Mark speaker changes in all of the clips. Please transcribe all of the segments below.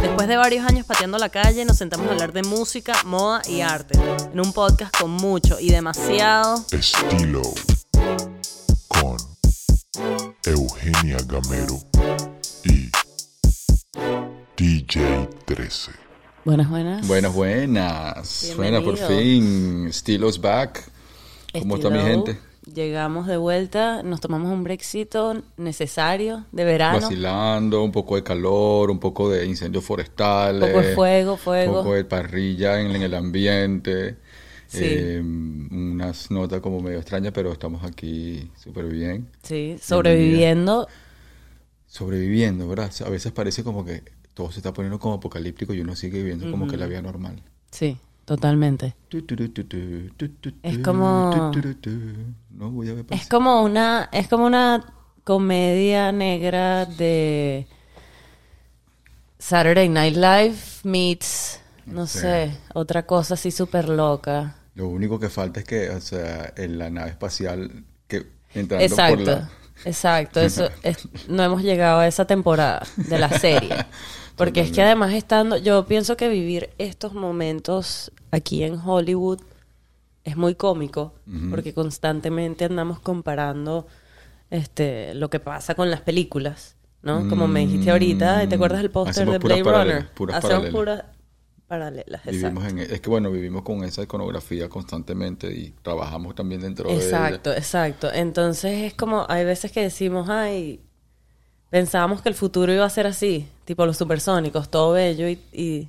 Speaker 1: Después de varios años pateando la calle, nos sentamos a hablar de música, moda y arte. En un podcast con mucho y demasiado.
Speaker 2: Estilo con Eugenia Gamero y DJ 13.
Speaker 1: Buenas, buenas.
Speaker 3: Buenas, buenas. Buenas, por
Speaker 1: Bienvenido.
Speaker 3: fin. Estilos back. ¿Cómo está mi
Speaker 1: Estilo,
Speaker 3: gente?
Speaker 1: Llegamos de vuelta, nos tomamos un brexito necesario de verano.
Speaker 3: Vacilando, un poco de calor, un poco de incendios forestales.
Speaker 1: Poco de fuego,
Speaker 3: Un
Speaker 1: fuego.
Speaker 3: poco de parrilla en, en el ambiente.
Speaker 1: Sí.
Speaker 3: Eh, unas notas como medio extrañas, pero estamos aquí súper bien.
Speaker 1: Sí, sobreviviendo.
Speaker 3: Sobreviviendo, ¿verdad? A veces parece como que todo se está poniendo como apocalíptico y uno sigue viviendo como que la vida normal.
Speaker 1: Sí, totalmente. Es como-
Speaker 3: No voy a ver
Speaker 1: Es como una, es como una comedia negra de Saturday Night Live meets, no
Speaker 3: Sí.
Speaker 1: sé, otra cosa así súper loca.
Speaker 3: Lo único que falta es que, o sea, en la nave espacial que entrando por
Speaker 1: Exacto,
Speaker 3: la...
Speaker 1: exacto. Eso es- no hemos llegado a esa temporada de la serie. Porque es que además estando, yo pienso que vivir estos momentos aquí en Hollywood es muy cómico, porque constantemente andamos comparando este lo que pasa con las películas, ¿no? Como me dijiste ahorita, ¿te acuerdas del póster
Speaker 3: Mm, Hacemos
Speaker 1: de
Speaker 3: puras
Speaker 1: Blade
Speaker 3: paralelas,
Speaker 1: Runner?
Speaker 3: puras
Speaker 1: Hacemos
Speaker 3: paralelas.
Speaker 1: puras paralelas, exacto.
Speaker 3: Vivimos en, e, es que bueno, vivimos con esa iconografía constantemente y trabajamos también dentro
Speaker 1: Exacto,
Speaker 3: de ella.
Speaker 1: exacto. Entonces es como, hay veces que decimos, ay, pensábamos que el futuro iba a ser así, tipo los supersónicos, todo bello y, y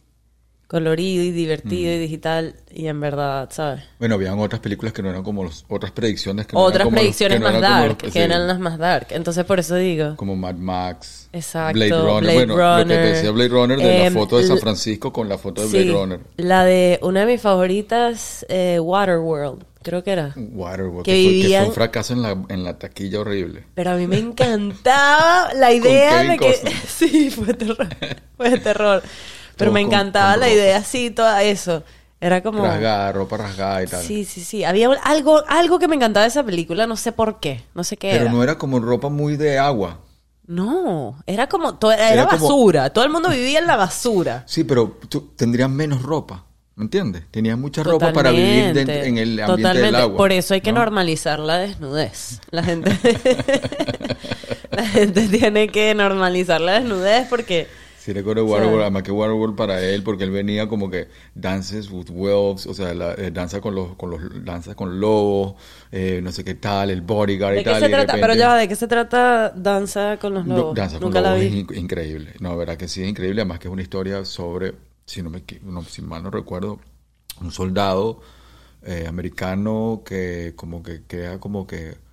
Speaker 1: colorido y divertido y digital, y en verdad, ¿sabes?
Speaker 3: Bueno, habían otras películas que no eran como los, otras predicciones que no eran
Speaker 1: Otras
Speaker 3: como los-
Speaker 1: predicciones
Speaker 3: que no
Speaker 1: más
Speaker 3: eran como
Speaker 1: dark,
Speaker 3: los-
Speaker 1: que
Speaker 3: sí,
Speaker 1: eran las más dark. Entonces por eso digo,
Speaker 3: como Mad Max,
Speaker 1: Exacto,
Speaker 3: Blade Runner,
Speaker 1: Blade
Speaker 3: bueno, lo que te decía
Speaker 1: Runner.
Speaker 3: Blade Runner de
Speaker 1: Em,
Speaker 3: la foto de San
Speaker 1: l-
Speaker 3: Francisco con la foto de
Speaker 1: sí,
Speaker 3: Blade Runner.
Speaker 1: la de una de mis favoritas, eh, Waterworld, creo que era.
Speaker 3: Waterworld,
Speaker 1: Que
Speaker 3: que, fue- que fue
Speaker 1: vivían-
Speaker 3: un fracaso en la, en la taquilla horrible.
Speaker 1: Pero a mí me encantaba la idea
Speaker 3: Kevin
Speaker 1: de que...
Speaker 3: Costner.
Speaker 1: Sí, fue terror. Fue terror. Pero
Speaker 3: Todo
Speaker 1: me
Speaker 3: con-
Speaker 1: encantaba
Speaker 3: con
Speaker 1: la
Speaker 3: ropa.
Speaker 1: idea así, toda eso. Era como...
Speaker 3: Rasgada, ropa rasgada y tal.
Speaker 1: Sí, sí, sí. Había un- algo, algo que me encantaba de esa película, no sé por qué. No sé qué
Speaker 3: Pero
Speaker 1: era.
Speaker 3: no era como ropa muy de agua.
Speaker 1: No, era como... to- era
Speaker 3: Era como-
Speaker 1: basura. Todo el mundo vivía en la basura.
Speaker 3: Sí, pero tú tendrías menos ropa, ¿me entiendes? Tenías mucha ropa para vivir dentro-
Speaker 1: Totalmente,
Speaker 3: en el ambiente del
Speaker 1: totalmente.
Speaker 3: agua.
Speaker 1: Por eso hay que
Speaker 3: ¿no?
Speaker 1: normalizar la desnudez. La gente, la gente tiene que normalizar la desnudez porque...
Speaker 3: Sí, recuerdo Waterworld, además que Waterworld para él, porque él venía como que dances with wolves, o sea, la, eh, danza con los, con los, danza con lobos, eh, no sé qué tal, el bodyguard
Speaker 1: ¿De
Speaker 3: y tal.
Speaker 1: qué se
Speaker 3: y
Speaker 1: trata? Pero
Speaker 3: repente-
Speaker 1: ya, va, ¿de qué se trata Danza con los
Speaker 3: No,
Speaker 1: Lobos?
Speaker 3: Danza con
Speaker 1: Nunca
Speaker 3: Lobos
Speaker 1: la
Speaker 3: es
Speaker 1: vi.
Speaker 3: in- increíble. No, verdad que sí, es increíble. Además que es una historia sobre, si, no me, equi- no, si mal no recuerdo, un soldado eh, americano que como que queda como que,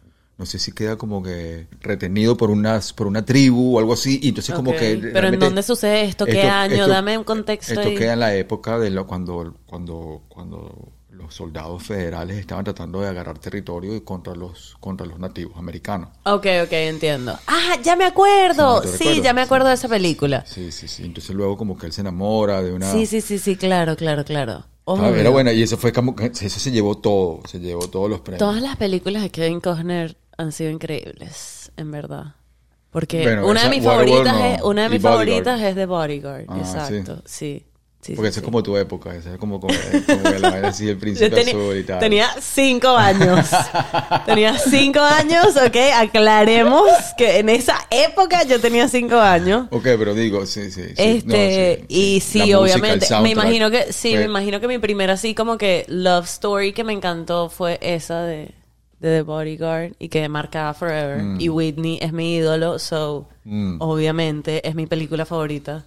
Speaker 3: no sé si queda como que retenido por una, por una tribu o algo así. Y entonces como
Speaker 1: Ok,
Speaker 3: que...
Speaker 1: pero ¿en
Speaker 3: realmente-
Speaker 1: dónde sucede esto? ¿Qué año? Dame un contexto
Speaker 3: Esto
Speaker 1: ahí.
Speaker 3: queda en la época de lo, cuando, cuando, cuando los soldados federales estaban tratando de agarrar territorio y contra los, contra los nativos americanos.
Speaker 1: Ok, ok, entiendo. ¡Ah, ya me acuerdo!
Speaker 3: Sí,
Speaker 1: Sí,
Speaker 3: ¿te recuerdas?
Speaker 1: ya me
Speaker 3: Sí.
Speaker 1: acuerdo de esa película.
Speaker 3: Sí, sí, sí. Entonces luego como que él se enamora de una... Ah,
Speaker 1: Sí, sí, sí, sí, claro, claro, claro.
Speaker 3: Estaba-
Speaker 1: Obvio.
Speaker 3: era buena y eso fue como que eso se llevó todo, se llevó todos los premios.
Speaker 1: Todas las películas de Kevin Costner han sido increíbles, en verdad. Porque
Speaker 3: Bueno,
Speaker 1: una, de
Speaker 3: esa
Speaker 1: mis
Speaker 3: Waterworld
Speaker 1: favoritas es,
Speaker 3: no.
Speaker 1: una de
Speaker 3: Y
Speaker 1: mis
Speaker 3: Bodyguard.
Speaker 1: favoritas es The Bodyguard.
Speaker 3: Ah, sí.
Speaker 1: Exacto, sí. sí,
Speaker 3: Porque
Speaker 1: sí,
Speaker 3: eso
Speaker 1: sí.
Speaker 3: es como tu época, eso es como, como, como que la vaina así, el príncipe
Speaker 1: Yo teni-
Speaker 3: azul y tal.
Speaker 1: Tenía cinco años. tenía cinco años, ok. Aclaremos que en esa época yo tenía cinco años.
Speaker 3: Ok, pero digo, sí, sí. sí.
Speaker 1: Este,
Speaker 3: No,
Speaker 1: y sí,
Speaker 3: La música, el
Speaker 1: obviamente. me
Speaker 3: soundtrack.
Speaker 1: imagino que, sí, me
Speaker 3: Fue-
Speaker 1: imagino que mi primera así como que love story que me encantó fue esa de, de The Bodyguard y que marcaba Forever. Y Whitney es mi ídolo, so
Speaker 3: Mm.
Speaker 1: obviamente es mi película favorita.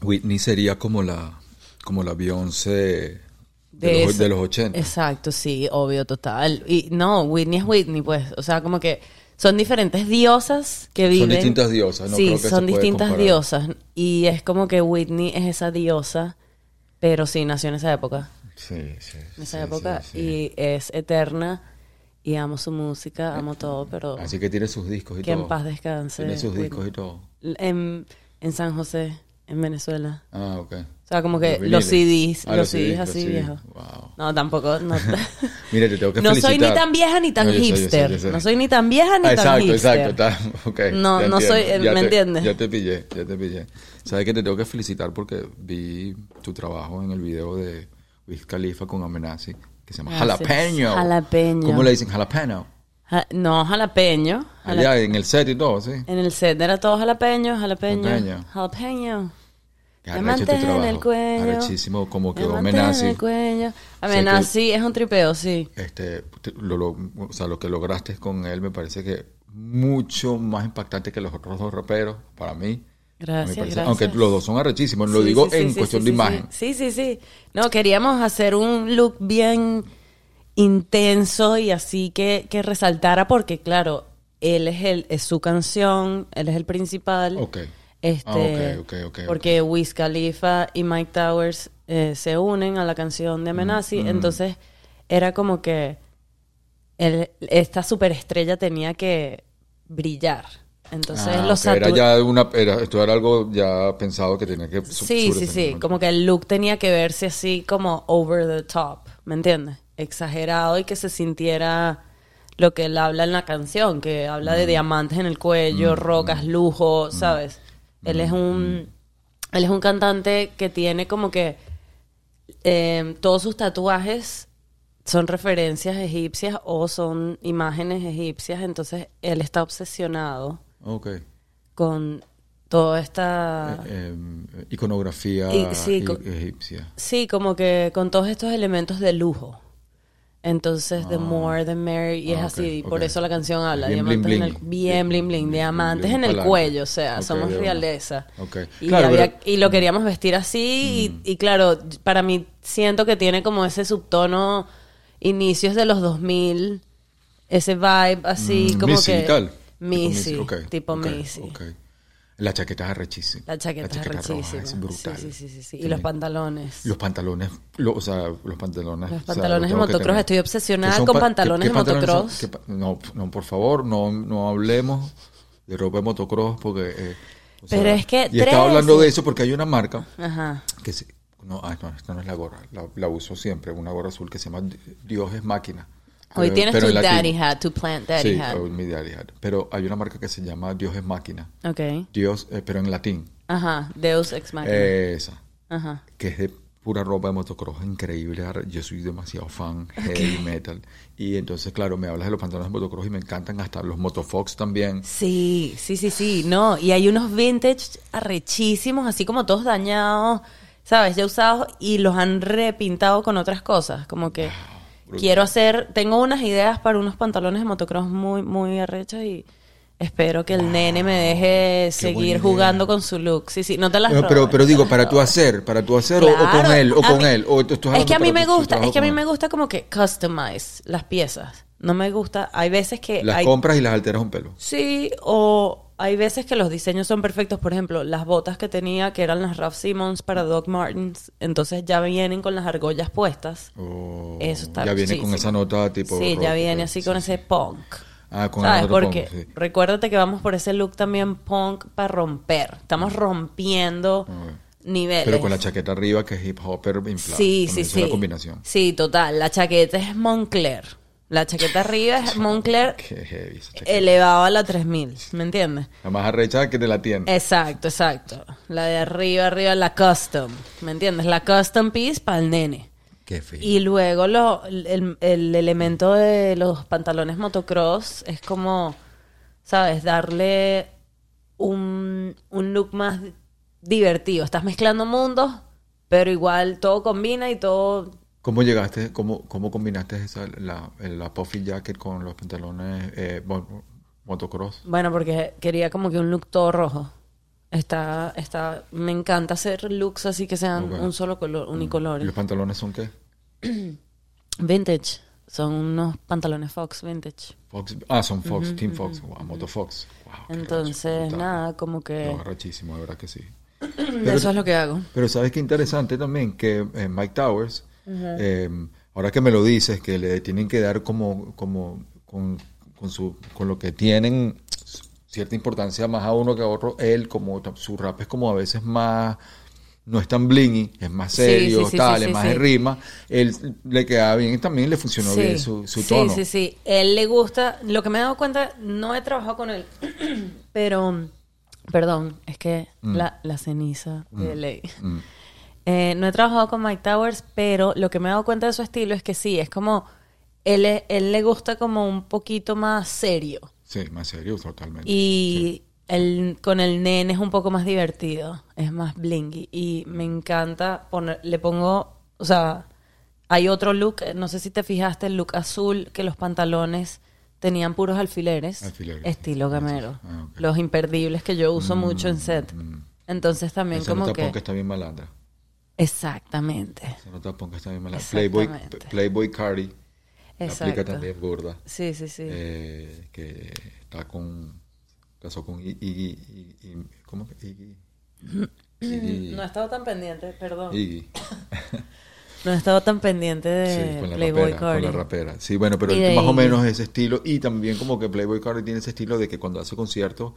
Speaker 3: Whitney sería como la, como la Beyoncé de,
Speaker 1: De
Speaker 3: los,
Speaker 1: eso.
Speaker 3: de los 80.
Speaker 1: Exacto, sí, obvio, total. Y no, Whitney es Whitney, pues. O sea, como que son diferentes diosas que viven.
Speaker 3: distintas diosas, no
Speaker 1: Sí,
Speaker 3: creo que se
Speaker 1: son
Speaker 3: puede
Speaker 1: distintas
Speaker 3: comparar.
Speaker 1: diosas. Y es como que Whitney es esa diosa, pero sí, nació en esa época.
Speaker 3: Sí, sí.
Speaker 1: En
Speaker 3: sí,
Speaker 1: esa época.
Speaker 3: sí, sí.
Speaker 1: Y es eterna. Y amo su música, amo todo, pero
Speaker 3: Así que tiene sus discos y
Speaker 1: que
Speaker 3: todo.
Speaker 1: en paz descanse.
Speaker 3: Tiene sus
Speaker 1: Whitney.
Speaker 3: discos y todo.
Speaker 1: En, en San José, en Venezuela.
Speaker 3: Ah, ok.
Speaker 1: O sea, como que los,
Speaker 3: Los viniles.
Speaker 1: CDs,
Speaker 3: Ah,
Speaker 1: los
Speaker 3: los
Speaker 1: CDs
Speaker 3: CDs,
Speaker 1: así
Speaker 3: los
Speaker 1: viejos.
Speaker 3: CDs. Wow.
Speaker 1: No, tampoco. No,
Speaker 3: Mira, te tengo que
Speaker 1: No soy ni
Speaker 3: felicitar.
Speaker 1: tan vieja ni tan
Speaker 3: No, yo sé, yo sé,
Speaker 1: hipster.
Speaker 3: yo sé.
Speaker 1: No soy ni tan vieja ni
Speaker 3: Ah,
Speaker 1: tan
Speaker 3: exacto,
Speaker 1: hipster.
Speaker 3: exacto. está- ok,
Speaker 1: No,
Speaker 3: ya
Speaker 1: no soy-
Speaker 3: entiendo,
Speaker 1: eh,
Speaker 3: ya
Speaker 1: ¿me
Speaker 3: te-
Speaker 1: entiendes?
Speaker 3: Ya te pillé, ya te pillé. Sabes que te tengo que felicitar porque vi tu trabajo en el video de Wiz Khalifa con Amenazi, que se llama
Speaker 1: Gracias.
Speaker 3: Jalapeño.
Speaker 1: Jalapeño.
Speaker 3: ¿Cómo le dicen? Jalapeño.
Speaker 1: Ja- no, jalapeño. Jala-
Speaker 3: Allá en el set y todo, sí.
Speaker 1: En el set era todo jalapeño, jalapeño. Jalapeño.
Speaker 3: Jalapeño. Qué arrecho
Speaker 1: Diamantes
Speaker 3: tu trabajo.
Speaker 1: en el cuello.
Speaker 3: Arrechísimo, como quedó
Speaker 1: Diamantes en
Speaker 3: Amenazi.
Speaker 1: el cuello.
Speaker 3: Sé que-
Speaker 1: Amenazi es un tripeo, sí.
Speaker 3: Este, te- lo, lo- o sea, lo que lograste con él me parece que mucho más impactante que los otros dos raperos, para mí.
Speaker 1: Gracias,
Speaker 3: Me parece-
Speaker 1: gracias.
Speaker 3: Aunque los dos son arrechísimos, lo
Speaker 1: Sí,
Speaker 3: digo
Speaker 1: sí, sí,
Speaker 3: en
Speaker 1: sí,
Speaker 3: cuestión
Speaker 1: sí,
Speaker 3: de
Speaker 1: sí,
Speaker 3: imagen.
Speaker 1: Sí, sí, sí. No, queríamos hacer un look bien intenso y así que, que resaltara porque, claro, él es, el, es su canción, él es el principal.
Speaker 3: Ok.
Speaker 1: Este,
Speaker 3: Ah, ok, ok, ok, ok.
Speaker 1: Porque Wiz Khalifa y Mike Towers eh, se unen a la canción de
Speaker 3: Mm,
Speaker 1: Amenazi, entonces era como que él- esta superestrella tenía que brillar. Entonces
Speaker 3: Ah,
Speaker 1: lo
Speaker 3: ok, era
Speaker 1: satu-
Speaker 3: ya una, era- esto era algo ya pensado que tenía que...
Speaker 1: Sí,
Speaker 3: su-
Speaker 1: sí,
Speaker 3: sobretener,
Speaker 1: sí.
Speaker 3: ¿no?
Speaker 1: Como que el look tenía que verse así como over the top, ¿me entiendes? Exagerado y que se sintiera lo que él habla en la canción, que habla de diamantes en el cuello, rocas, lujo, ¿sabes? Él es un él es un cantante que tiene como que eh, todos sus tatuajes son referencias egipcias o son imágenes egipcias, entonces él está obsesionado
Speaker 3: Ok.
Speaker 1: con toda esta
Speaker 3: Eh, eh, iconografía
Speaker 1: Ah. Y- sí, co-
Speaker 3: e- egipcia.
Speaker 1: Sí, como que con todos estos elementos de lujo. Entonces, the more, the merrier. Y es
Speaker 3: Ah, ok,
Speaker 1: así.
Speaker 3: ok.
Speaker 1: Por eso la canción habla.
Speaker 3: Bien
Speaker 1: diamantes en
Speaker 3: bling,
Speaker 1: el,
Speaker 3: bling.
Speaker 1: bien bling bling.
Speaker 3: Bien
Speaker 1: Diamantes
Speaker 3: bling,
Speaker 1: en el
Speaker 3: pa'lante.
Speaker 1: cuello. O sea,
Speaker 3: Ok,
Speaker 1: somos
Speaker 3: de una.
Speaker 1: realeza.
Speaker 3: Ok.
Speaker 1: Y,
Speaker 3: Claro,
Speaker 1: había-
Speaker 3: pero- mm.
Speaker 1: y lo queríamos vestir así. Y, y claro, para mí siento que tiene como ese subtono inicios de los 2000. Ese vibe así
Speaker 3: Mm,
Speaker 1: como
Speaker 3: Missy
Speaker 1: que...
Speaker 3: y tal.
Speaker 1: Missy.
Speaker 3: Tipo Missy, ok,
Speaker 1: Tipo
Speaker 3: ok,
Speaker 1: Missy.
Speaker 3: ok. La chaqueta es arrechísima.
Speaker 1: La chaqueta, es
Speaker 3: roja
Speaker 1: rechísima.
Speaker 3: es brutal.
Speaker 1: Sí, sí, sí, sí, sí. Y
Speaker 3: Sí.
Speaker 1: los pantalones.
Speaker 3: Los pantalones, lo- o sea, los pantalones.
Speaker 1: Los
Speaker 3: o sea,
Speaker 1: pantalones de
Speaker 3: tengo que
Speaker 1: motocross,
Speaker 3: tener.
Speaker 1: estoy obsesionada
Speaker 3: Que son
Speaker 1: con
Speaker 3: pa-
Speaker 1: pantalones
Speaker 3: ¿qué-
Speaker 1: de
Speaker 3: qué son?
Speaker 1: motocross.
Speaker 3: ¿Qué pa- no, no, por favor, no, no hablemos de ropa de motocross porque... eh, o
Speaker 1: Pero es que
Speaker 3: Y
Speaker 1: tres-
Speaker 3: estaba hablando de eso porque hay una marca
Speaker 1: Ajá.
Speaker 3: que se... No, ay, no, esta no es la gorra, la, la uso siempre, una gorra azul que se llama Di- Dios es máquina.
Speaker 1: Hoy
Speaker 3: Pero-
Speaker 1: tienes
Speaker 3: pero
Speaker 1: tu
Speaker 3: en latino.
Speaker 1: daddy hat, tu plant daddy
Speaker 3: sí, oh.
Speaker 1: hat.
Speaker 3: hoy mi daddy hat. Pero hay una marca que se llama Dios es máquina.
Speaker 1: Ok.
Speaker 3: Dios, eh, pero en latín.
Speaker 1: Ajá. Deus ex machina.
Speaker 3: Eh, esa
Speaker 1: Ajá.
Speaker 3: que es de pura ropa de motocross increíble. ar- Yo soy demasiado fan heavy metal. Y entonces, claro, me hablas de los pantalones de motocross y me encantan hasta los motofox también.
Speaker 1: Sí, sí, sí, sí. No, y hay unos vintage arrechísimos, así como todos dañados, ¿sabes? Ya usados y los han repintado con otras cosas. Como que
Speaker 3: brutal.
Speaker 1: quiero hacer. Tengo unas ideas para unos pantalones de motocross muy, muy arrechos y. Espero que el nene me deje seguir
Speaker 3: buena
Speaker 1: jugando con su look. Sí, sí, no te las
Speaker 3: No,
Speaker 1: robes,
Speaker 3: pero, pero
Speaker 1: no te
Speaker 3: digo,
Speaker 1: las
Speaker 3: para tú
Speaker 1: robes.
Speaker 3: hacer, para tú hacer o- o,
Speaker 1: Claro.
Speaker 3: con él, o
Speaker 1: A
Speaker 3: con
Speaker 1: mí-
Speaker 3: él. o tú estás
Speaker 1: es que a
Speaker 3: hablando
Speaker 1: mí
Speaker 3: para
Speaker 1: me
Speaker 3: tu- tu
Speaker 1: gusta,
Speaker 3: trabajo
Speaker 1: es que a mí
Speaker 3: con
Speaker 1: me
Speaker 3: él.
Speaker 1: gusta como que customize las piezas. No me gusta, hay veces que
Speaker 3: Las
Speaker 1: hay
Speaker 3: compras y las alteras un pelo.
Speaker 1: sí o hay veces que los diseños son perfectos, por ejemplo, las botas que tenía que eran las Ralph Simmons para Doc Martens, entonces ya vienen con las argollas puestas.
Speaker 3: O
Speaker 1: Eso está
Speaker 3: Oh, Ya viene
Speaker 1: arrechísimo.
Speaker 3: con esa nota tipo.
Speaker 1: sí,
Speaker 3: rock,
Speaker 1: ya viene
Speaker 3: ok,
Speaker 1: así
Speaker 3: sí,
Speaker 1: con
Speaker 3: sí.
Speaker 1: ese punk.
Speaker 3: Ah, con el
Speaker 1: ¿Sabes?
Speaker 3: otro
Speaker 1: Porque
Speaker 3: punk, sí.
Speaker 1: recuérdate que vamos por ese look también punk para romper. Estamos rompiendo niveles.
Speaker 3: Mm. Pero con la chaqueta arriba que es hip hopper inflado.
Speaker 1: Sí,
Speaker 3: También
Speaker 1: sí,
Speaker 3: es
Speaker 1: sí.
Speaker 3: una combinación.
Speaker 1: Sí, total. La chaqueta es Moncler. La chaqueta arriba es Moncler
Speaker 3: Qué heavy esa chaqueta.
Speaker 1: elevado a la 3000, ¿me entiendes?
Speaker 3: La más arrecha que te la tienda.
Speaker 1: Exacto, exacto. La de arriba, arriba, la custom, ¿me entiendes? La custom piece para el nene.
Speaker 3: Qué feo.
Speaker 1: Y luego lo- el, el elemento de los pantalones motocross es como, ¿sabes? Darle un, un look más divertido. Estás mezclando mundos, pero igual todo combina y todo
Speaker 3: ¿Cómo llegaste, cómo, cómo combinaste esa, la, la puffy jacket con los pantalones eh, bon- motocross?
Speaker 1: Bueno, porque quería como que un look todo rojo. Está, está, me encanta hacer looks así que sean
Speaker 3: Ok. Mm.
Speaker 1: un solo color, unicolor.
Speaker 3: ¿Y los pantalones son qué?
Speaker 1: Vintage. Son unos pantalones Fox vintage.
Speaker 3: Fox. Ah, son Fox, Team Fox, wow, Moto Fox. Wow, qué
Speaker 1: Entonces,
Speaker 3: arrecho, brutal.
Speaker 1: nada, eh. como que
Speaker 3: No, arrechísimo, de verdad que sí.
Speaker 1: eso es lo que hago.
Speaker 3: Pero sabes qué interesante también que eh, Mike Towers, eh, ahora que me lo dices, que le tienen que dar como, como con, con su, con lo que tienen cierta importancia más a uno que a otro, él como ta- su rap es como a veces más no es tan blingy, es más
Speaker 1: Sí,
Speaker 3: serio,
Speaker 1: sí, sí,
Speaker 3: tal,
Speaker 1: sí,
Speaker 3: es
Speaker 1: sí,
Speaker 3: más
Speaker 1: sí.
Speaker 3: de rima. Él le quedaba bien y también le funcionó bien su, su
Speaker 1: sí,
Speaker 3: tono.
Speaker 1: Sí, sí, Él le gusta. Lo que me he dado cuenta, no he trabajado con él, pero. Perdón, es que la, la ceniza de ley.
Speaker 3: Mm.
Speaker 1: Eh, no he trabajado con Mike Towers, pero lo que me he dado cuenta de su estilo es que sí, es como. Él, es- él le gusta como un poquito más serio.
Speaker 3: Sí, más serio, totalmente.
Speaker 1: Y el, con el nene es un poco más divertido, es más blingy. Y me encanta poner, le pongo, o sea, hay otro look, no sé si te fijaste, el look azul, que los pantalones tenían puros alfileres,
Speaker 3: Alfileres,
Speaker 1: estilo gamero.
Speaker 3: Ah, ok. Mm,
Speaker 1: Los imperdibles que yo uso mucho en set. Entonces también
Speaker 3: Esa
Speaker 1: como
Speaker 3: nota
Speaker 1: que...
Speaker 3: ponca está bien malandra.
Speaker 1: Exactamente.
Speaker 3: Esa nota ponca está bien malandra. Playboy,
Speaker 1: Exactamente.
Speaker 3: Playboy Cardi. La aplica
Speaker 1: Exacto.
Speaker 3: también gorda.
Speaker 1: Sí, sí, sí.
Speaker 3: eh, que está con casó con I- Iggy, I- I- ¿cómo que Iggy? Iggy-
Speaker 1: no he estado tan pendiente, perdón.
Speaker 3: Iggy.
Speaker 1: No he estado tan pendiente de
Speaker 3: Sí, con la
Speaker 1: Eh, Playboy
Speaker 3: rapera, con la
Speaker 1: Cardi.
Speaker 3: rapera. Sí, bueno, pero
Speaker 1: Y de
Speaker 3: más o
Speaker 1: Iggy.
Speaker 3: menos ese estilo y también como que Playboy Cardi tiene ese estilo de que cuando hace conciertos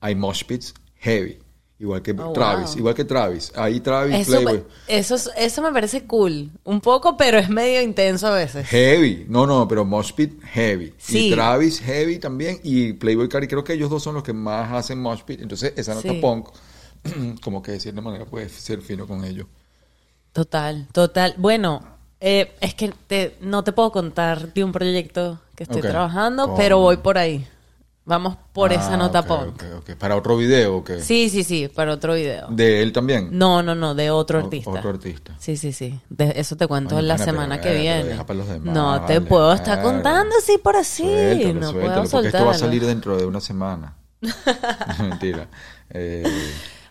Speaker 3: hay mosh pits heavy, igual que
Speaker 1: Oh,
Speaker 3: Travis,
Speaker 1: wow.
Speaker 3: igual que Travis, ahí Travis
Speaker 1: Eso,
Speaker 3: Playboy
Speaker 1: eso, es- eso me parece cool. Un poco, pero es medio intenso a veces.
Speaker 3: Heavy, no, no, pero mosh pit heavy.
Speaker 1: Sí.
Speaker 3: Y Travis heavy también. Y Playboy Cardi, creo que ellos dos son los que más hacen mosh pit. Entonces, esa nota
Speaker 1: Sí.
Speaker 3: punk, como que de cierta manera puede ser fino con ellos.
Speaker 1: Total, total. Bueno, eh, es que te- no te puedo contar de un proyecto que estoy
Speaker 3: Ok.
Speaker 1: trabajando,
Speaker 3: Con-
Speaker 1: pero voy por ahí. Vamos por esa
Speaker 3: Ah,
Speaker 1: nota
Speaker 3: ok,
Speaker 1: punk.
Speaker 3: ok, ok. Para otro video, que
Speaker 1: Sí, sí, sí, para otro video.
Speaker 3: De él también.
Speaker 1: No, no, no, de otro
Speaker 3: O-
Speaker 1: artista.
Speaker 3: Otro artista.
Speaker 1: Sí, sí, sí. De- eso te cuento
Speaker 3: Coño,
Speaker 1: la
Speaker 3: pana, pero
Speaker 1: semana
Speaker 3: bueno,
Speaker 1: que
Speaker 3: pero
Speaker 1: viene.
Speaker 3: deja para los demás,
Speaker 1: no te
Speaker 3: vale,
Speaker 1: puedo estar
Speaker 3: claro.
Speaker 1: contando así por así.
Speaker 3: Suéltalo,
Speaker 1: no puedo
Speaker 3: suéltalo, porque esto va a
Speaker 1: soltarlo.
Speaker 3: salir dentro de una semana. Mentira. Eh,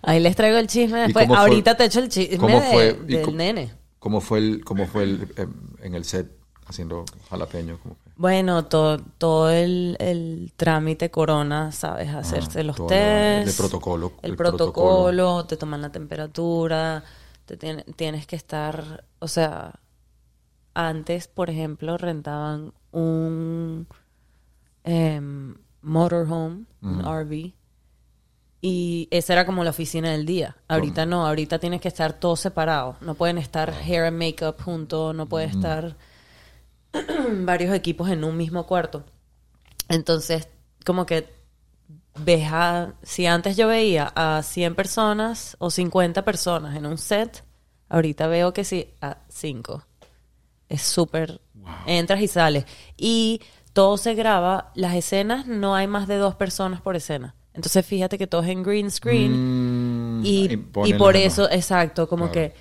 Speaker 1: Ahí les traigo el chisme
Speaker 3: ¿y
Speaker 1: después.
Speaker 3: cómo fue-
Speaker 1: Ahorita te echo el chisme
Speaker 3: cómo
Speaker 1: de-
Speaker 3: fue- y
Speaker 1: del
Speaker 3: cómo-
Speaker 1: nene.
Speaker 3: ¿Cómo fue el, cómo fue el, eh, en el set haciendo jalapeño? ¿Cómo fue?
Speaker 1: Bueno, todo, todo el, el trámite corona, sabes, hacerse los
Speaker 3: Ah, todo lo-
Speaker 1: test.
Speaker 3: el protocolo,
Speaker 1: El,
Speaker 3: el
Speaker 1: protocolo,
Speaker 3: protocolo.
Speaker 1: te toman la temperatura, te tiene- tienes que estar, o sea, antes, por ejemplo, rentaban un em, motorhome, un RV, y esa era como la oficina del día. Ahorita no, ahorita tienes que estar todo separado. No pueden estar hair and makeup junto, no puede estar varios equipos en un mismo cuarto. Entonces, como que ves a... Si antes yo veía a 100 personas o 50 personas en un set, ahorita veo que sí, a 5. Es súper... Entras y sales. Y todo se graba, las escenas, no hay más de dos personas por escena. Entonces, fíjate que todo es en green screen.
Speaker 3: Mm,
Speaker 1: Y,
Speaker 3: y
Speaker 1: y
Speaker 3: ponen
Speaker 1: por
Speaker 3: las
Speaker 1: eso,
Speaker 3: demás.
Speaker 1: exacto, como que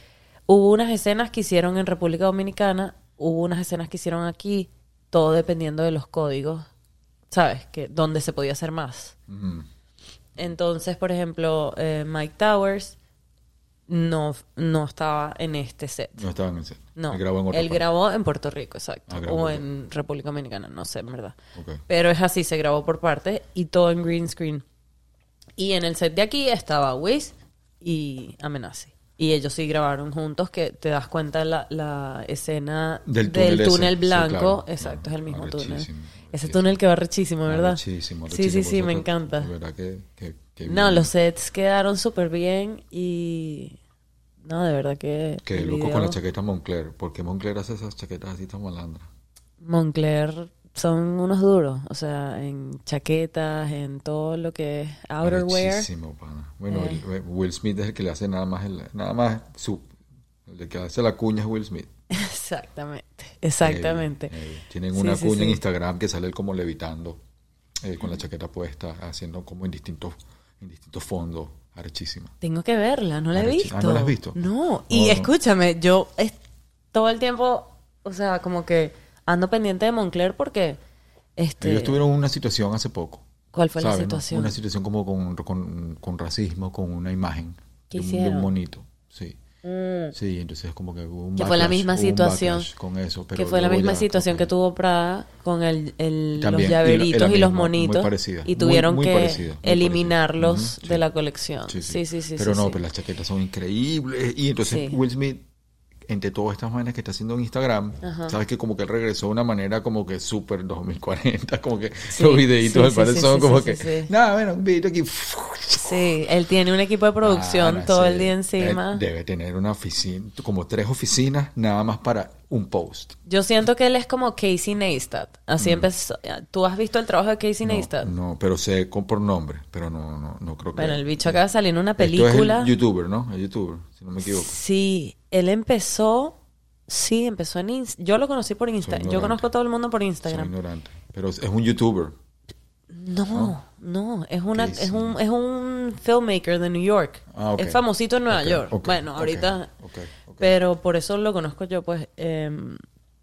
Speaker 1: hubo unas escenas que hicieron en República Dominicana, hubo unas escenas que hicieron aquí, todo dependiendo de los códigos, ¿sabes? Que dónde se podía hacer más.
Speaker 3: Mm.
Speaker 1: Entonces, por ejemplo, eh, Mike Towers no, no estaba en este set.
Speaker 3: No estaba en el set.
Speaker 1: No,
Speaker 3: Él grabó en otra
Speaker 1: él
Speaker 3: parte.
Speaker 1: grabó en Puerto Rico, exacto.
Speaker 3: Ah, grabó
Speaker 1: o
Speaker 3: en
Speaker 1: en República Dominicana, no sé, en verdad.
Speaker 3: Ok.
Speaker 1: Pero es así, se grabó por partes y todo en green screen. Y en el set de aquí estaba Wiz y Amenazi. Y ellos sí grabaron juntos, que te das cuenta la, la escena
Speaker 3: Del túnel ese,
Speaker 1: túnel
Speaker 3: sí,
Speaker 1: blanco.
Speaker 3: claro. Ah,
Speaker 1: Exacto, es el mismo
Speaker 3: Arrechísimo,
Speaker 1: túnel. Ese
Speaker 3: arrechísimo.
Speaker 1: túnel que va rechísimo, ¿verdad?
Speaker 3: Arrechísimo,
Speaker 1: Sí, sí,
Speaker 3: arrechísimo,
Speaker 1: sí,
Speaker 3: por
Speaker 1: me
Speaker 3: eso,
Speaker 1: encanta.
Speaker 3: de verdad que- que- que
Speaker 1: No,
Speaker 3: bien.
Speaker 1: los sets quedaron súper bien y... No, de verdad que...
Speaker 3: Que
Speaker 1: el
Speaker 3: loco
Speaker 1: video-
Speaker 3: con la chaqueta Moncler, porque Moncler hace esas chaquetas así tan malandras.
Speaker 1: Moncler son unos duros, o sea, en chaquetas, en todo lo que es outerwear.
Speaker 3: Arrechísimo, pana. Bueno, el- eh, Will Smith es el que le hace nada más, el- nada más su, el que hace la cuña es Will Smith.
Speaker 1: Exactamente, exactamente.
Speaker 3: Heavy, heavy. Tienen
Speaker 1: Sí,
Speaker 3: una
Speaker 1: sí,
Speaker 3: cuña en
Speaker 1: sí. Mm.
Speaker 3: Instagram que sale él como levitando, eh, con la chaqueta puesta, haciendo como en distintos, en distintos fondos. Arrechísima.
Speaker 1: Tengo que verla, no la he
Speaker 3: Arrechi-
Speaker 1: visto.
Speaker 3: Ah, ¿no la has visto?
Speaker 1: No, y
Speaker 3: No, no.
Speaker 1: escúchame, yo es- todo el tiempo, o sea, como que ando pendiente de Moncler porque, este,
Speaker 3: Ellos tuvieron una situación hace poco.
Speaker 1: ¿cuál fue la
Speaker 3: ¿sabes, no?
Speaker 1: situación?
Speaker 3: Una situación como con, con- con racismo, con una imagen
Speaker 1: ¿Qué
Speaker 3: de un, de un
Speaker 1: hicieron?
Speaker 3: monito. Sí.
Speaker 1: Mm,
Speaker 3: Sí, entonces como que hubo un
Speaker 1: Que fue la
Speaker 3: backlash,
Speaker 1: misma
Speaker 3: hubo un
Speaker 1: situación.
Speaker 3: backlash con eso, pero
Speaker 1: que fue la
Speaker 3: luego
Speaker 1: misma
Speaker 3: ya
Speaker 1: situación
Speaker 3: como
Speaker 1: que tuvo Prada con el, el- los
Speaker 3: También, y la-
Speaker 1: llaveritos y,
Speaker 3: era
Speaker 1: los
Speaker 3: mismo, muy
Speaker 1: monitos
Speaker 3: parecida,
Speaker 1: y
Speaker 3: muy-
Speaker 1: tuvieron
Speaker 3: muy
Speaker 1: que
Speaker 3: parecida, muy
Speaker 1: eliminarlos
Speaker 3: parecida. Ujú,
Speaker 1: de
Speaker 3: sí.
Speaker 1: la colección. Sí, sí, sí. sí,
Speaker 3: pero no, pues
Speaker 1: sí.
Speaker 3: pero las chaquetas son increíbles y entonces
Speaker 1: Sí.
Speaker 3: Will Smith entre todas estas vainas que está haciendo en Instagram,
Speaker 1: Ajá.
Speaker 3: sabes que como que él regresó de una manera como que súper 2040, como que
Speaker 1: Sí,
Speaker 3: los videitos
Speaker 1: sí,
Speaker 3: me
Speaker 1: sí,
Speaker 3: parecen
Speaker 1: sí,
Speaker 3: son
Speaker 1: sí,
Speaker 3: como
Speaker 1: sí,
Speaker 3: que,
Speaker 1: sí, sí.
Speaker 3: nada, bueno, un videito aquí.
Speaker 1: Sí, él tiene un equipo de producción
Speaker 3: Ah,
Speaker 1: todo
Speaker 3: sí.
Speaker 1: el día encima.
Speaker 3: Eh, Debe tener una oficina, como tres oficinas, nada más para un post.
Speaker 1: Yo siento que él es como Casey Neistat. Así empezó. eh, ¿Tú has visto el trabajo de Casey Neistat?
Speaker 3: Mm. No, pero sé con por nombre, pero no, no, no creo que.
Speaker 1: Bueno, el bicho acaba de salir en una
Speaker 3: Eh, Esto
Speaker 1: película.
Speaker 3: es el youtuber, ¿no? El youtuber, si no me equivoco.
Speaker 1: Sí, él empezó. Sí, empezó en Instagram. Yo lo conocí por Instagram. Yo
Speaker 3: ignorante.
Speaker 1: conozco a todo el mundo por
Speaker 3: Soy
Speaker 1: Instagram.
Speaker 3: ignorante. Pero es un youtuber.
Speaker 1: No, no, es una
Speaker 3: ¿Qué
Speaker 1: es un es un filmmaker de New York.
Speaker 3: Ah, ok.
Speaker 1: Es famosito en Nueva
Speaker 3: Ok,
Speaker 1: York.
Speaker 3: ok,
Speaker 1: bueno,
Speaker 3: ok,
Speaker 1: ahorita
Speaker 3: ok, ok.
Speaker 1: pero por eso lo conozco yo pues em,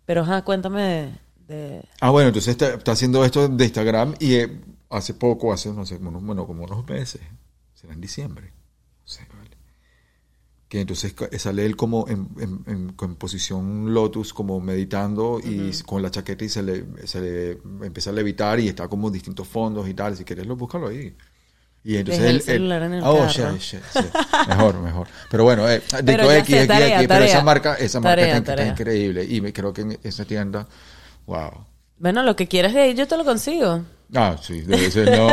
Speaker 1: pero ajá, cuéntame de, de-
Speaker 3: Ah, bueno, entonces está, está haciendo esto de Instagram y eh, hace poco, hace, no sé, unos- bueno, como unos meses, será en diciembre, no sé, vale. Que entonces ca- sale él como en, en- en- en posición lotus, como meditando y s- con la chaqueta y se le, se le empieza a levitar y está como en distintos fondos y tal. Si quieres, lo búscalo ahí. Y entonces
Speaker 1: Deja el
Speaker 3: él- él-
Speaker 1: celular en el
Speaker 3: Ah, oh,
Speaker 1: carro.
Speaker 3: shit, shit, shit. Mejor, mejor. Pero bueno, eh, de
Speaker 1: Pero
Speaker 3: todo
Speaker 1: ya
Speaker 3: X,
Speaker 1: sé,
Speaker 3: X,
Speaker 1: tarea,
Speaker 3: X, pero
Speaker 1: tarea.
Speaker 3: esa marca, esa marca
Speaker 1: Tarea,
Speaker 3: está,
Speaker 1: tarea.
Speaker 3: está increíble. Y me- creo que en esa tienda, wow.
Speaker 1: Bueno, lo que quieras de ahí yo te lo consigo.
Speaker 3: Ah, sí, debe ser no.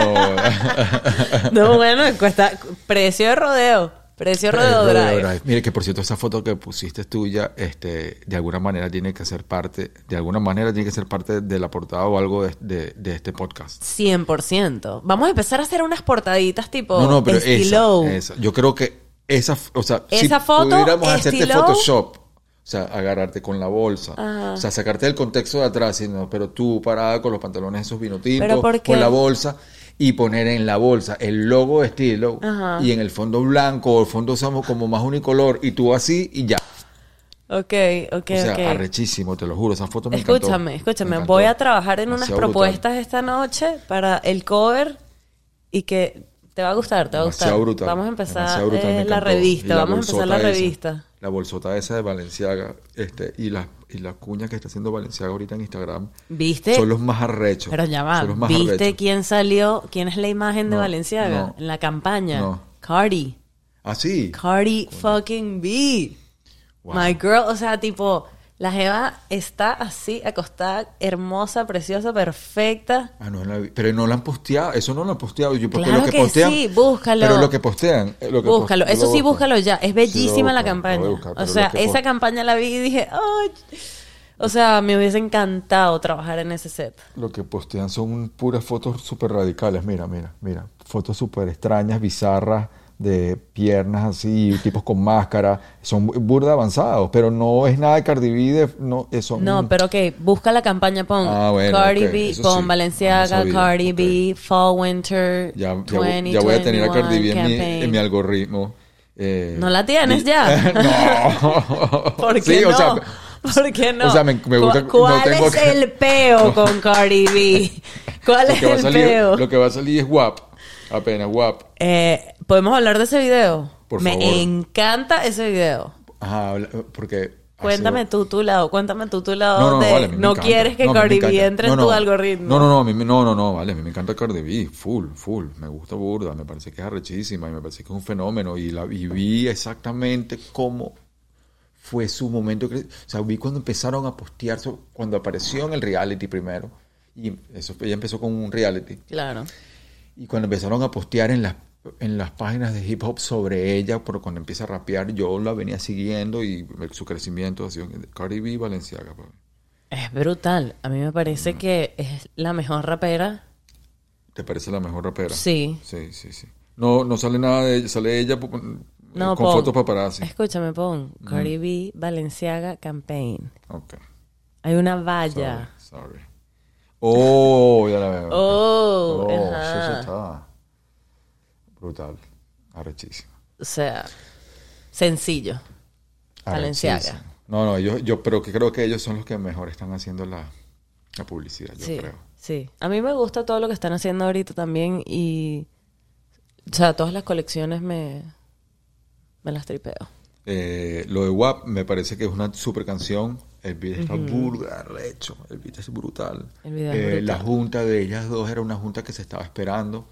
Speaker 1: No, bueno, cuesta precio de rodeo, precio de rodeo
Speaker 3: Rodeo
Speaker 1: drive.
Speaker 3: Drive. Mire que por cierto esa foto que pusiste tuya, este, de alguna manera tiene que ser parte, de alguna manera tiene que ser parte de la portada o algo de, de- de este podcast.
Speaker 1: 100%. Vamos a empezar a hacer unas portaditas tipo
Speaker 3: no, no, pero
Speaker 1: estilo.
Speaker 3: esa, esa. Yo creo que esa, f- o sea,
Speaker 1: Esa
Speaker 3: si
Speaker 1: foto,
Speaker 3: pudiéramos hacerte
Speaker 1: estilo-
Speaker 3: Photoshop, o sea, agarrarte con la bolsa,
Speaker 1: Ajá.
Speaker 3: o sea, sacarte del contexto de atrás, sino, pero tú parada con los pantalones esos vinotintos,
Speaker 1: Pero ¿por qué?
Speaker 3: con la bolsa y poner en la bolsa el logo de estilo
Speaker 1: Ajá.
Speaker 3: y en el fondo blanco o el fondo somos como más unicolor y tú así y ya.
Speaker 1: Ok, ok,
Speaker 3: o sea,
Speaker 1: ok.
Speaker 3: arrechísimo, te lo juro, esa foto me encantó.
Speaker 1: Escúchame,
Speaker 3: Me
Speaker 1: escúchame.
Speaker 3: encantó.
Speaker 1: Voy a trabajar en unas
Speaker 3: Demasiado brutal.
Speaker 1: propuestas esta noche para el cover y que te va a gustar, te va a gustar.
Speaker 3: Demasiado brutal.
Speaker 1: Vamos a empezar
Speaker 3: Demasiado brutal, me
Speaker 1: eh, la
Speaker 3: encantó. Y
Speaker 1: revista,
Speaker 3: la
Speaker 1: vamos a empezar la
Speaker 3: bolsota esa,
Speaker 1: revista.
Speaker 3: la bolsota esa de Valenciaga este, y, la, y la cuña que está haciendo Valenciaga ahorita en Instagram
Speaker 1: ¿Viste?
Speaker 3: son los más arrechos.
Speaker 1: Pero ya va,
Speaker 3: Son los más
Speaker 1: ¿viste
Speaker 3: arrechos.
Speaker 1: quién salió? ¿Quién es la imagen de
Speaker 3: No,
Speaker 1: Valenciaga
Speaker 3: no.
Speaker 1: en la campaña?
Speaker 3: No.
Speaker 1: Cardi.
Speaker 3: Ah, sí.
Speaker 1: Cardi fucking B.
Speaker 3: Wow.
Speaker 1: My girl, o sea, tipo, la Jeva está así, acostada, hermosa, preciosa, perfecta.
Speaker 3: Ah, no la vi. Pero no la han posteado. Eso no lo han posteado. Yo, porque
Speaker 1: Claro
Speaker 3: lo que,
Speaker 1: que
Speaker 3: postean,
Speaker 1: sí, búscalo.
Speaker 3: Pero lo que postean. eh, Lo que
Speaker 1: Búscalo,
Speaker 3: postean,
Speaker 1: eso
Speaker 3: lo
Speaker 1: sí,
Speaker 3: busco.
Speaker 1: búscalo ya.
Speaker 3: Sí,
Speaker 1: Es
Speaker 3: lo
Speaker 1: bellísima la
Speaker 3: busco, lo voy a
Speaker 1: campaña.
Speaker 3: buscar,
Speaker 1: o
Speaker 3: pero
Speaker 1: sea,
Speaker 3: lo que
Speaker 1: esa
Speaker 3: postean-
Speaker 1: campaña la vi y dije, ¡ay! O sea, me hubiese encantado trabajar en ese set.
Speaker 3: Lo que postean son puras fotos súper radicales. Mira, mira, mira. Fotos súper extrañas, bizarras, de piernas así, tipos con máscara. Son burda avanzados, pero no es nada de Cardi B. de- no, eh, son-
Speaker 1: No, pero ok, busca la campaña, pon
Speaker 3: Ah, bueno,
Speaker 1: Cardi
Speaker 3: ok,
Speaker 1: B,
Speaker 3: eso
Speaker 1: pon
Speaker 3: sí. Ah,
Speaker 1: Balenciaga,
Speaker 3: No sabía,
Speaker 1: Cardi B,
Speaker 3: ok.
Speaker 1: Fall Winter
Speaker 3: Ya, ya, voy-
Speaker 1: 2021
Speaker 3: ya voy a tener a Cardi B en mi,
Speaker 1: campaign.
Speaker 3: en mi algoritmo. eh,
Speaker 1: ¿No la tienes
Speaker 3: y-
Speaker 1: ya?
Speaker 3: no.
Speaker 1: ¿Por qué
Speaker 3: Sí,
Speaker 1: no?
Speaker 3: o sea,
Speaker 1: ¿Por qué no?
Speaker 3: o sea, me- me gusta-
Speaker 1: ¿Cu-
Speaker 3: no
Speaker 1: ¿Cuál
Speaker 3: tengo
Speaker 1: es
Speaker 3: que-
Speaker 1: el peo con Cardi B? ¿Cuál
Speaker 3: lo
Speaker 1: es
Speaker 3: que va a
Speaker 1: el
Speaker 3: salir-
Speaker 1: peo?
Speaker 3: Lo que va a salir es guap. Apenas guap.
Speaker 1: Eh, ¿Podemos hablar de ese video?
Speaker 3: Por
Speaker 1: Me
Speaker 3: favor.
Speaker 1: encanta ese video.
Speaker 3: Ajá, habla- porque. ha
Speaker 1: Cuéntame
Speaker 3: sido-
Speaker 1: tú tu lado, cuéntame tú tu lado
Speaker 3: No, no, no,
Speaker 1: de
Speaker 3: vale, a mí me
Speaker 1: no
Speaker 3: encanta.
Speaker 1: quieres que
Speaker 3: No, a mí me
Speaker 1: Cardi B
Speaker 3: encanta.
Speaker 1: entre
Speaker 3: No,
Speaker 1: en tu
Speaker 3: no.
Speaker 1: algoritmo.
Speaker 3: No, no, no, a mí me- no, no, no, vale, a mí me encanta Cardi B, full, full, me gusta burda, me parece que es arrechísima y me parece que es un fenómeno y la y vi exactamente cómo fue su momento, cre- o sea, vi cuando empezaron a postear, su- cuando apareció en el reality primero y eso ella empezó con un reality
Speaker 1: Claro.
Speaker 3: y cuando empezaron a postear en las, en las páginas de hip hop sobre ella, por cuando empieza a rapear, yo la venía siguiendo y su crecimiento ha sido Cardi B y Valenciaga. pues. para mí.
Speaker 1: Es brutal. A mí me
Speaker 3: Mm.
Speaker 1: parece que es la mejor rapera.
Speaker 3: ¿Te parece la mejor rapera?
Speaker 1: Sí.
Speaker 3: Sí, sí, sí. No, no sale nada de ella, sale ella po- con
Speaker 1: No, pon.
Speaker 3: fotos paparazzi.
Speaker 1: Escúchame, pon.
Speaker 3: Mm.
Speaker 1: Cardi B, Valenciaga, Campaign.
Speaker 3: Ok.
Speaker 1: Hay una valla.
Speaker 3: Sorry. Oh, ya la veo.
Speaker 1: Oh,
Speaker 3: oh
Speaker 1: ajá.
Speaker 3: eso está brutal. Arrechísimo.
Speaker 1: O sea, sencillo. Valenciaga.
Speaker 3: Arrechísimo. No, no, yo, yo pero que creo que ellos son los que mejor están haciendo la, la publicidad, yo
Speaker 1: Sí,
Speaker 3: creo.
Speaker 1: sí. A mí me gusta todo lo que están haciendo ahorita también y... O sea, todas las colecciones me... Me las tripeo.
Speaker 3: Eh, lo de WAP me parece que es una super canción. El beat está burda, arrecho. El beat es brutal.
Speaker 1: El video es
Speaker 3: Eh,
Speaker 1: brutal.
Speaker 3: La junta de ellas dos era una junta que se estaba esperando.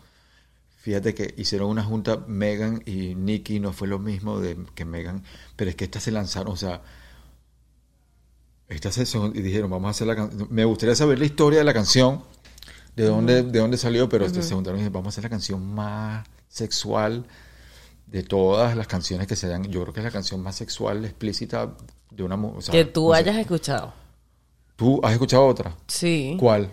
Speaker 3: Fíjate que hicieron una junta Megan y Nicki, no fue lo mismo de que Megan, pero es que estas se lanzaron, o sea, esta sesión y dijeron, vamos a hacer la canción. Me gustaría saber la historia de la canción, de dónde, de dónde salió, pero este, se juntaron y dijeron, vamos a hacer la canción más sexual de todas las canciones que se hayan. Yo creo que es la canción más sexual explícita de una mujer.
Speaker 1: Que tú hayas escuchado.
Speaker 3: ¿Tú has escuchado otra?
Speaker 1: Sí.
Speaker 3: ¿Cuál?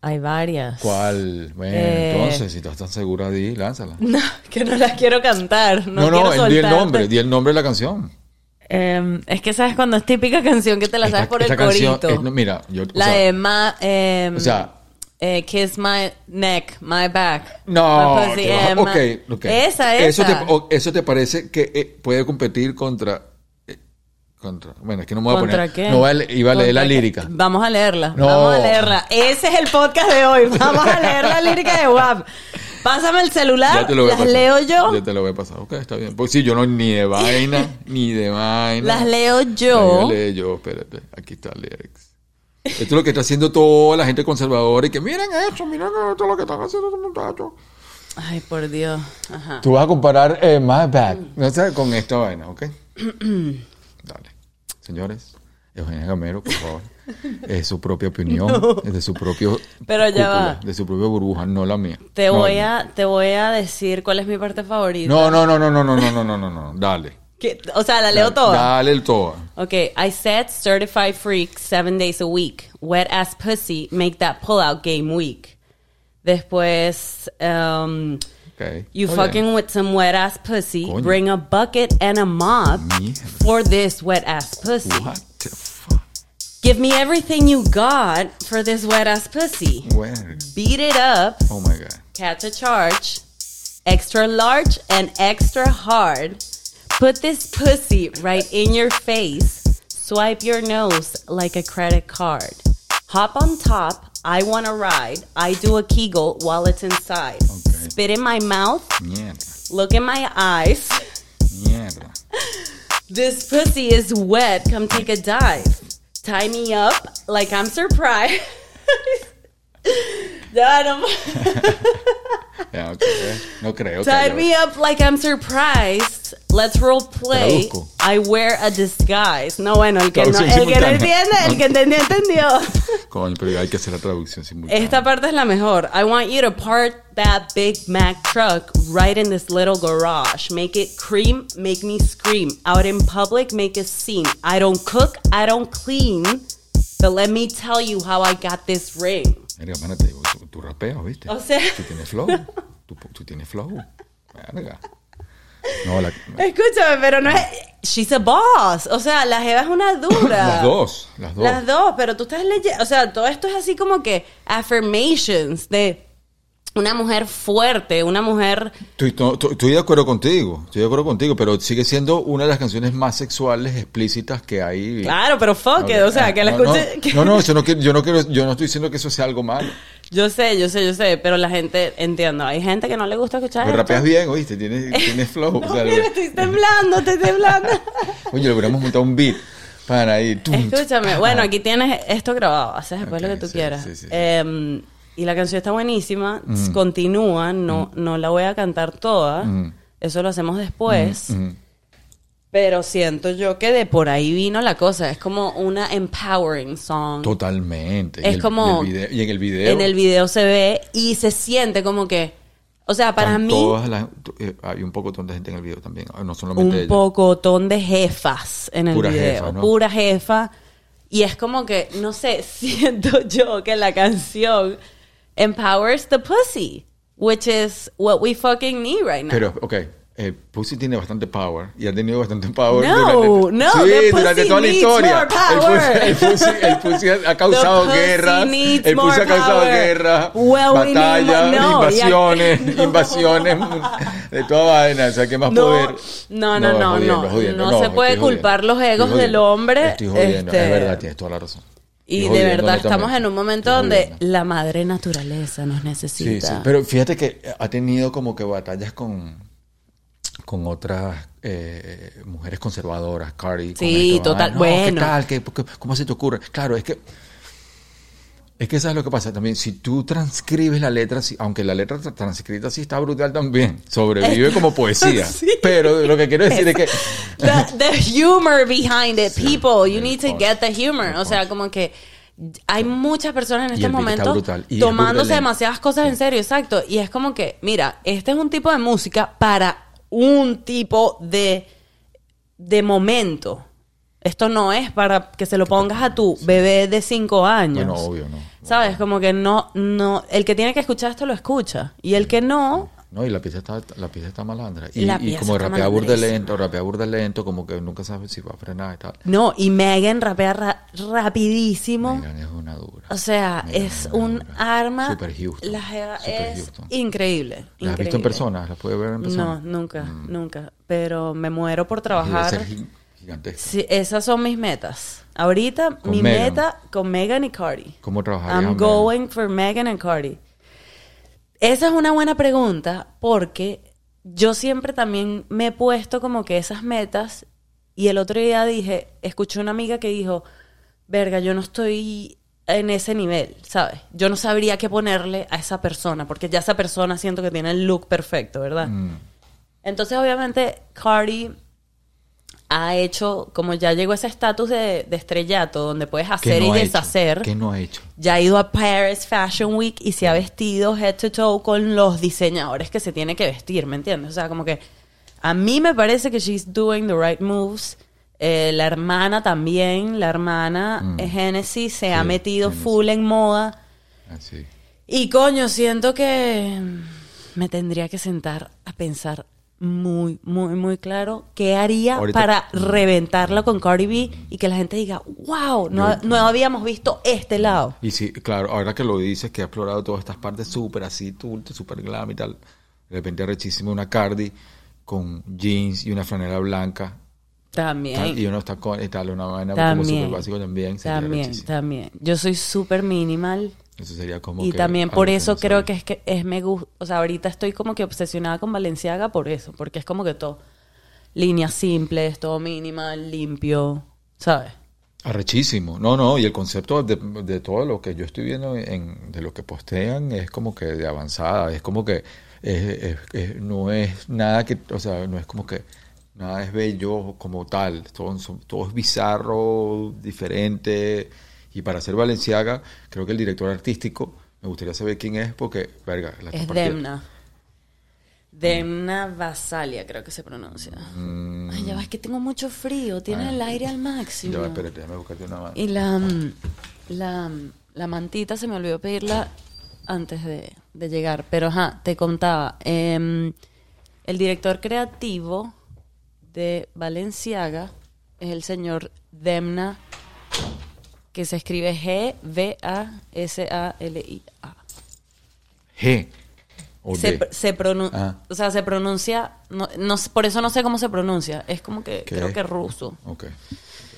Speaker 1: Hay varias.
Speaker 3: ¿Cuál? Bueno,
Speaker 1: Eh.
Speaker 3: entonces, si estás tan segura, di, lánzala.
Speaker 1: No, que no las quiero cantar.
Speaker 3: No,
Speaker 1: No,
Speaker 3: no,
Speaker 1: quiero
Speaker 3: di el
Speaker 1: soltarte.
Speaker 3: nombre, di el nombre de la canción.
Speaker 1: Eh, es que sabes cuando es típica canción que te la sabes
Speaker 3: Esta-
Speaker 1: por el
Speaker 3: esta canción
Speaker 1: corito.
Speaker 3: es- no, mira, yo. o
Speaker 1: la
Speaker 3: sea,
Speaker 1: de ma, eh,
Speaker 3: o sea,
Speaker 1: eh, Kiss My Neck, My Back.
Speaker 3: No,
Speaker 1: My pussy,
Speaker 3: te vas a-
Speaker 1: eh, ma-
Speaker 3: ok, ok.
Speaker 1: Esa,
Speaker 3: Eso
Speaker 1: esa.
Speaker 3: te, o- eso te parece que eh, puede competir contra, eh, contra. Bueno, es que no me voy a
Speaker 1: ¿Contra
Speaker 3: poner.
Speaker 1: qué?
Speaker 3: No voy a le- iba a leer la
Speaker 1: ¿Contra qué?
Speaker 3: lírica.
Speaker 1: Vamos a leerla.
Speaker 3: No.
Speaker 1: Vamos a leerla. Ese es el podcast de hoy. Vamos a leer la lírica de WAP. Pásame el celular,
Speaker 3: Ya te lo voy a
Speaker 1: Ah, las
Speaker 3: pasar.
Speaker 1: leo yo.
Speaker 3: Ya te lo voy a pasar. Ok, está bien. Pues sí, yo no ni de vaina, ni de vaina.
Speaker 1: Las leo
Speaker 3: Las
Speaker 1: yo.
Speaker 3: leo yo, espérate. Aquí está lyrics. Esto es lo que está haciendo toda la gente conservadora y que miren esto, miren esto lo que están haciendo estos muchachos.
Speaker 1: Ay, por Dios. Ajá.
Speaker 3: Tú vas a comparar eh, My Back no sé, con esta vaina, ¿ok? Dale. Señores, Eugenia Gamero, por favor. Es su propia opinión, es de su propio.
Speaker 1: Pero ya va.
Speaker 3: De su propia burbuja, no la mía.
Speaker 1: Te
Speaker 3: No,
Speaker 1: voy a, te voy a decir cuál es mi parte favorita.
Speaker 3: No, no, no, no, no, no, no, no, no, no, no. Dale.
Speaker 1: Que- o sea, la leo
Speaker 3: Dale,
Speaker 1: toda.
Speaker 3: Dale el toa.
Speaker 1: Okay, I said certified freak seven days a week. Wet ass pussy make that pullout game weak. Después, um,
Speaker 3: Okay.
Speaker 1: you
Speaker 3: Está
Speaker 1: fucking
Speaker 3: bien.
Speaker 1: with some wet ass pussy.
Speaker 3: Coño.
Speaker 1: Bring a bucket and a mop
Speaker 3: Mierda.
Speaker 1: for this wet ass pussy.
Speaker 3: What the fuck?
Speaker 1: Give me everything you got for this wet ass pussy.
Speaker 3: Where?
Speaker 1: Beat it up,
Speaker 3: Oh my God.
Speaker 1: catch a charge, extra large and extra hard. Put this pussy right in your face. Swipe your nose like a credit card. Hop on top. I want to ride. I do a kegel while it's inside.
Speaker 3: Okay.
Speaker 1: Spit in my mouth.
Speaker 3: Mierda.
Speaker 1: Look in my eyes.
Speaker 3: Mierda.
Speaker 1: This pussy is wet. Come take a dive. Tie me up like I'm surprised. Ya, no más.
Speaker 3: Ya, ok, eh. No creo. que
Speaker 1: Tie
Speaker 3: haya-
Speaker 1: me up like I'm surprised. Let's role play.
Speaker 3: Traduzco.
Speaker 1: I wear a disguise. No, bueno, el que no,
Speaker 3: Traducción
Speaker 1: el que no
Speaker 3: simultánea.
Speaker 1: entiende, el que entendió, entendió.
Speaker 3: Coño, pero hay que hacer la traducción simultánea.
Speaker 1: Esta parte es la mejor. I want you to park that Big Mac truck right in this little garage. Make it cream, make me scream. Out in public, make a scene. I don't cook, I don't clean. But let me tell you how I got this ring.
Speaker 3: Verga, pana, te digo, tú, tú rapeas, ¿viste?
Speaker 1: O sea-
Speaker 3: Tú tienes flow. Tú, tú tienes flow. Verga. No, la,
Speaker 1: Escúchame, pero no es. She's a boss. O sea, la Jeva es una dura.
Speaker 3: las dos. Las dos.
Speaker 1: Las dos, pero tú estás leyendo, o sea, todo esto es así como que affirmations de una mujer fuerte, una mujer...
Speaker 3: Estoy, to- to- estoy de acuerdo contigo. Estoy de acuerdo contigo, pero sigue siendo una de las canciones más sexuales explícitas que hay.
Speaker 1: Claro, pero fuck it,
Speaker 3: No,
Speaker 1: o sea, que la
Speaker 3: no, no,
Speaker 1: escuche... que-
Speaker 3: No, no, yo no, quiero- yo, no quiero, yo no estoy diciendo que eso sea algo malo.
Speaker 1: Yo sé, yo sé, yo sé, pero la gente, entiendo, hay gente que no le gusta escuchar
Speaker 3: Pero
Speaker 1: esto.
Speaker 3: rapeas bien, ¿oíste? Tienes, tienes flow.
Speaker 1: Ah, No,
Speaker 3: o sea,
Speaker 1: mira, estoy temblando, estoy temblando.
Speaker 3: Oye, le hubiéramos montado un beat para ahí.
Speaker 1: Escúchame, bueno, aquí tienes esto grabado, haces después
Speaker 3: Ok,
Speaker 1: lo que tú
Speaker 3: sí,
Speaker 1: quieras.
Speaker 3: sí, Mm. sí, sí.
Speaker 1: Em, y la canción está buenísima, continúa, no,
Speaker 3: Mm.
Speaker 1: no la voy a cantar toda, eso lo hacemos
Speaker 3: Mm,
Speaker 1: después. Pero siento yo que de por ahí vino la cosa. Es como una empowering song.
Speaker 3: Totalmente. Y
Speaker 1: Es
Speaker 3: el-
Speaker 1: como-
Speaker 3: Y, el video- y en el video.
Speaker 1: En el video se ve y se siente como que. O sea, para
Speaker 3: Están
Speaker 1: mí,
Speaker 3: todas las- to- eh, hay un poco de gente en el video también. ah, No
Speaker 1: un
Speaker 3: solamente ella.
Speaker 1: pocotón de jefas en el
Speaker 3: Pura
Speaker 1: video.
Speaker 3: jefa, ¿no?
Speaker 1: Pura jefa. Y es como que, no sé, siento yo que la canción empowers the pussy, which is what we fucking need right now.
Speaker 3: Pero, ok. eh, Pussy tiene bastante power y ha tenido bastante power
Speaker 1: No,
Speaker 3: durante,
Speaker 1: no,
Speaker 3: sí,
Speaker 1: the
Speaker 3: durante
Speaker 1: pussy
Speaker 3: toda la
Speaker 1: needs
Speaker 3: historia.
Speaker 1: more power.
Speaker 3: El, pussy, el Pussy- el Pussy ha- ha causado
Speaker 1: The pussy
Speaker 3: guerras.
Speaker 1: needs
Speaker 3: El Pussy
Speaker 1: more
Speaker 3: ha causado
Speaker 1: power.
Speaker 3: guerras,
Speaker 1: Well, we need
Speaker 3: batallas,
Speaker 1: more- no, ya-
Speaker 3: invasiones,
Speaker 1: no.
Speaker 3: invasiones de toda vaina. O sea, ¿qué más poder?
Speaker 1: No, no, no,
Speaker 3: estoy jodiendo,
Speaker 1: no.
Speaker 3: estoy jodiendo,
Speaker 1: No
Speaker 3: no,
Speaker 1: se
Speaker 3: estoy
Speaker 1: puede
Speaker 3: jodiendo,
Speaker 1: culpar los
Speaker 3: estoy
Speaker 1: egos del
Speaker 3: jodiendo,
Speaker 1: hombre,
Speaker 3: Estoy jodiendo,
Speaker 1: este-
Speaker 3: es verdad, tienes toda la razón.
Speaker 1: Y
Speaker 3: Estoy
Speaker 1: de
Speaker 3: jodiendo,
Speaker 1: verdad
Speaker 3: netamente.
Speaker 1: estamos en un momento
Speaker 3: Estoy
Speaker 1: donde
Speaker 3: jodiendo.
Speaker 1: la madre naturaleza nos
Speaker 3: Sí,
Speaker 1: necesita.
Speaker 3: sí. Pero fíjate que ha tenido como que batallas con, con otras eh, mujeres conservadoras, Cardi. con
Speaker 1: Sí,
Speaker 3: esto,
Speaker 1: total.
Speaker 3: "Ay, no,
Speaker 1: Bueno.
Speaker 3: ¿Qué tal? ¿Qué- qué- ¿Cómo se te ocurre? Claro, es que Es que sabes lo que pasa también. Si tú transcribes la letra, si- aunque la letra tra- transcrita sí está brutal también, sobrevive como poesía.
Speaker 1: Sí.
Speaker 3: Pero lo que quiero decir es que.
Speaker 1: the, the humor behind it, people. You
Speaker 3: el
Speaker 1: need to
Speaker 3: punch,
Speaker 1: get the humor.
Speaker 3: el
Speaker 1: O sea, como que hay muchas personas en
Speaker 3: Y
Speaker 1: este
Speaker 3: el beat está
Speaker 1: momento
Speaker 3: brutal, y es
Speaker 1: tomándose
Speaker 3: brutal.
Speaker 1: demasiadas cosas en serio, exacto. Y es como que, mira, este es un tipo de música para un tipo de, de momento. Esto no es para que se lo pongas a tu bebé de 5 años.
Speaker 3: Bueno, obvio, no.
Speaker 1: ¿Sabes? Como que no, no, el que tiene que escuchar esto lo escucha. Y el que no,
Speaker 3: No, y la pieza está, la pieza está malandra. Y,
Speaker 1: La
Speaker 3: y
Speaker 1: pieza
Speaker 3: como
Speaker 1: está
Speaker 3: rapea burda
Speaker 1: malandrísima.
Speaker 3: lento, rapea burda lento, como que nunca sabes si va a frenar y tal.
Speaker 1: no. Y Megan rapea ra- rapidísimo.
Speaker 3: Megan es una dura.
Speaker 1: O sea,
Speaker 3: Megan
Speaker 1: es
Speaker 3: una
Speaker 1: un
Speaker 3: dura.
Speaker 1: arma.
Speaker 3: Super Houston.
Speaker 1: La jeva
Speaker 3: Super
Speaker 1: es
Speaker 3: Houston.
Speaker 1: increíble.
Speaker 3: ¿La has
Speaker 1: increíble.
Speaker 3: visto en persona? ¿La puedes ver en
Speaker 1: No,
Speaker 3: persona? Mm.
Speaker 1: nunca, nunca. Pero me muero por
Speaker 3: Y debe
Speaker 1: trabajar.
Speaker 3: ser gi- gigantesca.
Speaker 1: Sí, esas son mis metas. Ahorita
Speaker 3: Con
Speaker 1: mi
Speaker 3: Megan.
Speaker 1: meta con Megan y Cardi.
Speaker 3: ¿Cómo trabajarías a
Speaker 1: I'm
Speaker 3: Megan?
Speaker 1: going for Megan and Cardi. Esa es una buena pregunta porque yo siempre también me he puesto como que esas metas y el otro día dije, escuché una amiga que dijo, verga, yo no estoy en ese nivel, ¿sabes? Yo no sabría qué ponerle a esa persona porque ya esa persona siento que tiene el look perfecto, ¿verdad?
Speaker 3: Mm.
Speaker 1: Entonces, obviamente, Cardi ha hecho, como ya llegó a ese estatus de, de estrellato, donde puedes
Speaker 3: ¿Qué
Speaker 1: hacer
Speaker 3: no
Speaker 1: y
Speaker 3: ha hecho?
Speaker 1: deshacer.
Speaker 3: ¿Qué no ha hecho?
Speaker 1: Ya ha ido a Paris Fashion Week y se ha vestido head to toe con los diseñadores que se tiene que vestir, ¿me entiendes? O sea, como que a mí me parece que she's doing the right moves. Eh, la hermana también, la hermana
Speaker 3: Mm.
Speaker 1: eh, Genesis se ha
Speaker 3: Sí,
Speaker 1: metido
Speaker 3: Genesis.
Speaker 1: full en moda.
Speaker 3: Así.
Speaker 1: Y coño, siento que me tendría que sentar a pensar muy, muy, muy claro qué haría
Speaker 3: Ahorita- Mm.
Speaker 1: para reventarlo con Cardi B y que la gente diga, wow, no, no habíamos visto este lado.
Speaker 3: Y sí, claro, ahora que lo dices, que ha explorado todas estas partes súper así, tulto, súper glam y tal. De repente, rechísimo una Cardi con jeans y una franela blanca.
Speaker 1: También.
Speaker 3: tal, y unos tacones y tal, una vaina como
Speaker 1: También.
Speaker 3: súper básico también. sería
Speaker 1: también,
Speaker 3: rechísimo.
Speaker 1: también. Yo soy súper minimal.
Speaker 3: Eso sería como
Speaker 1: Y
Speaker 3: que
Speaker 1: también por
Speaker 3: algo
Speaker 1: eso
Speaker 3: no
Speaker 1: creo
Speaker 3: sabía.
Speaker 1: que es que es me gusta. O sea, ahorita estoy como que obsesionada con Valenciaga por eso, porque es como que todo. Líneas simples, todo minimal, limpio, ¿sabes?
Speaker 3: Arrechísimo. No, no, y el concepto de, de todo lo que yo estoy viendo en, de lo que postean es como que de avanzada, es como que es- es- es- no es nada que, o sea, no es como que nada es bello como tal, todo, son- todo es bizarro, diferente. Y para ser Valenciaga, creo que el director artístico, me gustaría saber quién es porque, verga, la
Speaker 1: Es
Speaker 3: está partiendo.
Speaker 1: Demna. Demna Basalia, creo que se pronuncia.
Speaker 3: Mm,
Speaker 1: Ay, ya va, es que tengo mucho frío. Tiene
Speaker 3: Ah.
Speaker 1: el aire al
Speaker 3: ya
Speaker 1: máximo.
Speaker 3: va, espérate, déjame buscarte una mano.
Speaker 1: Y la, mm, la, mm, la mantita se me olvidó pedirla antes de, de llegar. Pero ajá, te contaba. em, el director creativo de Valenciaga es el señor Demna, que se escribe G-V-A-S-A-L-I-A.
Speaker 3: G. o
Speaker 1: Se,
Speaker 3: D.
Speaker 1: pr- se pronun-
Speaker 3: Ah.
Speaker 1: O sea, se pronuncia. No, no sé- por eso no sé cómo se pronuncia. Es como que
Speaker 3: ¿Qué?
Speaker 1: creo que es ruso.
Speaker 3: Ok.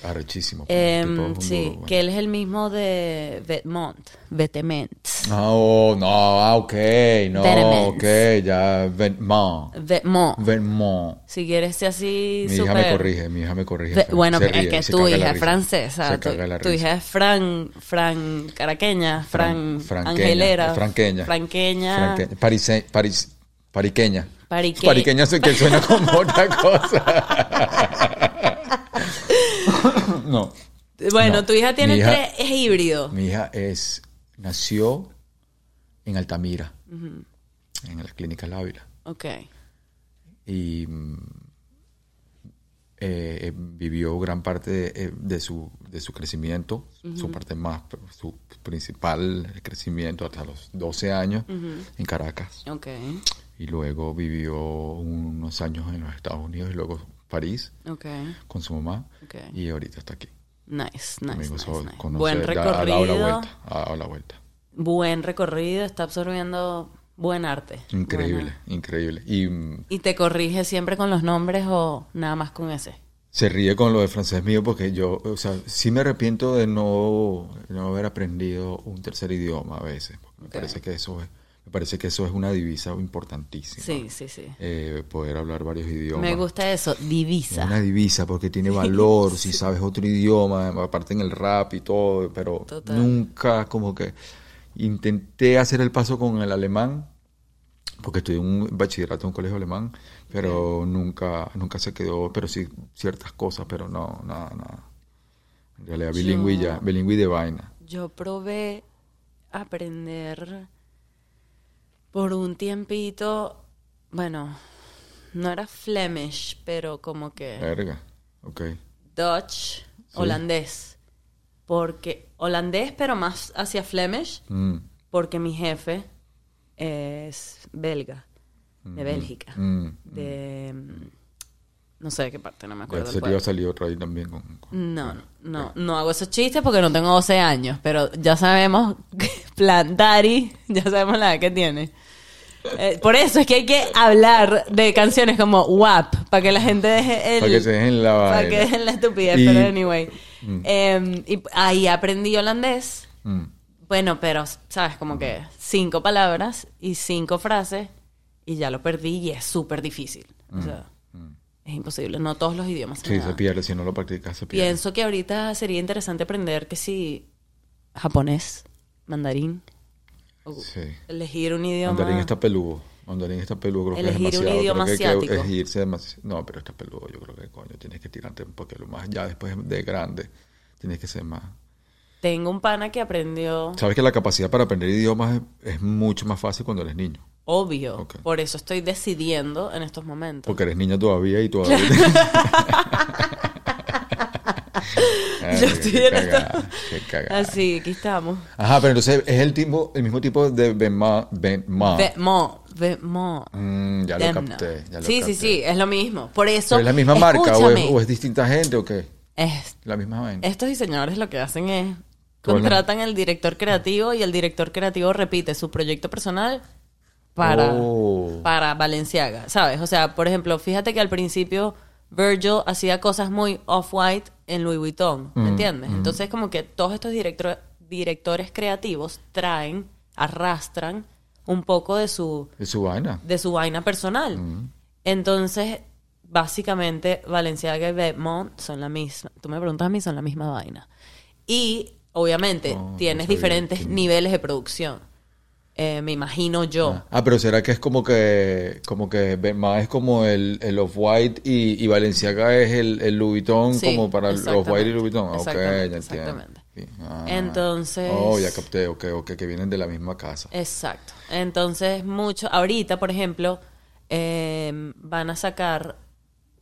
Speaker 3: Arrechísimo. pues,
Speaker 1: Em,
Speaker 3: Tipo, es un
Speaker 1: sí,
Speaker 3: duro, bueno.
Speaker 1: que él es el mismo de Vetmont. Vetements.
Speaker 3: No, no, ah, ok, no,
Speaker 1: Vetements.
Speaker 3: ok, ya, Vermont,
Speaker 1: Vetmont.
Speaker 3: Vermont.
Speaker 1: Si quieres ser así,
Speaker 3: Mi hija
Speaker 1: súper-
Speaker 3: me corrige, mi hija me corrige.
Speaker 1: Ve-
Speaker 3: se-
Speaker 1: bueno,
Speaker 3: se
Speaker 1: pero
Speaker 3: ríe,
Speaker 1: es
Speaker 3: se
Speaker 1: que tu
Speaker 3: caga la
Speaker 1: hija es
Speaker 3: risa,
Speaker 1: francesa.
Speaker 3: se
Speaker 1: Tu,
Speaker 3: caga la
Speaker 1: tu
Speaker 3: risa.
Speaker 1: hija es Fran, Fran Caraqueña, Fran,
Speaker 3: Fran- franqueña,
Speaker 1: Angelera.
Speaker 3: franqueña,
Speaker 1: Franqueña.
Speaker 3: franque- parise- paris- pariqueña.
Speaker 1: Parique-
Speaker 3: Pariqueña sé que suena como otra cosa. no,
Speaker 1: Bueno,
Speaker 3: No,
Speaker 1: tu hija tiene
Speaker 3: mi hija-
Speaker 1: tres, es híbrido.
Speaker 3: mi hija es, nació en Altamira, en la clínica Lávila.
Speaker 1: Ok.
Speaker 3: y mm, eh, eh, vivió gran parte de, eh, de su, de su crecimiento, su parte más, su principal crecimiento hasta los 12 años en Caracas.
Speaker 1: Ok.
Speaker 3: Y luego vivió unos años en los Estados Unidos y luego París
Speaker 1: Ok.
Speaker 3: con su mamá.
Speaker 1: Ok.
Speaker 3: Y ahorita está aquí.
Speaker 1: Nice, nice.
Speaker 3: Amigo,
Speaker 1: nice,
Speaker 3: so-
Speaker 1: nice.
Speaker 3: conoce-
Speaker 1: Buen
Speaker 3: ya ha dado la
Speaker 1: recorrido.
Speaker 3: vuelta. Ha dado la vuelta.
Speaker 1: Buen recorrido. Está absorbiendo buen arte.
Speaker 3: Increíble,
Speaker 1: Buena-
Speaker 3: increíble. Y mm,
Speaker 1: ¿Y te corrige siempre con los nombres o nada más con ese?
Speaker 3: Se ríe con lo de francés mío porque yo, o sea, sí me arrepiento de no, no haber aprendido un tercer idioma a veces. porque Me
Speaker 1: Ok.
Speaker 3: parece que eso es- Me parece que eso es una divisa importantísima.
Speaker 1: Sí, sí, sí.
Speaker 3: Eh, poder hablar varios idiomas.
Speaker 1: Me gusta eso,
Speaker 3: Es
Speaker 1: divisa.
Speaker 3: Una divisa porque tiene valor, si sabes otro idioma, aparte en el rap y todo, pero
Speaker 1: Total.
Speaker 3: nunca como que intenté hacer el paso con el alemán, porque estudié un bachillerato en un colegio alemán, pero nunca nunca se quedó, pero sí ciertas cosas, pero no, nada, nada. En realidad bilingüe y ya, bilingüe y de vaina.
Speaker 1: Yo probé aprender por un tiempito, bueno, no era Flemish, pero como que
Speaker 3: Verga, ok.
Speaker 1: Dutch, holandés. Porque holandés, pero más hacia Flemish,
Speaker 3: Mm,
Speaker 1: porque mi jefe es belga, de Bélgica,
Speaker 3: mm.
Speaker 1: de... mm, No sé de qué parte, no me acuerdo.
Speaker 3: Ya
Speaker 1: del
Speaker 3: sería
Speaker 1: pueblo.
Speaker 3: salido otra ahí también con... con-
Speaker 1: No, no, no hago esos chistes porque no tengo 12 años, pero ya sabemos que Plantari, ya sabemos la edad que tiene. Eh, por eso es que hay que hablar de canciones como WAP, para que la gente deje el...
Speaker 3: Para que se dejen la
Speaker 1: para
Speaker 3: vaina.
Speaker 1: que dejen la estupidez,
Speaker 3: Y-
Speaker 1: pero anyway. Eh, y ahí aprendí holandés,
Speaker 3: Mm.
Speaker 1: bueno, pero, ¿sabes? Como que cinco palabras y cinco frases y ya lo perdí y es súper difícil. O sea, es imposible, no todos los idiomas se me
Speaker 3: Mm. Sí, se
Speaker 1: dan.
Speaker 3: pierde, si no lo practicas se pierde.
Speaker 1: Ah. Pienso que ahorita sería interesante aprender que si japonés, mandarín, o
Speaker 3: Sí.
Speaker 1: elegir un idioma.
Speaker 3: Mandarín está peludo. Mandarín está peludo, creo que
Speaker 1: Elegir
Speaker 3: es
Speaker 1: un
Speaker 3: demasiado.
Speaker 1: idioma
Speaker 3: creo que hay
Speaker 1: asiático.
Speaker 3: que elegirse demasiado. No, pero está peludo, yo creo que coño, tienes que tirarte un poquito más. Ya después de grande, tienes que ser más.
Speaker 1: Tengo un pana que aprendió,
Speaker 3: Sabes que la capacidad para aprender idiomas es, es mucho más fácil cuando eres niño.
Speaker 1: obvio,
Speaker 3: Ok.
Speaker 1: por eso estoy decidiendo en estos momentos.
Speaker 3: Porque eres niña todavía y todavía. Ay,
Speaker 1: Yo estoy
Speaker 3: qué
Speaker 1: en esto.
Speaker 3: cagada, qué cagada.
Speaker 1: Así, aquí estamos.
Speaker 3: Ajá, pero entonces es el, tipo, el mismo tipo de Benma. Benma.
Speaker 1: Vemo, vemo.
Speaker 3: Mm, ya lo
Speaker 1: Demna.
Speaker 3: capté. ya
Speaker 1: Em,
Speaker 3: lo
Speaker 1: sí,
Speaker 3: capté.
Speaker 1: sí, sí, es lo mismo. Por eso.
Speaker 3: ¿Pero es la misma marca o
Speaker 1: escúchame,
Speaker 3: es, o es distinta gente o qué?
Speaker 1: es-
Speaker 3: La misma vaina.
Speaker 1: estos diseñadores lo que hacen es
Speaker 3: Tú hablas-
Speaker 1: contratan al director creativo y el director creativo repite su proyecto personal para
Speaker 3: Oh.
Speaker 1: para Valenciaga, ¿sabes? O sea, por ejemplo, fíjate que al principio Virgil hacía cosas muy off-white en Louis Vuitton,
Speaker 3: Mm,
Speaker 1: ¿me entiendes? Entonces, como que todos estos directro- directores creativos traen, arrastran un poco de su,
Speaker 3: Es su vaina.
Speaker 1: de su vaina personal. Entonces, básicamente, Valenciaga y Belmont son la misma. Tú me preguntas a mí, son la misma vaina. Y, obviamente,
Speaker 3: Oh, no
Speaker 1: tienes
Speaker 3: sabía
Speaker 1: diferentes
Speaker 3: que-
Speaker 1: niveles de producción. Eh, me imagino yo.
Speaker 3: Ah, pero será que es como que, como que Benma es como el, el Off-White y, y Balenciaga es el, el Louis Vuitton
Speaker 1: Sí,
Speaker 3: como para el
Speaker 1: exactamente,
Speaker 3: Off-White y Louis Vuitton. Ah, Ok, ya
Speaker 1: exactamente,
Speaker 3: entiendo.
Speaker 1: exactamente.
Speaker 3: Sí, ah.
Speaker 1: Entonces-
Speaker 3: Oh, ya capté, ok, ok, que vienen de la misma casa.
Speaker 1: Exacto. Entonces, mucho. Ahorita, por ejemplo, eh, van a sacar.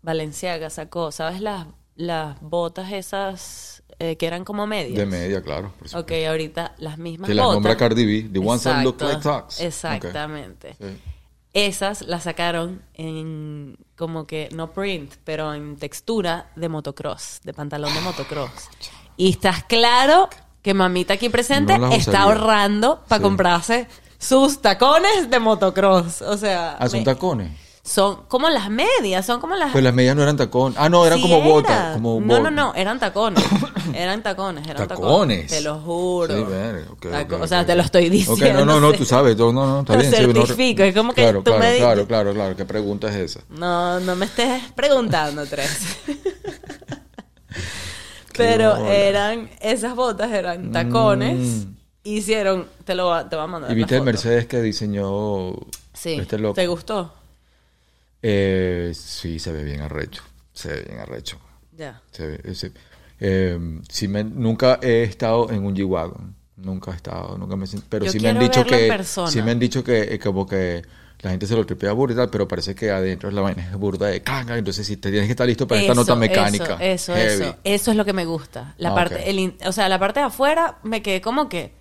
Speaker 1: Valenciaga sacó, ¿sabes? Las, las botas esas eh, que eran como medias.
Speaker 3: De media, claro. por supuesto.
Speaker 1: Ok, ahorita las mismas
Speaker 3: Que las
Speaker 1: botas.
Speaker 3: nombra Cardi B. The ones that look
Speaker 1: Exacto,
Speaker 3: like socks. Ok.
Speaker 1: Exactamente.
Speaker 3: Sí.
Speaker 1: Esas las sacaron en como que no print, pero en textura de motocross, de pantalón de motocross. Y estás claro que mamita aquí presente
Speaker 3: No las
Speaker 1: está
Speaker 3: usaría.
Speaker 1: ahorrando para
Speaker 3: Sí.
Speaker 1: comprarse sus tacones de motocross. O sea,
Speaker 3: Ah, son
Speaker 1: me-
Speaker 3: tacones.
Speaker 1: son como las medias, son como las
Speaker 3: Pues las medias no eran tacones. Ah, no, eran
Speaker 1: Sí
Speaker 3: como
Speaker 1: era.
Speaker 3: botas. Como
Speaker 1: no, no,
Speaker 3: botas.
Speaker 1: no, eran tacones. Eran tacones, eran tacones.
Speaker 3: Tacones.
Speaker 1: Te lo juro.
Speaker 3: Sí, verga, ok,
Speaker 1: Taco-
Speaker 3: ok,
Speaker 1: o sea,
Speaker 3: ok.
Speaker 1: te lo estoy
Speaker 3: Ok,
Speaker 1: diciendo.
Speaker 3: no, no, no,
Speaker 1: sí.
Speaker 3: tú sabes, no, no, no, está
Speaker 1: Lo
Speaker 3: bien. sí, no-
Speaker 1: certifico, es como que
Speaker 3: claro,
Speaker 1: tú
Speaker 3: claro,
Speaker 1: me
Speaker 3: Claro,
Speaker 1: dices-
Speaker 3: claro, claro, ¿qué pregunta es esa?
Speaker 1: No, no me estés preguntando, tres. Pero
Speaker 3: bola. Mm.
Speaker 1: eran, esas botas eran tacones. Hicieron, te lo va- te voy a mandar.
Speaker 3: Y
Speaker 1: la
Speaker 3: viste el
Speaker 1: foto.
Speaker 3: Mercedes que diseñó
Speaker 1: Sí.
Speaker 3: este loco.
Speaker 1: ¿Te gustó?
Speaker 3: Eh, sí, se ve bien arrecho, se ve bien arrecho.
Speaker 1: Ya.
Speaker 3: Se ve, eh, sí. Eh, sí me- nunca he estado en un G-Wagon, nunca he estado, nunca me he sent- pero
Speaker 1: Yo
Speaker 3: sí me han
Speaker 1: quiero
Speaker 3: dicho
Speaker 1: verlo en
Speaker 3: que,
Speaker 1: persona.
Speaker 3: sí me han dicho que eh, como que la gente se lo tripea burda y tal, pero parece que adentro es la vaina es burda de canga, entonces sí, te tienes que estar listo para esta nota mecánica.
Speaker 1: Eso,
Speaker 3: heavy.
Speaker 1: eso. Eso es lo que me gusta. La
Speaker 3: Ah,
Speaker 1: parte,
Speaker 3: ok.
Speaker 1: el in- o sea, la parte de afuera me quedé como que,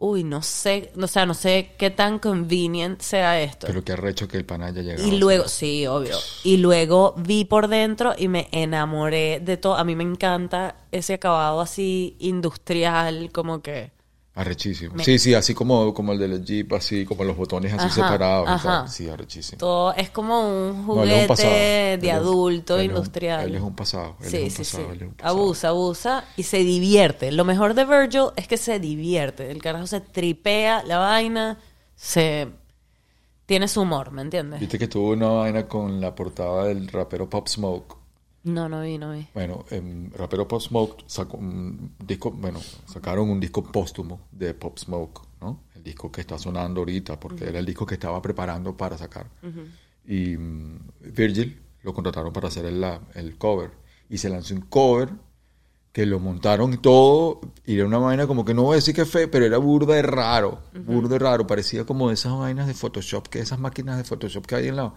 Speaker 1: uy, no sé, o sea, no sé qué tan convenient sea esto.
Speaker 3: Pero qué arrecho que el pana haya llegado.
Speaker 1: Y luego, sí, obvio. Y luego vi por dentro y me enamoré de todo. A mí me encanta ese acabado así industrial, como que...
Speaker 3: Arrechísimo.
Speaker 1: Me-
Speaker 3: Sí, sí, así como, como el de los Jeep, así como los botones así
Speaker 1: Ajá,
Speaker 3: separados. y
Speaker 1: ajá.
Speaker 3: tal. Sí, arrechísimo.
Speaker 1: Todo es como un
Speaker 3: No, él es
Speaker 1: juguete
Speaker 3: un pasado. Él
Speaker 1: de
Speaker 3: es-
Speaker 1: adulto
Speaker 3: él es un-
Speaker 1: industrial.
Speaker 3: él es un pasado. Él
Speaker 1: sí,
Speaker 3: es un
Speaker 1: sí,
Speaker 3: pasado.
Speaker 1: sí.
Speaker 3: él es un pasado.
Speaker 1: Abusa, abusa y se divierte. Lo mejor de Virgil es que se divierte. El carajo se tripea la vaina, se tiene su humor, ¿me entiendes?
Speaker 3: Viste que tuvo una vaina con la portada del rapero Pop Smoke.
Speaker 1: No, no vi, no vi.
Speaker 3: Bueno, em, rapero Pop Smoke sacó un disco, bueno, sacaron un disco póstumo de Pop Smoke, ¿no? El disco que está sonando ahorita, porque era el disco que estaba preparando para sacar. Y mm, Virgil lo contrataron para hacer el, la- el cover. Y se lanzó un cover que lo montaron todo y era una vaina como que no voy a decir que fe, pero era burda de raro, burda de raro, parecía como esas vainas de Photoshop, que esas máquinas de Photoshop que hay en la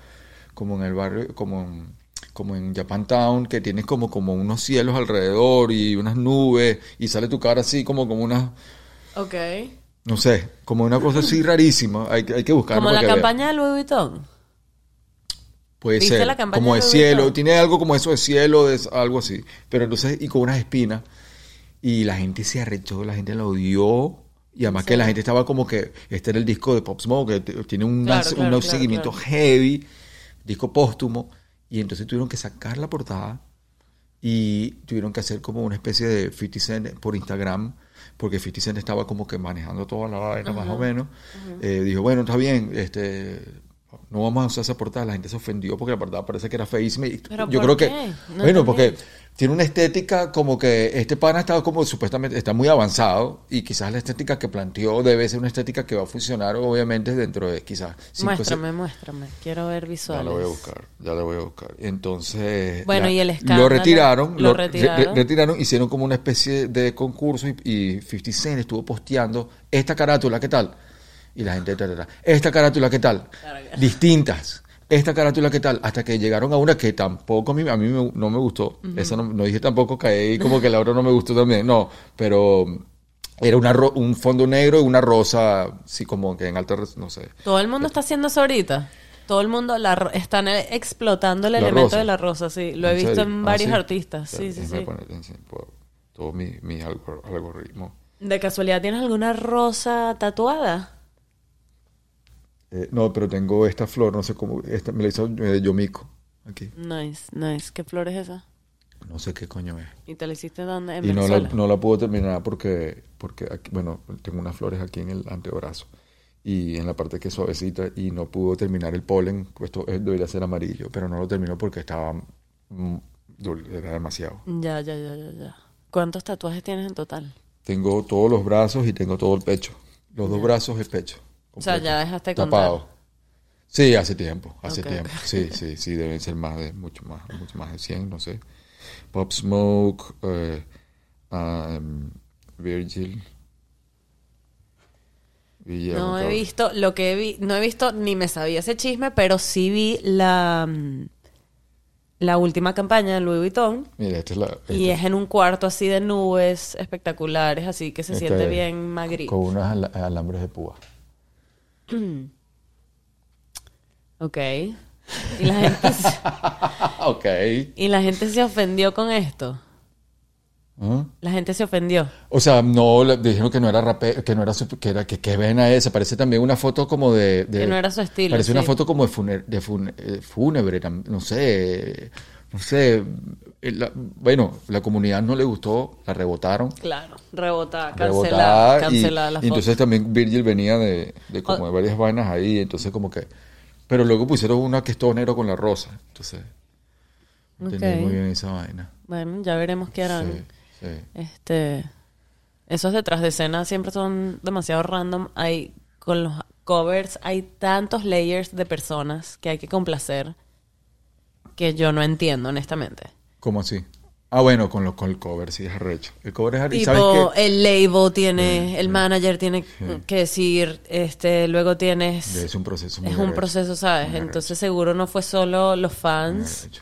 Speaker 3: como en el barrio, como en, como en Japantown que tienes como como unos cielos alrededor y unas nubes y sale tu cara así como como unas
Speaker 1: Ok.
Speaker 3: no sé, como una cosa así rarísima, hay, que- hay que buscarlo
Speaker 1: Como la
Speaker 3: para que veas.
Speaker 1: campaña de Louis Vuitton.
Speaker 3: Puede
Speaker 1: ¿Viste
Speaker 3: ser.
Speaker 1: la campaña
Speaker 3: como
Speaker 1: de
Speaker 3: de
Speaker 1: Louis
Speaker 3: cielo.
Speaker 1: Vuitton?
Speaker 3: Tiene algo como eso de cielo, de, algo así. Pero entonces, y con unas espinas. Y la gente se arrechó, la gente lo odió. Y además que la gente estaba como que, este era el disco de Pop Smoke, que t- tiene un,
Speaker 1: Claro,
Speaker 3: lance- un
Speaker 1: claro, claro,
Speaker 3: seguimiento
Speaker 1: claro.
Speaker 3: heavy, disco póstumo. Y entonces tuvieron que sacar la portada y tuvieron que hacer como una especie de 50 Cent por Instagram, porque 50 Cent estaba como que manejando toda la vaina, más o menos. Eh, dijo, bueno, está bien, este, no vamos a usar esa portada. La gente se ofendió porque la portada parece que era feísima. y
Speaker 1: ¿Pero
Speaker 3: Yo creo
Speaker 1: por
Speaker 3: que,
Speaker 1: qué? No
Speaker 3: bueno,
Speaker 1: entendí.
Speaker 3: porque tiene una estética como que este pana está como supuestamente, está muy avanzado y quizás la estética que planteó debe ser una estética que va a funcionar obviamente dentro de quizás cinco o seis-
Speaker 1: Muéstrame, muéstrame. Quiero ver
Speaker 3: ya
Speaker 1: visuales.
Speaker 3: lo voy a buscar, ya lo voy a buscar. Entonces.
Speaker 1: Bueno,
Speaker 3: la-
Speaker 1: y el escándalo,
Speaker 3: Lo retiraron,
Speaker 1: lo
Speaker 3: lo re-
Speaker 1: retiraron.
Speaker 3: re- retiraron, hicieron como una especie de concurso y, y 50 Cent estuvo posteando esta carátula, ¿qué tal? Y la gente, ta, ta, ta, esta carátula, ¿qué tal? Distintas. Esta carátula, ¿qué tal? Hasta que llegaron a una que tampoco a mí, a mí me- no me gustó. Esa no, no dije tampoco que ahí como que la otra no me gustó también. No, pero era una ro- un fondo negro y una rosa, así como que en alta, res- no sé.
Speaker 1: Todo el mundo está haciendo eso ahorita. Todo el mundo la ro- están eh, explotando el
Speaker 3: La
Speaker 1: elemento
Speaker 3: rosa.
Speaker 1: de la rosa, sí. Lo he
Speaker 3: ¿En
Speaker 1: visto
Speaker 3: serio?
Speaker 1: en
Speaker 3: Ah,
Speaker 1: varios
Speaker 3: ¿sí?
Speaker 1: artistas. Sí,
Speaker 3: Espera,
Speaker 1: sí,
Speaker 3: déjame
Speaker 1: sí.
Speaker 3: poner atención por todo mi, mi algor- algoritmo.
Speaker 1: ¿De casualidad tienes alguna rosa tatuada?
Speaker 3: Eh, no, pero tengo esta flor, no sé cómo, esta me la hizo eh, Yomiko, aquí.
Speaker 1: Nice, nice. ¿Qué flor es esa?
Speaker 3: No sé qué coño es.
Speaker 1: ¿Y te la hiciste dónde? En
Speaker 3: Y no la,
Speaker 1: Venezuela.
Speaker 3: no la puedo terminar porque, porque aquí- bueno, tengo unas flores aquí en el antebrazo y en la parte que es suavecita y no pudo terminar el polen, pues, esto eh, debería ser amarillo, pero no lo terminó porque estaba, mm, dol- era demasiado.
Speaker 1: Ya, ya, ya, ya, ya. ¿Cuántos tatuajes tienes en total?
Speaker 3: Tengo todos los brazos y tengo todo el pecho. Los dos brazos y el pecho.
Speaker 1: O sea, ya dejaste de contar.
Speaker 3: tapado. Sí, hace tiempo, hace
Speaker 1: Ok,
Speaker 3: tiempo. Sí, sí, sí, deben ser más de, mucho más, mucho más de 100, no sé. Pop Smoke, eh, um, Virgil. Guillermo
Speaker 1: No he
Speaker 3: Cabral.
Speaker 1: visto, lo que he vi, no he visto ni me sabía ese chisme, pero sí vi la, mm, la última campaña de Louis Vuitton.
Speaker 3: Mira, esta es la... esta-
Speaker 1: Y este es en un cuarto así de nubes espectaculares, así que se
Speaker 3: esta
Speaker 1: siente
Speaker 3: Este es
Speaker 1: bien magri.
Speaker 3: Con unos ala- alambres de púa.
Speaker 1: Ok. Y la, gente se,
Speaker 3: ok.
Speaker 1: y la gente se ofendió con esto.
Speaker 3: ¿Ah?
Speaker 1: La gente se ofendió.
Speaker 3: O sea, no, le- dijeron que no era rapero, que no era, su- que era, que, que vena esa. Parece también una foto como de... de-
Speaker 1: Que no era su estilo,
Speaker 3: Parece una
Speaker 1: sí.
Speaker 3: foto como de, funer- de fun- eh, fúnebre, tam- no sé, no sé. Eh, la- bueno, la comunidad no le gustó, la rebotaron.
Speaker 1: Claro, rebotada, cancelada,
Speaker 3: Rebotada
Speaker 1: cancelada la
Speaker 3: y, y
Speaker 1: foto.
Speaker 3: entonces también Virgil venía de, de como
Speaker 1: O-
Speaker 3: de varias vainas ahí, entonces como que... Pero luego pusieron una que es todo negro con la rosa, entonces... no entendí
Speaker 1: Ok.
Speaker 3: muy bien esa vaina.
Speaker 1: Bueno, ya veremos qué harán.
Speaker 3: Sí, sí.
Speaker 1: Este, esos detrás de escena siempre son demasiado random. Hay con los covers hay tantos layers de personas que hay que complacer que yo no entiendo honestamente.
Speaker 3: ¿Cómo así? Ah, bueno, con, lo, con el cover, sí, es arrecho. El cover es arrecho. ¿Sabes
Speaker 1: Tipo,
Speaker 3: qué?
Speaker 1: el label tiene, el manager tiene que decir, este, luego tienes,
Speaker 3: Es un proceso muy
Speaker 1: es un
Speaker 3: arrecho,
Speaker 1: proceso, ¿sabes?
Speaker 3: muy arrecho,
Speaker 1: Entonces seguro no fue solo los
Speaker 3: muy
Speaker 1: fans,
Speaker 3: arrecho.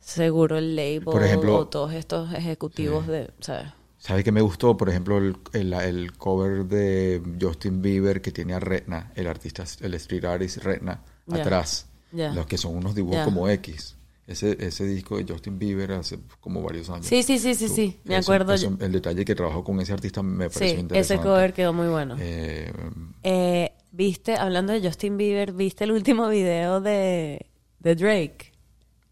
Speaker 1: seguro el label
Speaker 3: Por ejemplo-
Speaker 1: o todos estos ejecutivos de, ¿sabes?
Speaker 3: ¿Sabes qué me gustó? Por ejemplo, el, el- el cover de Justin Bieber que tiene a Retna, el artista, el street artist Retna,
Speaker 1: Ya.
Speaker 3: atrás.
Speaker 1: Ya.
Speaker 3: Los que son unos dibujos
Speaker 1: Ya.
Speaker 3: como X. Ese, ese disco de Justin Bieber hace como varios años.
Speaker 1: Sí, sí, sí, sí, sí, me
Speaker 3: Eso-
Speaker 1: acuerdo.
Speaker 3: eso- el detalle que trabajó con ese artista me pareció
Speaker 1: sí,
Speaker 3: interesante.
Speaker 1: ese cover quedó muy bueno.
Speaker 3: Eh,
Speaker 1: Eh, viste, hablando de Justin Bieber, ¿viste el último video de, de Drake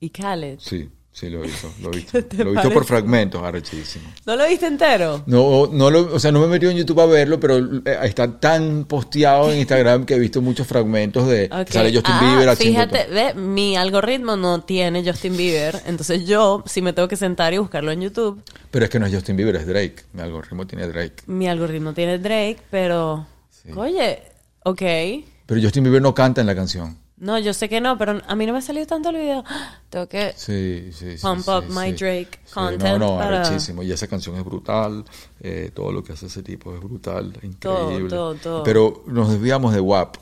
Speaker 1: y Khaled?
Speaker 3: sí, Sí, lo he visto, lo he visto.
Speaker 1: ¿Qué te
Speaker 3: Lo he visto por
Speaker 1: parece?
Speaker 3: fragmentos, arrechísimo.
Speaker 1: ¿No lo viste entero?
Speaker 3: No, no lo, o sea, no me he metido en YouTube a verlo, pero eh, está tan posteado en Instagram que he visto muchos fragmentos de
Speaker 1: Ok.
Speaker 3: sale Justin
Speaker 1: Ah,
Speaker 3: Bieber haciendo
Speaker 1: Fíjate,
Speaker 3: todo.
Speaker 1: ve, mi algoritmo no tiene Justin Bieber. Entonces yo, si me tengo que sentar y buscarlo en YouTube,
Speaker 3: Pero es que no es Justin Bieber, es Drake. Mi algoritmo tiene a Drake.
Speaker 1: mi algoritmo tiene Drake, pero. Oye, ok.
Speaker 3: Pero Justin Bieber no canta en la canción.
Speaker 1: No, yo sé que no, pero a mí no me ha salido tanto el video. ¡Ah! Tengo que.
Speaker 3: Sí, sí, sí.
Speaker 1: Pump
Speaker 3: sí,
Speaker 1: up
Speaker 3: sí.
Speaker 1: my Drake
Speaker 3: Sí,
Speaker 1: content
Speaker 3: No, no,
Speaker 1: para-
Speaker 3: arrechísimo. Y esa canción es brutal. eh, todo lo que hace ese tipo es brutal, increíble.
Speaker 1: todo, todo.
Speaker 3: Pero nos desviamos de WAP.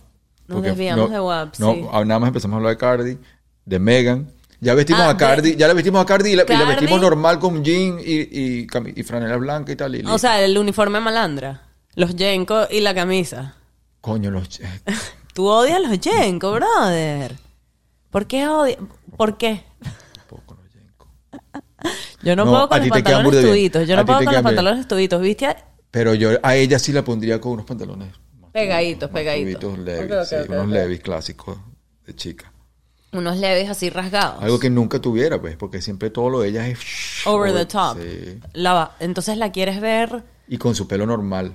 Speaker 1: Nos
Speaker 3: porque
Speaker 1: desviamos
Speaker 3: no-
Speaker 1: de WAP,
Speaker 3: No,
Speaker 1: sí.
Speaker 3: ah, nada más empezamos a hablar de Cardi, de Megan. Ya vestimos
Speaker 1: Ah,
Speaker 3: a Cardi,
Speaker 1: de-
Speaker 3: ya la vestimos a Cardi y la, y la
Speaker 1: Cardi.
Speaker 3: vestimos normal con jean y, y, cami- y franela blanca y tal. Y
Speaker 1: O sea, el uniforme malandra. Los Yenko y la camisa.
Speaker 3: Coño, los...
Speaker 1: Tú odias los Yenko, brother. ¿Por qué odias? ¿Por qué?
Speaker 3: Tampoco, los Yenko.
Speaker 1: Yo no,
Speaker 3: No,
Speaker 1: puedo
Speaker 3: a
Speaker 1: con los
Speaker 3: ti te quedan burda
Speaker 1: pantalones
Speaker 3: bien.
Speaker 1: tubitos. Yo
Speaker 3: A
Speaker 1: no
Speaker 3: ti
Speaker 1: puedo
Speaker 3: te
Speaker 1: con los
Speaker 3: quedan bien.
Speaker 1: pantalones tubitos. ¿Viste? a-
Speaker 3: Pero yo a ella sí la pondría con unos pantalones. más
Speaker 1: Pegaditos,
Speaker 3: tubitos, más
Speaker 1: pegaditos.
Speaker 3: tubitos, levis,
Speaker 1: Ok, ok,
Speaker 3: sí,
Speaker 1: ok,
Speaker 3: unos
Speaker 1: ok.
Speaker 3: levis clásicos de chica.
Speaker 1: Unos leves así rasgados.
Speaker 3: Algo que nunca tuviera, pues, porque siempre todo lo de ella es...
Speaker 1: Over the top.
Speaker 3: Sí.
Speaker 1: La va- Entonces la quieres ver.
Speaker 3: Y con su pelo normal.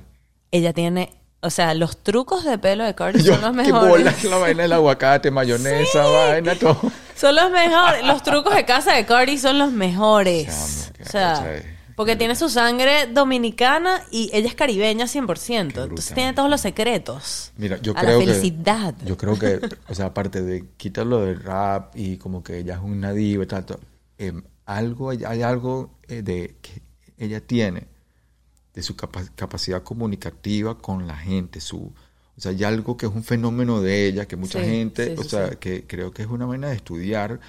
Speaker 1: Ella tiene. O sea, los trucos de pelo de Cardi
Speaker 3: Yo,
Speaker 1: son los
Speaker 3: qué bola,
Speaker 1: mejores.
Speaker 3: la vaina del aguacate, mayonesa, vaina, todo.
Speaker 1: Son los mejores. Los trucos de casa de Cardi son los mejores.
Speaker 3: Chamo, qué eh.
Speaker 1: O sea,
Speaker 3: arrecha es.
Speaker 1: porque tiene su sangre dominicana y ella es caribeña 100%. Entonces
Speaker 3: brutal.
Speaker 1: tiene todos los secretos.
Speaker 3: Mira, yo
Speaker 1: a
Speaker 3: creo
Speaker 1: la
Speaker 3: que-
Speaker 1: felicidad.
Speaker 3: Yo creo que, o sea, aparte de quitarlo del rap y como que ella es una diva y tal, tal, em, algo, hay, hay algo eh, de que ella tiene, de su capa- capacidad comunicativa con la gente, su, o sea, hay algo que es un fenómeno de ella, que mucha
Speaker 1: Sí,
Speaker 3: gente,
Speaker 1: sí,
Speaker 3: o
Speaker 1: sí,
Speaker 3: sea,
Speaker 1: sí.
Speaker 3: que creo que es una vaina de estudiar,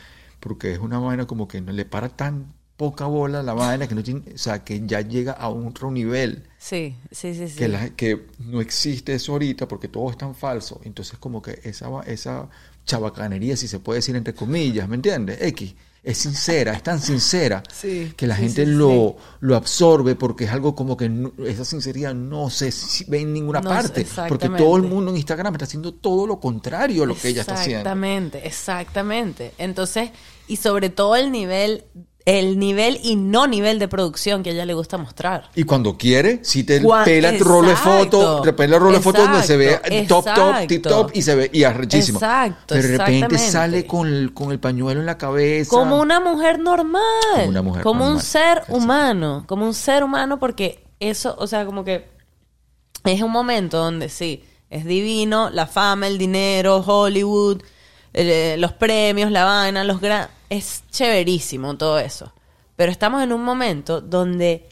Speaker 3: porque es una vaina como que no le para tan poca bola a la vaina, que no tiene, o sea, que ya llega a otro nivel
Speaker 1: Sí, sí, sí, sí.
Speaker 3: que, la- que no existe eso ahorita porque todo es tan falso. Entonces, como que esa, va- esa chabacanería, si se puede decir entre comillas, ¿me entiendes? X. Es sincera, es tan sincera
Speaker 1: Sí,
Speaker 3: que la
Speaker 1: sí,
Speaker 3: gente
Speaker 1: sí,
Speaker 3: lo, lo absorbe porque es algo como que no- esa sinceridad no se si- ve en ninguna
Speaker 1: No se-
Speaker 3: parte. Porque todo el
Speaker 1: exactamente.
Speaker 3: mundo en Instagram está haciendo todo lo contrario a lo que ella está haciendo.
Speaker 1: Exactamente, exactamente. Entonces, y sobre todo el nivel, el nivel y no nivel de producción que a ella le gusta mostrar.
Speaker 3: Y cuando quiere, si te
Speaker 1: Gua-
Speaker 3: pela el rollo de foto,
Speaker 1: Exacto.
Speaker 3: te pela el rollo de foto donde se ve
Speaker 1: Exacto,
Speaker 3: top, top, tip
Speaker 1: exacto.
Speaker 3: top y se ve y arrechísimo.
Speaker 1: Exacto,
Speaker 3: Pero de repente
Speaker 1: exactamente.
Speaker 3: sale con el, con el pañuelo en la cabeza.
Speaker 1: Como una mujer normal.
Speaker 3: Como una mujer
Speaker 1: Como un
Speaker 3: normal.
Speaker 1: ser
Speaker 3: Exacto.
Speaker 1: humano. Como un ser humano porque eso, o sea, como que es un momento donde sí, es divino, la fama, el dinero, Hollywood, eh, los premios, la vaina, los gran... Es chéverísimo todo eso. Pero estamos en un momento donde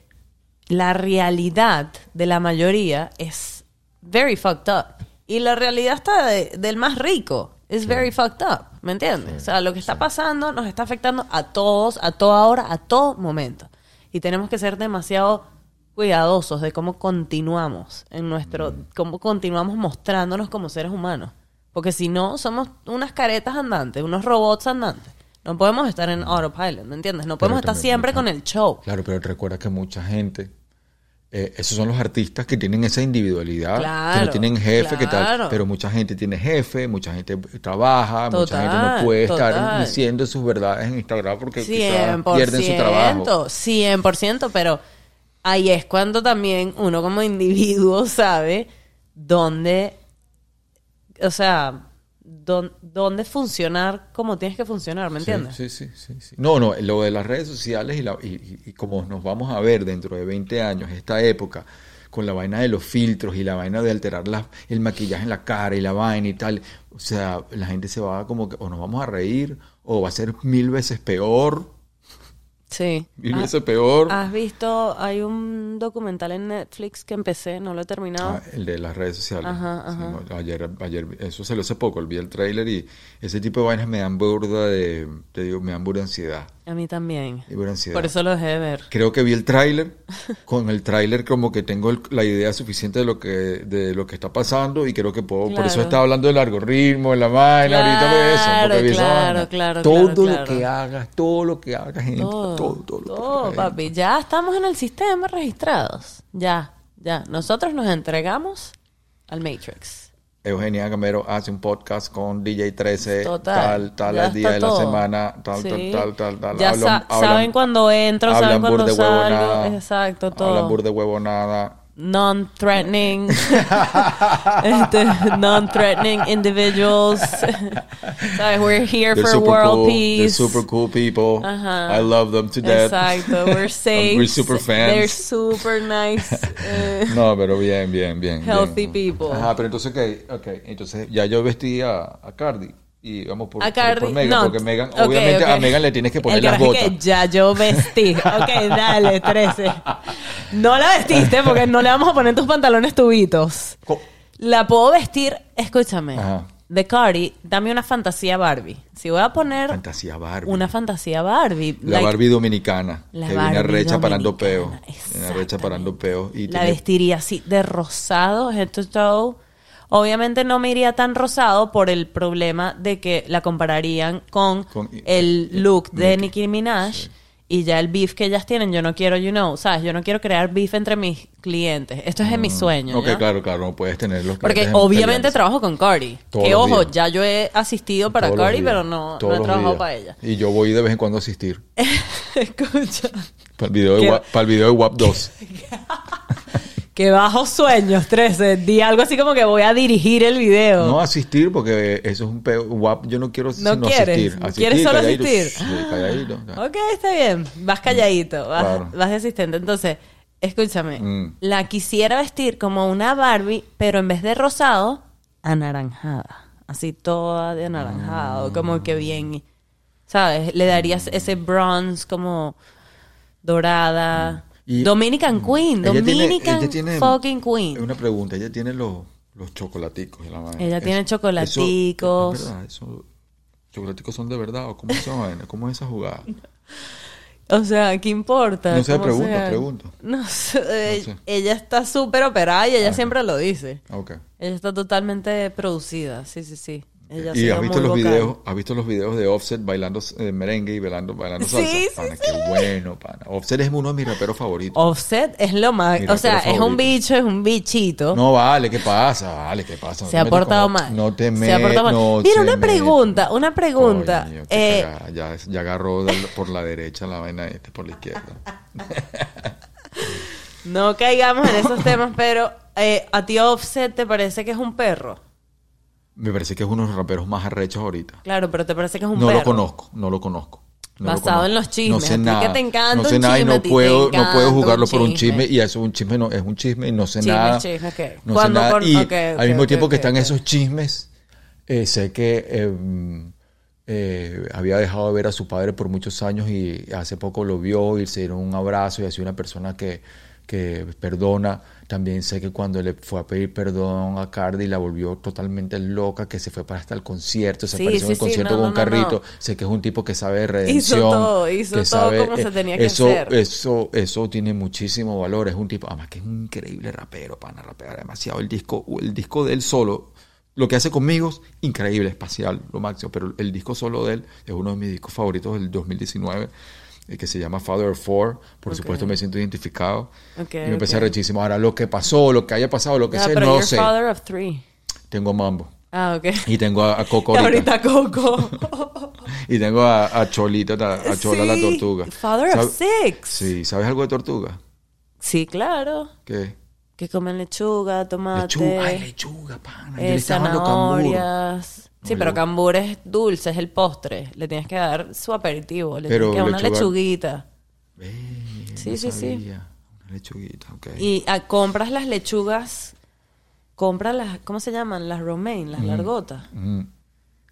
Speaker 1: la realidad de la mayoría es very fucked up. Y la realidad está de- del más rico. Es very fucked up. ¿Me entiendes? o sea, lo que está pasando nos está afectando a todos, a toda hora, a todo momento. Y tenemos que ser demasiado cuidadosos de cómo continuamos en nuestro,
Speaker 3: Mm.
Speaker 1: cómo continuamos mostrándonos como seres humanos. Porque si no, somos unas caretas andantes, unos robots andantes. No podemos estar en autopilot, ¿me entiendes? No podemos estar
Speaker 3: también
Speaker 1: siempre
Speaker 3: mucha-
Speaker 1: con el show.
Speaker 3: Claro, pero recuerda que mucha gente, eh, esos son los artistas que tienen esa individualidad, que
Speaker 1: Claro,
Speaker 3: no tienen jefe, que tal,
Speaker 1: claro.
Speaker 3: pero mucha gente tiene jefe, mucha gente trabaja, mucha gente no
Speaker 1: Total,
Speaker 3: puede estar
Speaker 1: total.
Speaker 3: diciendo sus verdades en Instagram porque quizás
Speaker 1: 100%,
Speaker 3: pierden su trabajo.
Speaker 1: 100%, pero ahí es cuando también uno como individuo sabe dónde, o sea, dón- dónde funcionar como tienes que funcionar, ¿me
Speaker 3: Sí,
Speaker 1: entiendes?
Speaker 3: Sí, sí, sí, sí. No, no, lo de las redes sociales y, la- y- y- y como nos vamos a ver dentro de 20 años, esta época, con la vaina de los filtros y la vaina de alterar la- el maquillaje en la cara y la vaina y tal, o sea, la gente se va como que o nos vamos a reír o va a ser mil veces peor,
Speaker 1: Sí.
Speaker 3: mil
Speaker 1: Ah,
Speaker 3: veces peor.
Speaker 1: ¿Has visto? Hay un documental en Netflix que empecé, no lo he terminado.
Speaker 3: Ah, el de las redes sociales.
Speaker 1: Ajá,
Speaker 3: Sí,
Speaker 1: ajá.
Speaker 3: no, ayer, ayer, eso salió hace poco, vi el trailer y ese tipo de vainas me dan burda de, te digo, me dan burda ansiedad.
Speaker 1: A mí también.
Speaker 3: me burda ansiedad.
Speaker 1: Por eso lo dejé de ver.
Speaker 3: Creo que vi el tráiler. Con el tráiler como que tengo el- la idea suficiente de lo que de lo que está pasando y creo que puedo. Por eso
Speaker 1: Claro.
Speaker 3: estaba hablando del algoritmo, de la vaina, ahorita de eso. porque
Speaker 1: Claro,
Speaker 3: vi esa
Speaker 1: claro,
Speaker 3: vaina.
Speaker 1: claro,
Speaker 3: Todo
Speaker 1: claro,
Speaker 3: lo
Speaker 1: claro.
Speaker 3: que hagas, todo lo que hagas, gente, todo, todo, lo que
Speaker 1: todo,
Speaker 3: hagas,
Speaker 1: papi. Ya estamos en el sistema registrados. Ya, ya. Nosotros nos entregamos al Matrix.
Speaker 3: Eugenia Gamero hace un podcast con DJ 13,
Speaker 1: Total,
Speaker 3: tal, tal
Speaker 1: ya
Speaker 3: al día
Speaker 1: está
Speaker 3: de la
Speaker 1: todo.
Speaker 3: semana, tal,
Speaker 1: Sí.
Speaker 3: tal, tal, tal, tal.
Speaker 1: Ya sa- saben cuando entro, saben
Speaker 3: hablan
Speaker 1: cuando
Speaker 3: burde
Speaker 1: salgo,
Speaker 3: huevonada,
Speaker 1: exacto,
Speaker 3: Hablan
Speaker 1: todo.
Speaker 3: burde huevonada.
Speaker 1: Non-threatening. Este, non-threatening individuals. ¿Sabes? We're here
Speaker 3: They're
Speaker 1: for
Speaker 3: super
Speaker 1: world
Speaker 3: cool. They're
Speaker 1: peace.
Speaker 3: super cool people.
Speaker 1: Ajá.
Speaker 3: I love them to death. Um,
Speaker 1: Exacto, we're safe.
Speaker 3: We're super fans.
Speaker 1: They're super nice. eh,
Speaker 3: No, pero bien, bien, bien.
Speaker 1: Healthy
Speaker 3: bien.
Speaker 1: people.
Speaker 3: Ajá, pero entonces, ok, ok. Entonces, ya yo vestí a, a Cardi. Y vamos por,
Speaker 1: A
Speaker 3: por-
Speaker 1: Cardi,
Speaker 3: por Megan.
Speaker 1: no.
Speaker 3: Porque Megan,
Speaker 1: Ok,
Speaker 3: obviamente, a
Speaker 1: ok.
Speaker 3: Megan le tienes que poner
Speaker 1: El
Speaker 3: las
Speaker 1: carajo es
Speaker 3: botas.
Speaker 1: que ya yo vestí. Ok, dale, 13. No la vestiste porque no le vamos a poner tus pantalones tubitos.
Speaker 3: Co-
Speaker 1: La puedo vestir, escúchame.
Speaker 3: Ajá.
Speaker 1: De Cardi, dame una fantasía Barbie. Si voy a poner
Speaker 3: Fantasía Barbie.
Speaker 1: una fantasía Barbie,
Speaker 3: La
Speaker 1: like,
Speaker 3: Barbie dominicana.
Speaker 1: La
Speaker 3: que viene
Speaker 1: Barbie
Speaker 3: recha parando peo.
Speaker 1: dominicana,
Speaker 3: Viene recha parando peo. Y
Speaker 1: la
Speaker 3: tiene-
Speaker 1: vestiría así de rosado, head to toe. Obviamente no me iría tan rosado por el problema de que la compararían con,
Speaker 3: Con- eh,
Speaker 1: el look de
Speaker 3: Nicki.
Speaker 1: Nicki Minaj y ya el beef que ellas tienen. Yo no quiero, you know, ¿sabes? Yo no quiero crear beef entre mis clientes. Esto es en mi sueño.
Speaker 3: Mm, Ok,
Speaker 1: ¿ya?
Speaker 3: claro, claro. No puedes tener los
Speaker 1: Porque
Speaker 3: clientes
Speaker 1: obviamente
Speaker 3: peleándose.
Speaker 1: trabajo con Cardi.
Speaker 3: Todos
Speaker 1: que
Speaker 3: los
Speaker 1: ojo,
Speaker 3: días.
Speaker 1: ya yo he asistido para
Speaker 3: Todos los
Speaker 1: Cardi,
Speaker 3: días.
Speaker 1: pero no, no
Speaker 3: Todos
Speaker 1: he
Speaker 3: los
Speaker 1: trabajado
Speaker 3: días.
Speaker 1: para ella.
Speaker 3: Y yo voy de vez en cuando a asistir.
Speaker 1: Escucha.
Speaker 3: Para el video de,
Speaker 1: Quiero-
Speaker 3: WAP, para el video de WAP 2.
Speaker 1: Que bajos sueños, 13. Di algo así como que voy a dirigir el video.
Speaker 3: No asistir porque eso es un peo. guap, yo no quiero
Speaker 1: No quieres,
Speaker 3: asistir.
Speaker 1: quieres solo
Speaker 3: calladito,
Speaker 1: asistir.
Speaker 3: sí, calladito, ya. Mm,
Speaker 1: Ok, está bien. Vas calladito, vas,
Speaker 3: Claro.
Speaker 1: vas de asistente. Entonces, escúchame.
Speaker 3: Mm.
Speaker 1: La quisiera vestir como una Barbie, pero en vez de rosado, anaranjada. Así toda de anaranjado,
Speaker 3: Ah.
Speaker 1: como que bien. ¿Sabes? Le darías
Speaker 3: Mm.
Speaker 1: ese bronze como dorada.
Speaker 3: Mm. Y-
Speaker 1: Dominican Queen,
Speaker 3: Ella tiene-
Speaker 1: Dominican
Speaker 3: ella tiene-
Speaker 1: fucking Queen.
Speaker 3: Una pregunta, ella tiene los, los chocolaticos. y la vaina.
Speaker 1: Ella tiene
Speaker 3: Eso-
Speaker 1: chocolaticos.
Speaker 3: eso- ¿es verdad? Eso- ¿Chocolaticos son de verdad o cómo es esa vaina? ¿Cómo es esa jugada?
Speaker 1: O sea, ¿qué importa?
Speaker 3: No sé,
Speaker 1: ¿Cómo
Speaker 3: pregunto,
Speaker 1: sea?
Speaker 3: pregunto.
Speaker 1: No sé, eh,
Speaker 3: sé.
Speaker 1: Ella está súper operada y ella siempre lo dice.
Speaker 3: Ah, Ok.
Speaker 1: Ella está totalmente producida, sí, sí, sí. Ella ha
Speaker 3: y
Speaker 1: sido
Speaker 3: has visto
Speaker 1: muy
Speaker 3: los
Speaker 1: vocal.
Speaker 3: videos, has visto los videos de Offset bailando eh, merengue y bailando, bailando
Speaker 1: Sí,
Speaker 3: salsa.
Speaker 1: sí,
Speaker 3: pana, qué bueno, pana. Offset es uno de mis raperos favoritos.
Speaker 1: Offset es lo más...
Speaker 3: Mi
Speaker 1: O sea,
Speaker 3: rapero
Speaker 1: es un
Speaker 3: favorito.
Speaker 1: bicho, es un bichito.
Speaker 3: No vale, ¿qué pasa? Vale, ¿qué pasa? No
Speaker 1: Oh. se
Speaker 3: te
Speaker 1: ha
Speaker 3: metas
Speaker 1: portado
Speaker 3: con-
Speaker 1: mal.
Speaker 3: No te
Speaker 1: Se ha portado mal.
Speaker 3: metas. no
Speaker 1: Mira,
Speaker 3: te
Speaker 1: una
Speaker 3: metas.
Speaker 1: pregunta, una pregunta.
Speaker 3: Coño, qué
Speaker 1: Eh,
Speaker 3: cagada. ya, ya agarró del- por la derecha la vaina este, por la izquierda.
Speaker 1: no caigamos en esos temas, pero eh, ¿a ti Offset te parece que es un perro?
Speaker 3: Me parece que es uno de los raperos más arrechos ahorita.
Speaker 1: Claro, pero ¿te parece que es un
Speaker 3: no
Speaker 1: perro?
Speaker 3: lo conozco, no lo conozco. no lo
Speaker 1: Basado en
Speaker 3: conozco.
Speaker 1: los chismes.
Speaker 3: No
Speaker 1: A
Speaker 3: sé
Speaker 1: ti que
Speaker 3: nada.
Speaker 1: te encanta
Speaker 3: no sé
Speaker 1: un
Speaker 3: nada
Speaker 1: chisme, a ti
Speaker 3: y no
Speaker 1: te
Speaker 3: puedo, no puedo
Speaker 1: encanta
Speaker 3: jugarlo
Speaker 1: un
Speaker 3: por un
Speaker 1: chisme.
Speaker 3: chisme y eso es un chisme, no, es un chisme y no sé
Speaker 1: Chisme,
Speaker 3: nada.
Speaker 1: chisme, ok.
Speaker 3: No sé
Speaker 1: Cuando
Speaker 3: nada.
Speaker 1: con-
Speaker 3: y
Speaker 1: ok, ok,
Speaker 3: al mismo
Speaker 1: ok,
Speaker 3: tiempo que
Speaker 1: ok,
Speaker 3: están
Speaker 1: ok.
Speaker 3: esos chismes, eh, sé que eh, eh, había dejado de ver a su padre por muchos años y hace poco lo vio y se dieron un abrazo y ha sido una persona que, que perdona. También sé que cuando le fue a pedir perdón a Cardi la volvió totalmente loca, que se fue para hasta el concierto, se
Speaker 1: Sí,
Speaker 3: apareció en
Speaker 1: sí,
Speaker 3: el
Speaker 1: sí,
Speaker 3: concierto
Speaker 1: no,
Speaker 3: con
Speaker 1: no,
Speaker 3: un
Speaker 1: no, no.
Speaker 3: carrito. Sé que es un tipo que sabe de redención.
Speaker 1: todo, hizo
Speaker 3: que
Speaker 1: todo como se
Speaker 3: eh,
Speaker 1: tenía que
Speaker 3: eso,
Speaker 1: hacer.
Speaker 3: Eso, eso tiene muchísimo valor. Es un tipo, además que es un increíble rapero, pana, rapera demasiado. El disco, el disco de él solo, lo que hace conmigo es increíble, espacial, lo máximo. Pero el disco solo de él es uno de mis discos favoritos del 2019, eh, que se llama Father of Four. Por supuesto me siento identificado.
Speaker 1: Ok,
Speaker 3: y me empecé
Speaker 1: ok.
Speaker 3: rechísimo. Ahora, lo que pasó, lo que haya pasado, lo que
Speaker 1: Ah,
Speaker 3: sea,
Speaker 1: pero
Speaker 3: no lo
Speaker 1: you're
Speaker 3: sé.
Speaker 1: father of three.
Speaker 3: Tengo a Mambo.
Speaker 1: Ah, ok.
Speaker 3: Y tengo a, a Coco
Speaker 1: Y
Speaker 3: ahorita.
Speaker 1: ahorita Coco.
Speaker 3: Y tengo a, a Cholita, ta- a Chola la
Speaker 1: Sí,
Speaker 3: tortuga.
Speaker 1: Father of Six.
Speaker 3: Sí, ¿sabes algo de tortuga?
Speaker 1: sí, claro.
Speaker 3: ¿Qué?
Speaker 1: Que comen lechuga, tomate,
Speaker 3: Lechuga, ay, lechuga, pana. Yo
Speaker 1: eh,
Speaker 3: le estaba dando cambur.
Speaker 1: zanahorias. Sí, pero cambur es dulce, es el postre. Le tienes que dar su aperitivo. Le
Speaker 3: Pero
Speaker 1: tienes que dar una
Speaker 3: lechuga-
Speaker 1: lechuguita.
Speaker 3: Eh,
Speaker 1: Sí,
Speaker 3: no
Speaker 1: sí, sí.
Speaker 3: sabía. Una lechuguita, ok.
Speaker 1: Y ah, compras las lechugas, compras las, ¿cómo se llaman? Las romaine, las largotas.
Speaker 3: Mm,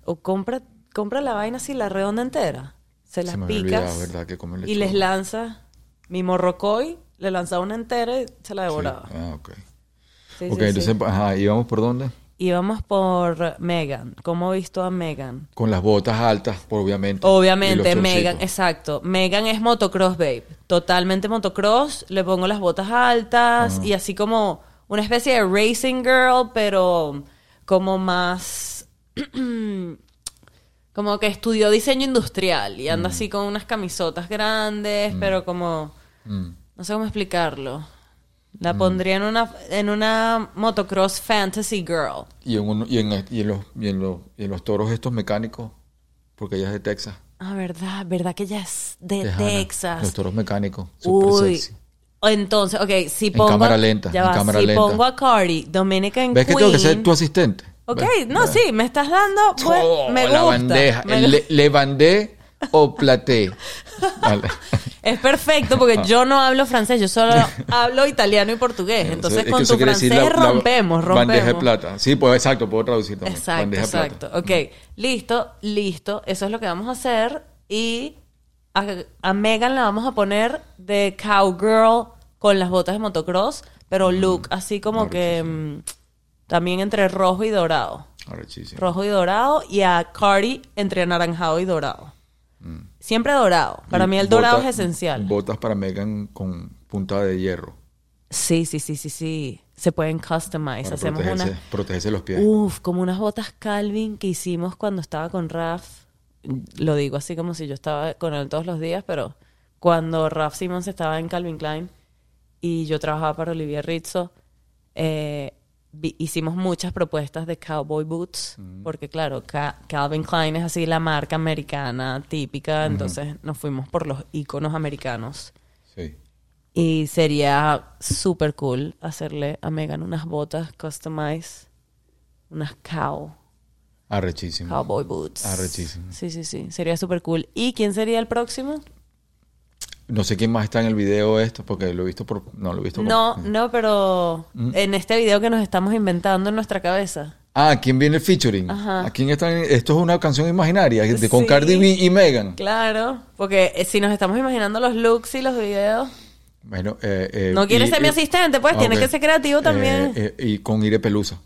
Speaker 1: O compra, compra la vaina así, la redonda entera. Se las
Speaker 3: me había
Speaker 1: picas
Speaker 3: olvidado, ¿verdad? Que comen
Speaker 1: y
Speaker 3: lechuga.
Speaker 1: les lanza mi morrocoy, le lanzaba una entera y se la
Speaker 3: Sí.
Speaker 1: devoraba.
Speaker 3: Ah, ok.
Speaker 1: Sí,
Speaker 3: ok,
Speaker 1: sí, sí.
Speaker 3: entonces, ajá, ¿y vamos por dónde?
Speaker 1: Y vamos por Megan. ¿Cómo he visto a Megan?
Speaker 3: Con las botas altas, por- obviamente. Y
Speaker 1: Obviamente,
Speaker 3: los
Speaker 1: Megan,
Speaker 3: chorcitos.
Speaker 1: exacto. Megan es motocross, babe. Totalmente motocross. Le pongo las botas altas y así como una especie de racing girl, pero como más. como que estudió diseño industrial y
Speaker 3: Mm.
Speaker 1: anda así con unas camisotas grandes, pero como.
Speaker 3: Mm.
Speaker 1: No sé cómo explicarlo. La pondría en una, en una motocross fantasy girl.
Speaker 3: Y en, uno- y en- y en los, y en los- y en los toros estos mecánicos, porque ella es de Texas.
Speaker 1: Ah, verdad, verdad que ella es de
Speaker 3: Tejana.
Speaker 1: Texas.
Speaker 3: Los toros mecánicos. Super
Speaker 1: Uy.
Speaker 3: sexy.
Speaker 1: Entonces, ok, si pongo.
Speaker 3: cámara lenta,
Speaker 1: ya
Speaker 3: en
Speaker 1: va,
Speaker 3: cámara
Speaker 1: si
Speaker 3: lenta.
Speaker 1: pongo a Cardi, Dominica en
Speaker 3: ¿Ves que tengo que ser
Speaker 1: Queen,
Speaker 3: tu asistente?
Speaker 1: Ok,
Speaker 3: ¿Ves?
Speaker 1: no, sí, me estás dando. pues,
Speaker 3: Oh,
Speaker 1: me gusta.
Speaker 3: la bandeja.
Speaker 1: me
Speaker 3: El
Speaker 1: gu-
Speaker 3: le, le bandé o platé. Vale.
Speaker 1: Es perfecto
Speaker 3: Ah.
Speaker 1: porque yo no hablo francés, yo solo hablo italiano y portugués. Entonces,
Speaker 3: Es que
Speaker 1: con
Speaker 3: eso
Speaker 1: tu
Speaker 3: quiere
Speaker 1: francés
Speaker 3: decir la- la
Speaker 1: rompemos, rompemos.
Speaker 3: Bandeja de plata. Sí, pues exacto, puedo traducir también.
Speaker 1: Exacto,
Speaker 3: bandeja de plata.
Speaker 1: exacto. Ok, listo, listo. Eso es lo que vamos a hacer. Y a, a Megan la vamos a poner de cowgirl con las botas de motocross, pero
Speaker 3: Mm,
Speaker 1: look así como que mm, también entre rojo y dorado.
Speaker 3: Arrechísimo.
Speaker 1: Rojo y dorado. Y a Cardi entre anaranjado y dorado. Siempre dorado. Para
Speaker 3: Mm. Y
Speaker 1: mí el dorado
Speaker 3: botas-
Speaker 1: es esencial.
Speaker 3: Botas para Megan con punta de hierro.
Speaker 1: Sí, sí, sí, sí, sí. Se pueden customize.
Speaker 3: Para
Speaker 1: Hacemos Uh.
Speaker 3: protegerse,
Speaker 1: unas.
Speaker 3: protegerse los pies.
Speaker 1: Uf, como unas botas Calvin que hicimos cuando estaba con Raf. Lo digo así como si yo estaba con él todos los días, pero cuando Raf Simons estaba en Calvin Klein y yo trabajaba para Olivia Rizzo, eh, vi- hicimos muchas propuestas de cowboy boots, porque claro, Ca- Calvin Klein es así la marca americana típica, entonces nos fuimos por los iconos americanos.
Speaker 3: Sí.
Speaker 1: Y sería súper cool hacerle a Megan unas botas customized, unas cow,
Speaker 3: Arrechísimo.
Speaker 1: cowboy boots.
Speaker 3: Mm. Arrechísimo.
Speaker 1: Sí, sí, sí. Sería súper cool. ¿Y quién sería el próximo?
Speaker 3: No sé quién más está en el video esto, porque lo he visto por... No, lo he visto por-
Speaker 1: No, no, pero
Speaker 3: Mm.
Speaker 1: en este video que nos estamos inventando en nutra cabeza.
Speaker 3: Ah, ¿quién viene el featuring?
Speaker 1: Ajá.
Speaker 3: ¿A quién están? Esto es una canción imaginaria de, con
Speaker 1: Sí.
Speaker 3: Cardi B y Megan.
Speaker 1: Claro, porque eh, si nos estamos imaginando los looks y los videos,
Speaker 3: Bueno, eh, eh,
Speaker 1: No quieres ser mi asistente, pues, tienes
Speaker 3: ok.
Speaker 1: que ser creativo también.
Speaker 3: Eh, eh, y con Ire Pelusa.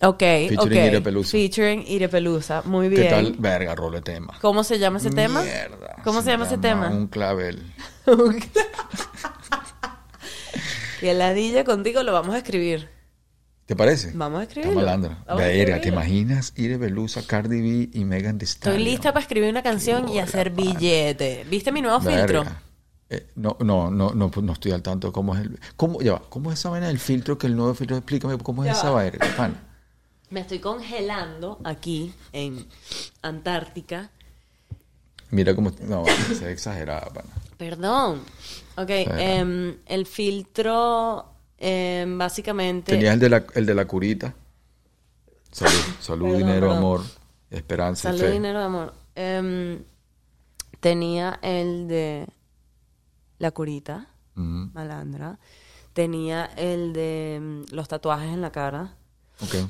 Speaker 1: ok,
Speaker 3: Featuring
Speaker 1: ok.
Speaker 3: Ire Pelusa.
Speaker 1: Featuring Ire Pelusa. Muy bien.
Speaker 3: ¿Qué tal? Verga, rolo de tema.
Speaker 1: ¿Cómo se llama ese tema?
Speaker 3: Mierda.
Speaker 1: ¿Cómo se, llama, ese tema?
Speaker 3: Un clavel.
Speaker 1: y el ladilla contigo lo vamos a escribir.
Speaker 3: ¿Te parece?
Speaker 1: Vamos a
Speaker 3: Está
Speaker 1: escribirlo.
Speaker 3: malandra.
Speaker 1: Vamos a
Speaker 3: Verga, ¿te
Speaker 1: escribirlo.
Speaker 3: imaginas? Ire Pelusa, Cardi B y Megan Thee
Speaker 1: Estoy
Speaker 3: Stallion?
Speaker 1: lista para escribir una canción y hacer billete. ¿Viste mi nuevo
Speaker 3: Verga.
Speaker 1: filtro?
Speaker 3: Eh, no, no, no, no, pues, no estoy al tanto cómo es el... ¿Cómo, ya va, ¿cómo es esa vaina del filtro? Que el nuevo filtro, explícame cómo es
Speaker 1: Ya
Speaker 3: esa
Speaker 1: va.
Speaker 3: vaina, pana.
Speaker 1: Me estoy congelando aquí en Antártica.
Speaker 3: Mira cómo... No, se exagerada, pana.
Speaker 1: Perdón. Ok, em, el filtro em, básicamente...
Speaker 3: Tenías el de la, el de la curita. Salud, salud
Speaker 1: Perdón,
Speaker 3: dinero,
Speaker 1: perdón.
Speaker 3: amor, esperanza y
Speaker 1: Salud,
Speaker 3: fe.
Speaker 1: dinero, amor. Em, tenía el de la curita,
Speaker 3: Ujú,
Speaker 1: malandra. Tenía el de em, los tatuajes en la cara.
Speaker 3: ok.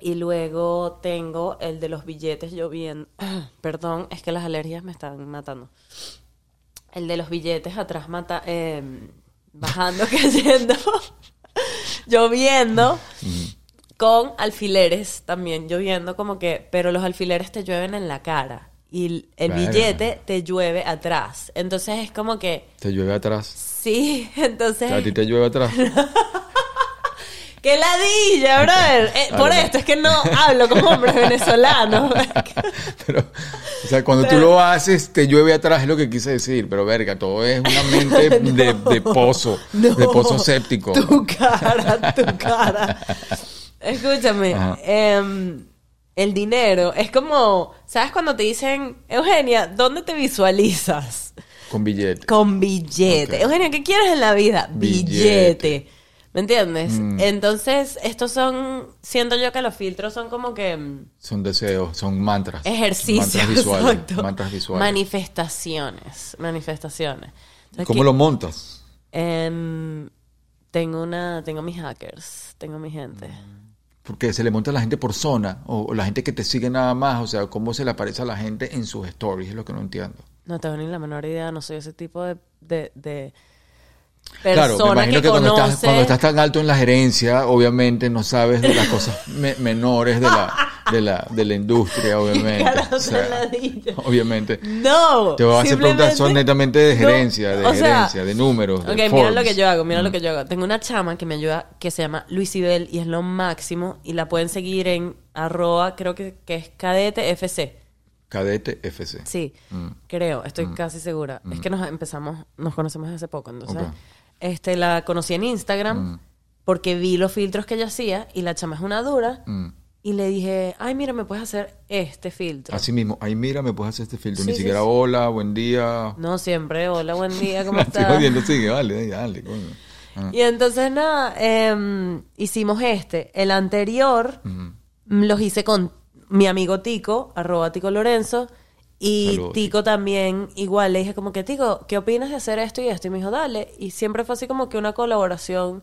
Speaker 1: Y luego tengo el de los billetes lloviendo. Perdón, es que las alergias me están matando. El de los billetes atrás mata, eh, bajando, cayendo, lloviendo, con alfileres también lloviendo como que, pero los alfileres te llueven en la cara y el- el
Speaker 3: Verga.
Speaker 1: billete te llueve atrás. Entonces es como que,
Speaker 3: Te llueve atrás.
Speaker 1: sí, entonces...
Speaker 3: A ti te llueve atrás.
Speaker 1: ¡Qué ladilla, brother! Eh, por
Speaker 3: Vale.
Speaker 1: esto es que no hablo como hombres venezolanos.
Speaker 3: Pero, o sea, cuando tú lo haces, te llueve atrás, es lo que quise decir. Pero verga, todo es una mente de, de pozo,
Speaker 1: No.
Speaker 3: de pozo séptico.
Speaker 1: Tu cara, tu cara. Escúchame,
Speaker 3: Ajá.
Speaker 1: em, el dinero es como, ¿sabes cuando te dicen, Eugenia, ¿dónde te visualizas?
Speaker 3: Con billete.
Speaker 1: Con billete.
Speaker 3: Ok.
Speaker 1: Eugenia, ¿qué quieres en la vida? Billete.
Speaker 3: Billete. Mm.
Speaker 1: ¿Me entiendes? Entonces, estos son, siento yo que los filtros son como que... mm,
Speaker 3: Son deseos, son mantras.
Speaker 1: Ejercicios.
Speaker 3: Mantras visuales.
Speaker 1: exacto.
Speaker 3: Mantras visuales.
Speaker 1: Manifestaciones. Manifestaciones. Entonces,
Speaker 3: ¿Cómo
Speaker 1: ¿qué-
Speaker 3: lo montas?
Speaker 1: Em, tengo una, tengo mis hackers, tengo mi gente.
Speaker 3: Mm. Porque se le monta a la gente por zona, o, o la gente que te sigue nada más, o sea, cómo se le aparece a la gente en sus stories, es lo que no entiendo.
Speaker 1: No tengo ni la menor idea, no soy ese tipo de, de, de
Speaker 3: Claro, me
Speaker 1: persona
Speaker 3: imagino que,
Speaker 1: que,
Speaker 3: cuando, estás,
Speaker 1: conoce.
Speaker 3: cuando estás tan alto en la gerencia, obviamente no sabes de las cosas me- menores de la, de, la, de la industria, obviamente.
Speaker 1: Cara de
Speaker 3: O sea,
Speaker 1: ladilla.
Speaker 3: obviamente.
Speaker 1: No.
Speaker 3: Te voy a hacer preguntas son
Speaker 1: simplemente-
Speaker 3: netamente de
Speaker 1: no,
Speaker 3: gerencia, de
Speaker 1: o sea,
Speaker 3: gerencia, de números.
Speaker 1: Ok,
Speaker 3: de
Speaker 1: mira
Speaker 3: forms. Mm.
Speaker 1: lo que yo hago, mira lo que yo hago. Tengo una chama que me ayuda que se llama Luisibel y es lo máximo y la pueden seguir en arroba, creo que, que es cadete FC.
Speaker 3: Cadete FC. Mm.
Speaker 1: Sí, creo, estoy casi segura. Es que nos empezamos, nos conocemos hace poco, entonces
Speaker 3: Ok.
Speaker 1: Este, la conocí en Instagram
Speaker 3: Mm.
Speaker 1: porque vi los filtros que ella hacía y la chama es una dura.
Speaker 3: Mm.
Speaker 1: Y le dije, ay, mira, me puedes hacer este filtro.
Speaker 3: Así mismo, ahí mira, me puedes hacer este filtro.
Speaker 1: Sí,
Speaker 3: Ni
Speaker 1: sí,
Speaker 3: siquiera
Speaker 1: sí.
Speaker 3: hola, buen día.
Speaker 1: No, siempre, hola, buen día, ¿cómo
Speaker 3: La estoy
Speaker 1: estás?
Speaker 3: jodiendo, sigue, vale, dale, coño. Ah,
Speaker 1: Y entonces nada, em, hicimos este. El anterior mm, los hice con mi amigo Tico, arroba Tico Lorenzo. Y
Speaker 3: Saludos,
Speaker 1: Tico también, igual, le dije como que, Tico, ¿qué opinas de hacer esto y esto? Y me dijo, dale. Y siempre fue así como que una colaboración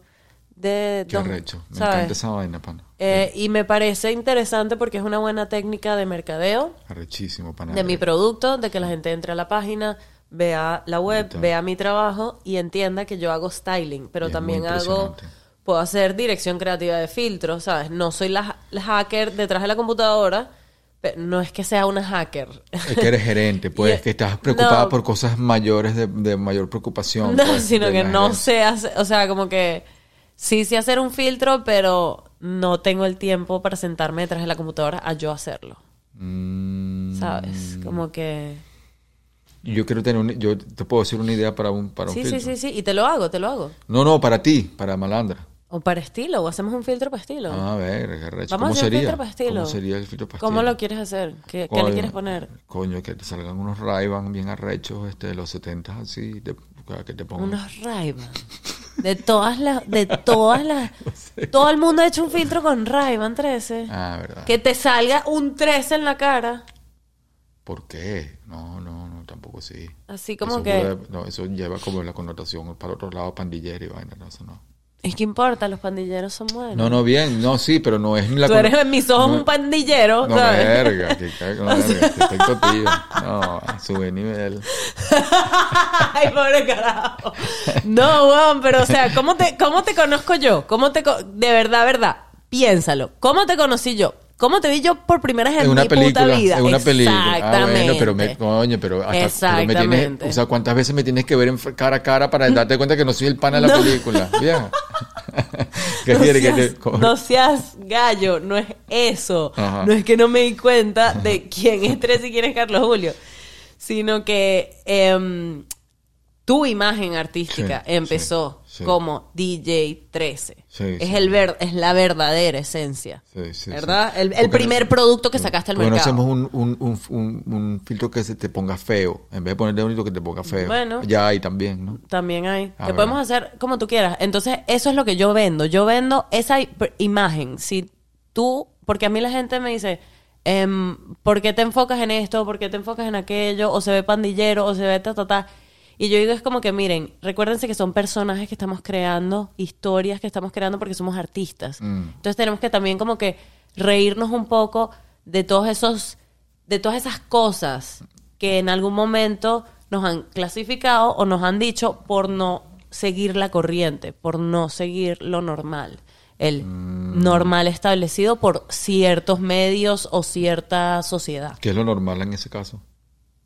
Speaker 1: de...
Speaker 3: Qué
Speaker 1: dos-
Speaker 3: arrecho. Me
Speaker 1: ¿sabes?
Speaker 3: encanta esa vaina, pana.
Speaker 1: Eh, y me parece interesante porque es una buena técnica de mercadeo
Speaker 3: Arrechísimo, pana.
Speaker 1: de mi producto, de que la gente entre a la página, vea la web,
Speaker 3: Brutal.
Speaker 1: vea mi trabajo y entienda que yo hago styling, pero
Speaker 3: Y es
Speaker 1: también
Speaker 3: muy
Speaker 1: hago,
Speaker 3: impresionante.
Speaker 1: puedo hacer dirección creativa de filtros, ¿sabes? No soy la, la hacker detrás de la computadora, pero no es que sea una hacker.
Speaker 3: Es que eres gerente,
Speaker 1: Y,
Speaker 3: pues,
Speaker 1: eh,
Speaker 3: que estás preocupada
Speaker 1: no.
Speaker 3: por cosas mayores de, de mayor preocupación.
Speaker 1: No,
Speaker 3: pues,
Speaker 1: sino
Speaker 3: de
Speaker 1: que
Speaker 3: la
Speaker 1: no
Speaker 3: gerencia.
Speaker 1: sé, hace- o sea, como que sí sé hacer un filtro, pero no tengo el tiempo para sentarme detrás de la computadora a yo hacerlo,
Speaker 3: Mm,
Speaker 1: ¿sabes? Como que...
Speaker 3: yo quiero tener un, yo te puedo decir una idea para un, para un
Speaker 1: Sí, sí,
Speaker 3: filtro.
Speaker 1: sí, sí, y te lo hago, te lo hago.
Speaker 3: No, no, para ti, para Malandra.
Speaker 1: O para estilo, o hacemos un filtro para estilo.
Speaker 3: A ver, qué
Speaker 1: Vamos
Speaker 3: arrecho. Ah, ¿Cómo
Speaker 1: a hacer
Speaker 3: sería?
Speaker 1: filtro para estilo.
Speaker 3: ¿Cómo sería el filtro pastel?
Speaker 1: ¿Cómo lo quieres hacer? ¿Qué, qué le quieres poner?
Speaker 3: Coño, que te salgan unos ray bien arrechos este, de los 70 así, de- que te pongan...
Speaker 1: Unos ray De todas las, de todas las, todo el mundo ha hecho un filtro con ray 13.
Speaker 3: Ah, verdad.
Speaker 1: Que te salga un 13 en la cara.
Speaker 3: ¿Por qué? No, no, no, tampoco así.
Speaker 1: Así como
Speaker 3: Eso
Speaker 1: que,
Speaker 3: es burda de- no, eso lleva como la connotación para otro lado pandillero y vaina, no, eso no.
Speaker 1: es que importa, los pandilleros son buenos.
Speaker 3: No, no, bien, no, sí, pero no es ni la...
Speaker 1: Tú
Speaker 3: conno-
Speaker 1: eres en mis ojos
Speaker 3: no-
Speaker 1: un pandillero,
Speaker 3: No, eh,
Speaker 1: ¿sabes?
Speaker 3: verga, que cago, no, verga, que estoy contigo. No, a subir nivel.
Speaker 1: Ay, pobre carajo. No, weón, pero o sea, ¿cómo te, cómo te conozco yo? ¿Cómo te co- de verdad, verdad? Piénsalo. ¿Cómo te conocí yo? ¿Cómo te vi yo por primera vez en,
Speaker 3: En una
Speaker 1: mi
Speaker 3: película,
Speaker 1: puta vida?
Speaker 3: en una película. Ah,
Speaker 1: Exactamente.
Speaker 3: bueno, pero me, coño, pero hasta pero me tienes-
Speaker 1: Exactamente.
Speaker 3: o sea, ¿cuántas veces me tienes que ver en fr- cara a cara para darte cuenta que no soy el pana de la
Speaker 1: No.
Speaker 3: película? Vieja. ¿Qué
Speaker 1: no,
Speaker 3: quieres que
Speaker 1: seas,
Speaker 3: te co-
Speaker 1: no seas gallo, no es eso.
Speaker 3: Ajá.
Speaker 1: No es que no me di cuenta de quién es Tres y quién es Carlos Julio. Sino que em, tu imagen artística
Speaker 3: Sí,
Speaker 1: empezó
Speaker 3: sí, sí.
Speaker 1: como DJ 13.
Speaker 3: Sí,
Speaker 1: es,
Speaker 3: sí.
Speaker 1: el ver, es la verdadera esencia.
Speaker 3: Sí, sí,
Speaker 1: ¿Verdad?
Speaker 3: sí.
Speaker 1: El, el
Speaker 3: Porque
Speaker 1: primer
Speaker 3: no-
Speaker 1: producto que sacaste al
Speaker 3: porque no
Speaker 1: mercado.
Speaker 3: hacemos un, un, un, un- un filtro que se te ponga feo. En vez de ponerle bonito que te ponga feo.
Speaker 1: Bueno.
Speaker 3: Ya hay también, ¿no?
Speaker 1: También hay.
Speaker 3: Ah,
Speaker 1: que
Speaker 3: ¿verdad?
Speaker 1: podemos hacer como tú quieras. Entonces, eso es lo que yo vendo. Yo vendo esa i- pr- imagen. Si tú, porque a mí la gente me dice, em, ¿por qué te enfocas en esto? ¿Por qué te enfocas en aquello? O se ve pandillero, o se ve ta, ta, ta. Y yo digo, es como que miren, recuérdense que son personajes que estamos creando, historias que estamos creando porque somos artistas. Entonces tenemos que también como que reírnos un poco de todos esos, de todas esas cosas que en algún momento nos han clasificado o nos han dicho por no seguir la corriente, por no seguir lo normal. El
Speaker 3: Mm.
Speaker 1: normal establecido por ciertos medios o cierta sociedad.
Speaker 3: Que es lo normal en ese caso.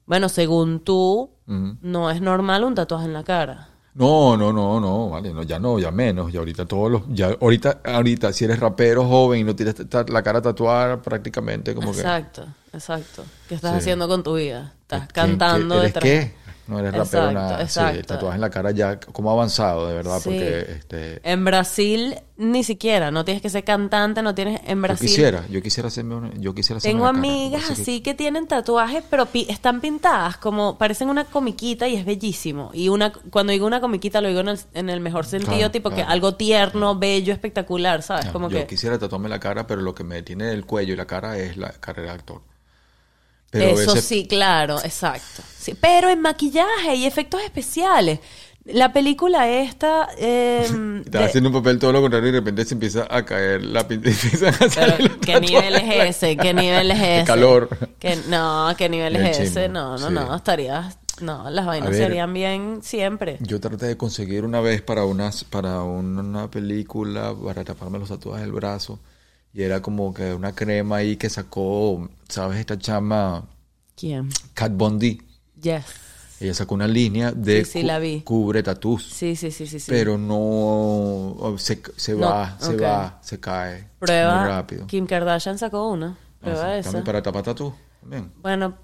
Speaker 1: Bueno, según tú,
Speaker 3: Ujú.
Speaker 1: no es normal un tatuaje en la cara.
Speaker 3: No, no, no, no, vale, no, ya no, ya menos, ya ahorita todos los, ya ahorita, ahorita, si eres rapero joven y no tienes ta- la cara tatuada prácticamente como que...
Speaker 1: Exacto, exacto. ¿Qué estás
Speaker 3: Sí.
Speaker 1: haciendo con tu vida? Estás
Speaker 3: ¿Quién-
Speaker 1: cantando
Speaker 3: qué- ¿Eres
Speaker 1: detrás-
Speaker 3: qué? No eres rapero
Speaker 1: Exacto,
Speaker 3: nada. Sí,
Speaker 1: exacto.
Speaker 3: tatuajes en la cara ya como avanzado, de verdad,
Speaker 1: Sí.
Speaker 3: porque este
Speaker 1: En Brasil ni siquiera, no tienes que ser cantante, no tienes en
Speaker 3: yo
Speaker 1: Brasil.
Speaker 3: quisiera, yo quisiera hacerme una, yo quisiera hacerme
Speaker 1: Tengo
Speaker 3: la cara,
Speaker 1: amigas
Speaker 3: lo que pasa es que-
Speaker 1: así que tienen tatuajes, pero pi- están pintadas como parecen una comiquita y es bellísimo. Y una cuando digo una comiquita lo digo en el, en el mejor sentido,
Speaker 3: Claro,
Speaker 1: tipo que
Speaker 3: claro.
Speaker 1: algo tierno, bello, espectacular, ¿sabes?
Speaker 3: Ah,
Speaker 1: como
Speaker 3: yo
Speaker 1: que
Speaker 3: quisiera tatuarme la cara, pero lo que me detiene el cuello y la cara es la carrera de actor. Pero
Speaker 1: Eso
Speaker 3: ese-
Speaker 1: sí, claro, exacto. Sí, pero en maquillaje y efectos especiales. La película esta... em,
Speaker 3: Estás
Speaker 1: de-
Speaker 3: haciendo un papel todo lo contrario y de repente se empieza a caer la pinta. empiezan a
Speaker 1: Pero,
Speaker 3: salir los
Speaker 1: ¿Qué
Speaker 3: tatuajes.
Speaker 1: nivel es ese? ¿Qué nivel es
Speaker 3: El
Speaker 1: ese?
Speaker 3: calor.
Speaker 1: Que, no, ¿qué nivel
Speaker 3: Bien
Speaker 1: es
Speaker 3: chimbo,
Speaker 1: ese? No, no,
Speaker 3: sí.
Speaker 1: no, estarías... No, las vainas
Speaker 3: ver.
Speaker 1: serían bien siempre.
Speaker 3: Yo traté de conseguir una vez para unas para una película para taparme los tatuajes del brazo y era como que una crema ahí que sacó, ¿sabes? Esta chama
Speaker 1: ¿Quién?
Speaker 3: Kat Von D.
Speaker 1: Yes.
Speaker 3: Ella sacó una línea de
Speaker 1: Sí, sí, la vi.
Speaker 3: cubre tatús,
Speaker 1: Sí, sí, sí, sí, sí.
Speaker 3: pero no se, se
Speaker 1: No,
Speaker 3: va, se
Speaker 1: ok.
Speaker 3: va, se cae muy
Speaker 1: Prueba.
Speaker 3: rápido.
Speaker 1: Kim Kardashian sacó una.
Speaker 3: Ah,
Speaker 1: Prueba
Speaker 3: sí,
Speaker 1: esa.
Speaker 3: También para tapar tatú, también.
Speaker 1: Bueno,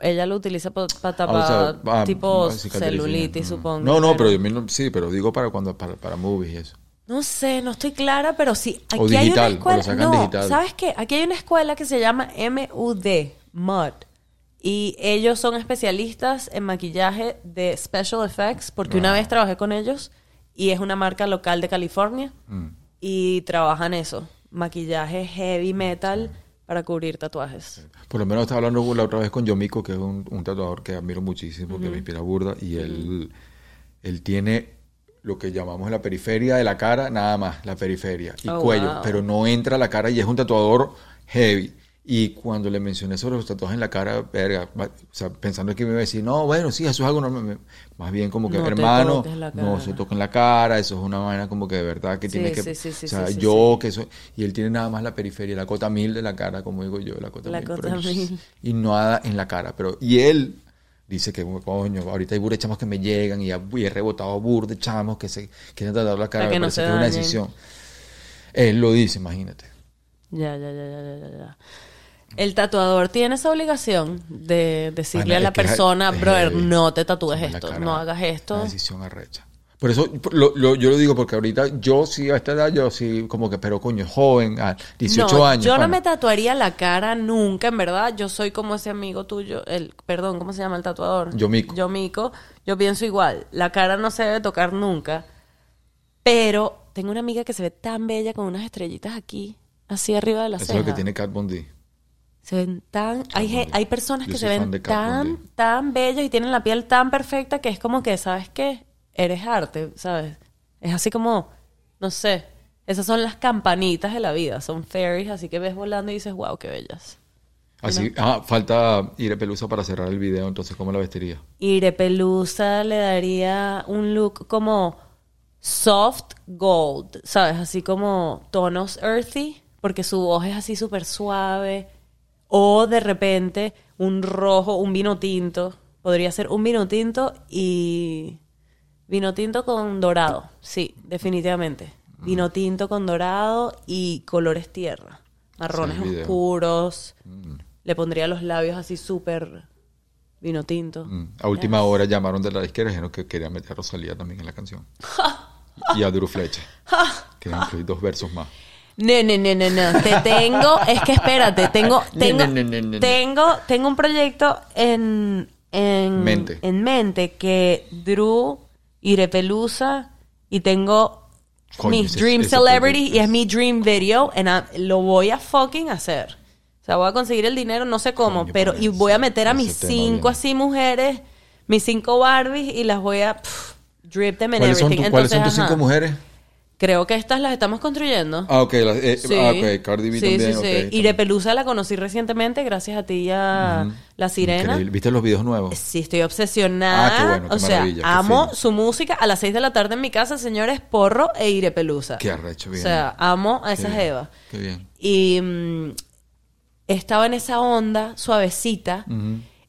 Speaker 1: ella lo utiliza para tapar
Speaker 3: Ah, o sea, ah,
Speaker 1: tipo
Speaker 3: ah, cicatrices,
Speaker 1: celulitis,
Speaker 3: mm.
Speaker 1: supongo.
Speaker 3: No, no,
Speaker 1: pero-
Speaker 3: pero yo mismo- sí, pero digo para cuando para, para movies y eso.
Speaker 1: No sé, no estoy clara, pero sí. Aquí
Speaker 3: O
Speaker 1: hay
Speaker 3: digital,
Speaker 1: una
Speaker 3: o lo
Speaker 1: escuela.
Speaker 3: sacan
Speaker 1: no,
Speaker 3: digital.
Speaker 1: ¿sabes qué? Aquí hay una escuela que se llama MUD, MUD. Y ellos son especialistas en maquillaje de special effects, porque
Speaker 3: Ah.
Speaker 1: una vez trabajé con ellos y es una marca local de California
Speaker 3: Mm.
Speaker 1: y trabajan eso, maquillaje heavy metal para cubrir tatuajes.
Speaker 3: Por lo menos estaba hablando la otra vez con Yomiko, que es un, un tatuador que admiro muchísimo, que me inspira burda, y él, él tiene lo que llamamos la periferia de la cara, nada más, la periferia y
Speaker 1: Oh,
Speaker 3: cuello,
Speaker 1: wow.
Speaker 3: pero no entra la cara y es un tatuador heavy. Y cuando le mencioné sobre los tatuajes en la cara, verga, ma- o sea, pensando que me iba a decir, no, bueno, sí, eso es algo normal. me- Más bien como que,
Speaker 1: No te
Speaker 3: hermano,
Speaker 1: toques la
Speaker 3: no
Speaker 1: cara".
Speaker 3: se toquen la cara, eso es una vaina como que de verdad que
Speaker 1: Sí,
Speaker 3: tienes que...
Speaker 1: sí, sí, sí,
Speaker 3: o sea,
Speaker 1: sí, sí,
Speaker 3: yo
Speaker 1: sí.
Speaker 3: o que eso- y él tiene nada más la periferia, la cota mil de la cara, como digo yo, la cota
Speaker 1: La
Speaker 3: mil.
Speaker 1: cota
Speaker 3: pero-
Speaker 1: mil.
Speaker 3: Y nada en la cara, pero y él dice que coño, ahorita hay burda de chamos que me llegan y, ya- y he rebotado burda de chamos que se quieren tratar la cara,
Speaker 1: Para que no
Speaker 3: me parece
Speaker 1: se
Speaker 3: es una
Speaker 1: dañen.
Speaker 3: decisión. Él lo dice, imagínate.
Speaker 1: Ya, ya, ya, ya, ya, ya, ya. El tatuador tiene esa obligación de decirle
Speaker 3: Ana,
Speaker 1: a la
Speaker 3: es que es-
Speaker 1: persona,
Speaker 3: es
Speaker 1: brother,
Speaker 3: heavy.
Speaker 1: no te tatúes
Speaker 3: Chamo, en la
Speaker 1: esto,
Speaker 3: cara,
Speaker 1: no hagas esto.
Speaker 3: Una decisión arrecha. Por eso por- lo- lo- yo lo digo porque ahorita yo sí a esta edad yo sí como que pero coño, joven, a 18
Speaker 1: No,
Speaker 3: años.
Speaker 1: Yo no
Speaker 3: pana.
Speaker 1: me tatuaría la cara nunca, en verdad. Yo soy como ese amigo tuyo, el, perdón, ¿cómo se llama el tatuador?
Speaker 3: Yomiko.
Speaker 1: Yo mico. Yo pienso igual. La cara no se debe tocar nunca. Pero tengo una amiga que se ve tan bella con unas estrellitas aquí, así arriba de la
Speaker 3: Eso es
Speaker 1: ceja.
Speaker 3: lo que tiene Cat Bondi.
Speaker 1: Se ven tan. Hay, gen- hay personas
Speaker 3: Yo
Speaker 1: que
Speaker 3: soy
Speaker 1: se
Speaker 3: fan de
Speaker 1: ven
Speaker 3: Kat
Speaker 1: tan,
Speaker 3: Von D.
Speaker 1: tan bellas y tienen la piel tan perfecta que es como que, ¿sabes qué? Eres arte, ¿sabes? Es así como, no sé. Esas son las campanitas de la vida, son fairies, así que ves volando y dices, wow, qué bellas.
Speaker 3: Así, ah, falta ir a Pelusa para cerrar el video, entonces ¿cómo la vestiría?
Speaker 1: Ire Pelusa le daría un look como soft gold, ¿sabes? Así como tonos earthy, porque su voz es así súper suave. O de repente un rojo, un vino tinto. Podría ser un vino tinto y vino tinto con dorado. Sí, definitivamente. Vino tinto con dorado y colores tierra. Marrones
Speaker 3: Sí, el video. Mm.
Speaker 1: oscuros. Le pondría los labios así súper vino tinto.
Speaker 3: Mm. A última hora llamaron de la disquera y dijeron que querían meter a Rosalía también en la canción. y a Duro Flecha. Querían incluir dos versos más.
Speaker 1: No, no, no, no, no. Te tengo, es que espérate, tengo,
Speaker 3: No,
Speaker 1: tengo,
Speaker 3: no, no, no, no, no.
Speaker 1: tengo, tengo un proyecto en, en
Speaker 3: Mente.
Speaker 1: en mente que Drew Irepelusa y tengo
Speaker 3: Coño,
Speaker 1: mis
Speaker 3: ese-
Speaker 1: dream
Speaker 3: ese
Speaker 1: celebrity
Speaker 3: proyecto
Speaker 1: y es mi dream video and I- lo voy a fucking hacer. O sea, voy a conseguir el dinero, no sé cómo,
Speaker 3: Coño,
Speaker 1: pero
Speaker 3: para
Speaker 1: y
Speaker 3: ese-
Speaker 1: voy a meter a
Speaker 3: ese
Speaker 1: mis
Speaker 3: tema
Speaker 1: cinco
Speaker 3: viene.
Speaker 1: así mujeres, mis cinco Barbies y las voy a pff, drip them and
Speaker 3: ¿Cuáles son,
Speaker 1: everything.
Speaker 3: tu- ¿cuáles son
Speaker 1: Entonces,
Speaker 3: tus cinco
Speaker 1: ajá.
Speaker 3: mujeres?
Speaker 1: Creo que estas las estamos construyendo.
Speaker 3: Ah, ok. las- eh,
Speaker 1: Sí.
Speaker 3: ah, ok, Cardi B
Speaker 1: Sí,
Speaker 3: también.
Speaker 1: sí, sí.
Speaker 3: ok,
Speaker 1: Y
Speaker 3: también.
Speaker 1: de Pelusa la conocí recientemente gracias a ti y a La Sirena.
Speaker 3: Increíble. ¿Viste los videos nuevos?
Speaker 1: Sí, estoy obsesionada.
Speaker 3: Ah, qué bueno, qué
Speaker 1: o sea,
Speaker 3: maravilla, qué
Speaker 1: amo
Speaker 3: fino.
Speaker 1: su música a las 6 de la tarde en mi casa, señores, porro e Ire Pelusa.
Speaker 3: Qué arrecho, bien.
Speaker 1: O sea, amo a
Speaker 3: Qué
Speaker 1: esa
Speaker 3: bien,
Speaker 1: jeva.
Speaker 3: Qué bien.
Speaker 1: Y mm, estaba en esa onda suavecita.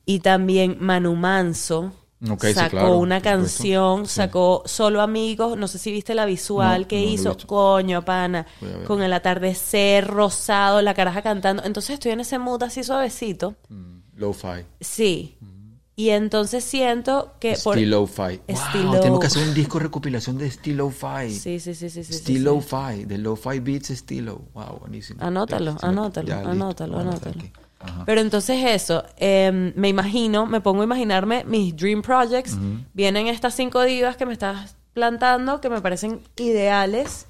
Speaker 1: Y también Manu Manso
Speaker 3: Ok, sí,
Speaker 1: sacó
Speaker 3: claro,
Speaker 1: una
Speaker 3: por supuesto.
Speaker 1: canción,
Speaker 3: Sí.
Speaker 1: sacó Solo Amigos. No sé si viste la visual
Speaker 3: No,
Speaker 1: que
Speaker 3: no lo he
Speaker 1: hizo.
Speaker 3: visto.
Speaker 1: Coño, pana.
Speaker 3: Voy a ver.
Speaker 1: Con el atardecer rosado, la caraja cantando. Entonces estoy en ese mood así suavecito.
Speaker 3: Mm, Lo-fi.
Speaker 1: Sí. Y entonces siento que... por-
Speaker 3: Still Lo-fi.
Speaker 1: Estilo-
Speaker 3: Wow, tenemos que hacer un disco recopilación de Still Lo-fi.
Speaker 1: Sí, sí, sí, sí. sí, sí, sí.
Speaker 3: Still Lo-fi. De Lo-fi Beats Estilo. Wow, buenísimo.
Speaker 1: Anótalo,
Speaker 3: Se me-
Speaker 1: anótalo,
Speaker 3: ya, listo,
Speaker 1: anótalo,
Speaker 3: lo voy a anotar
Speaker 1: anótalo.
Speaker 3: aquí. Ajá.
Speaker 1: Pero entonces eso, eh, me imagino, me pongo a imaginarme mis dream projects. Vienen estas cinco divas que me estás plantando, que me parecen ideales.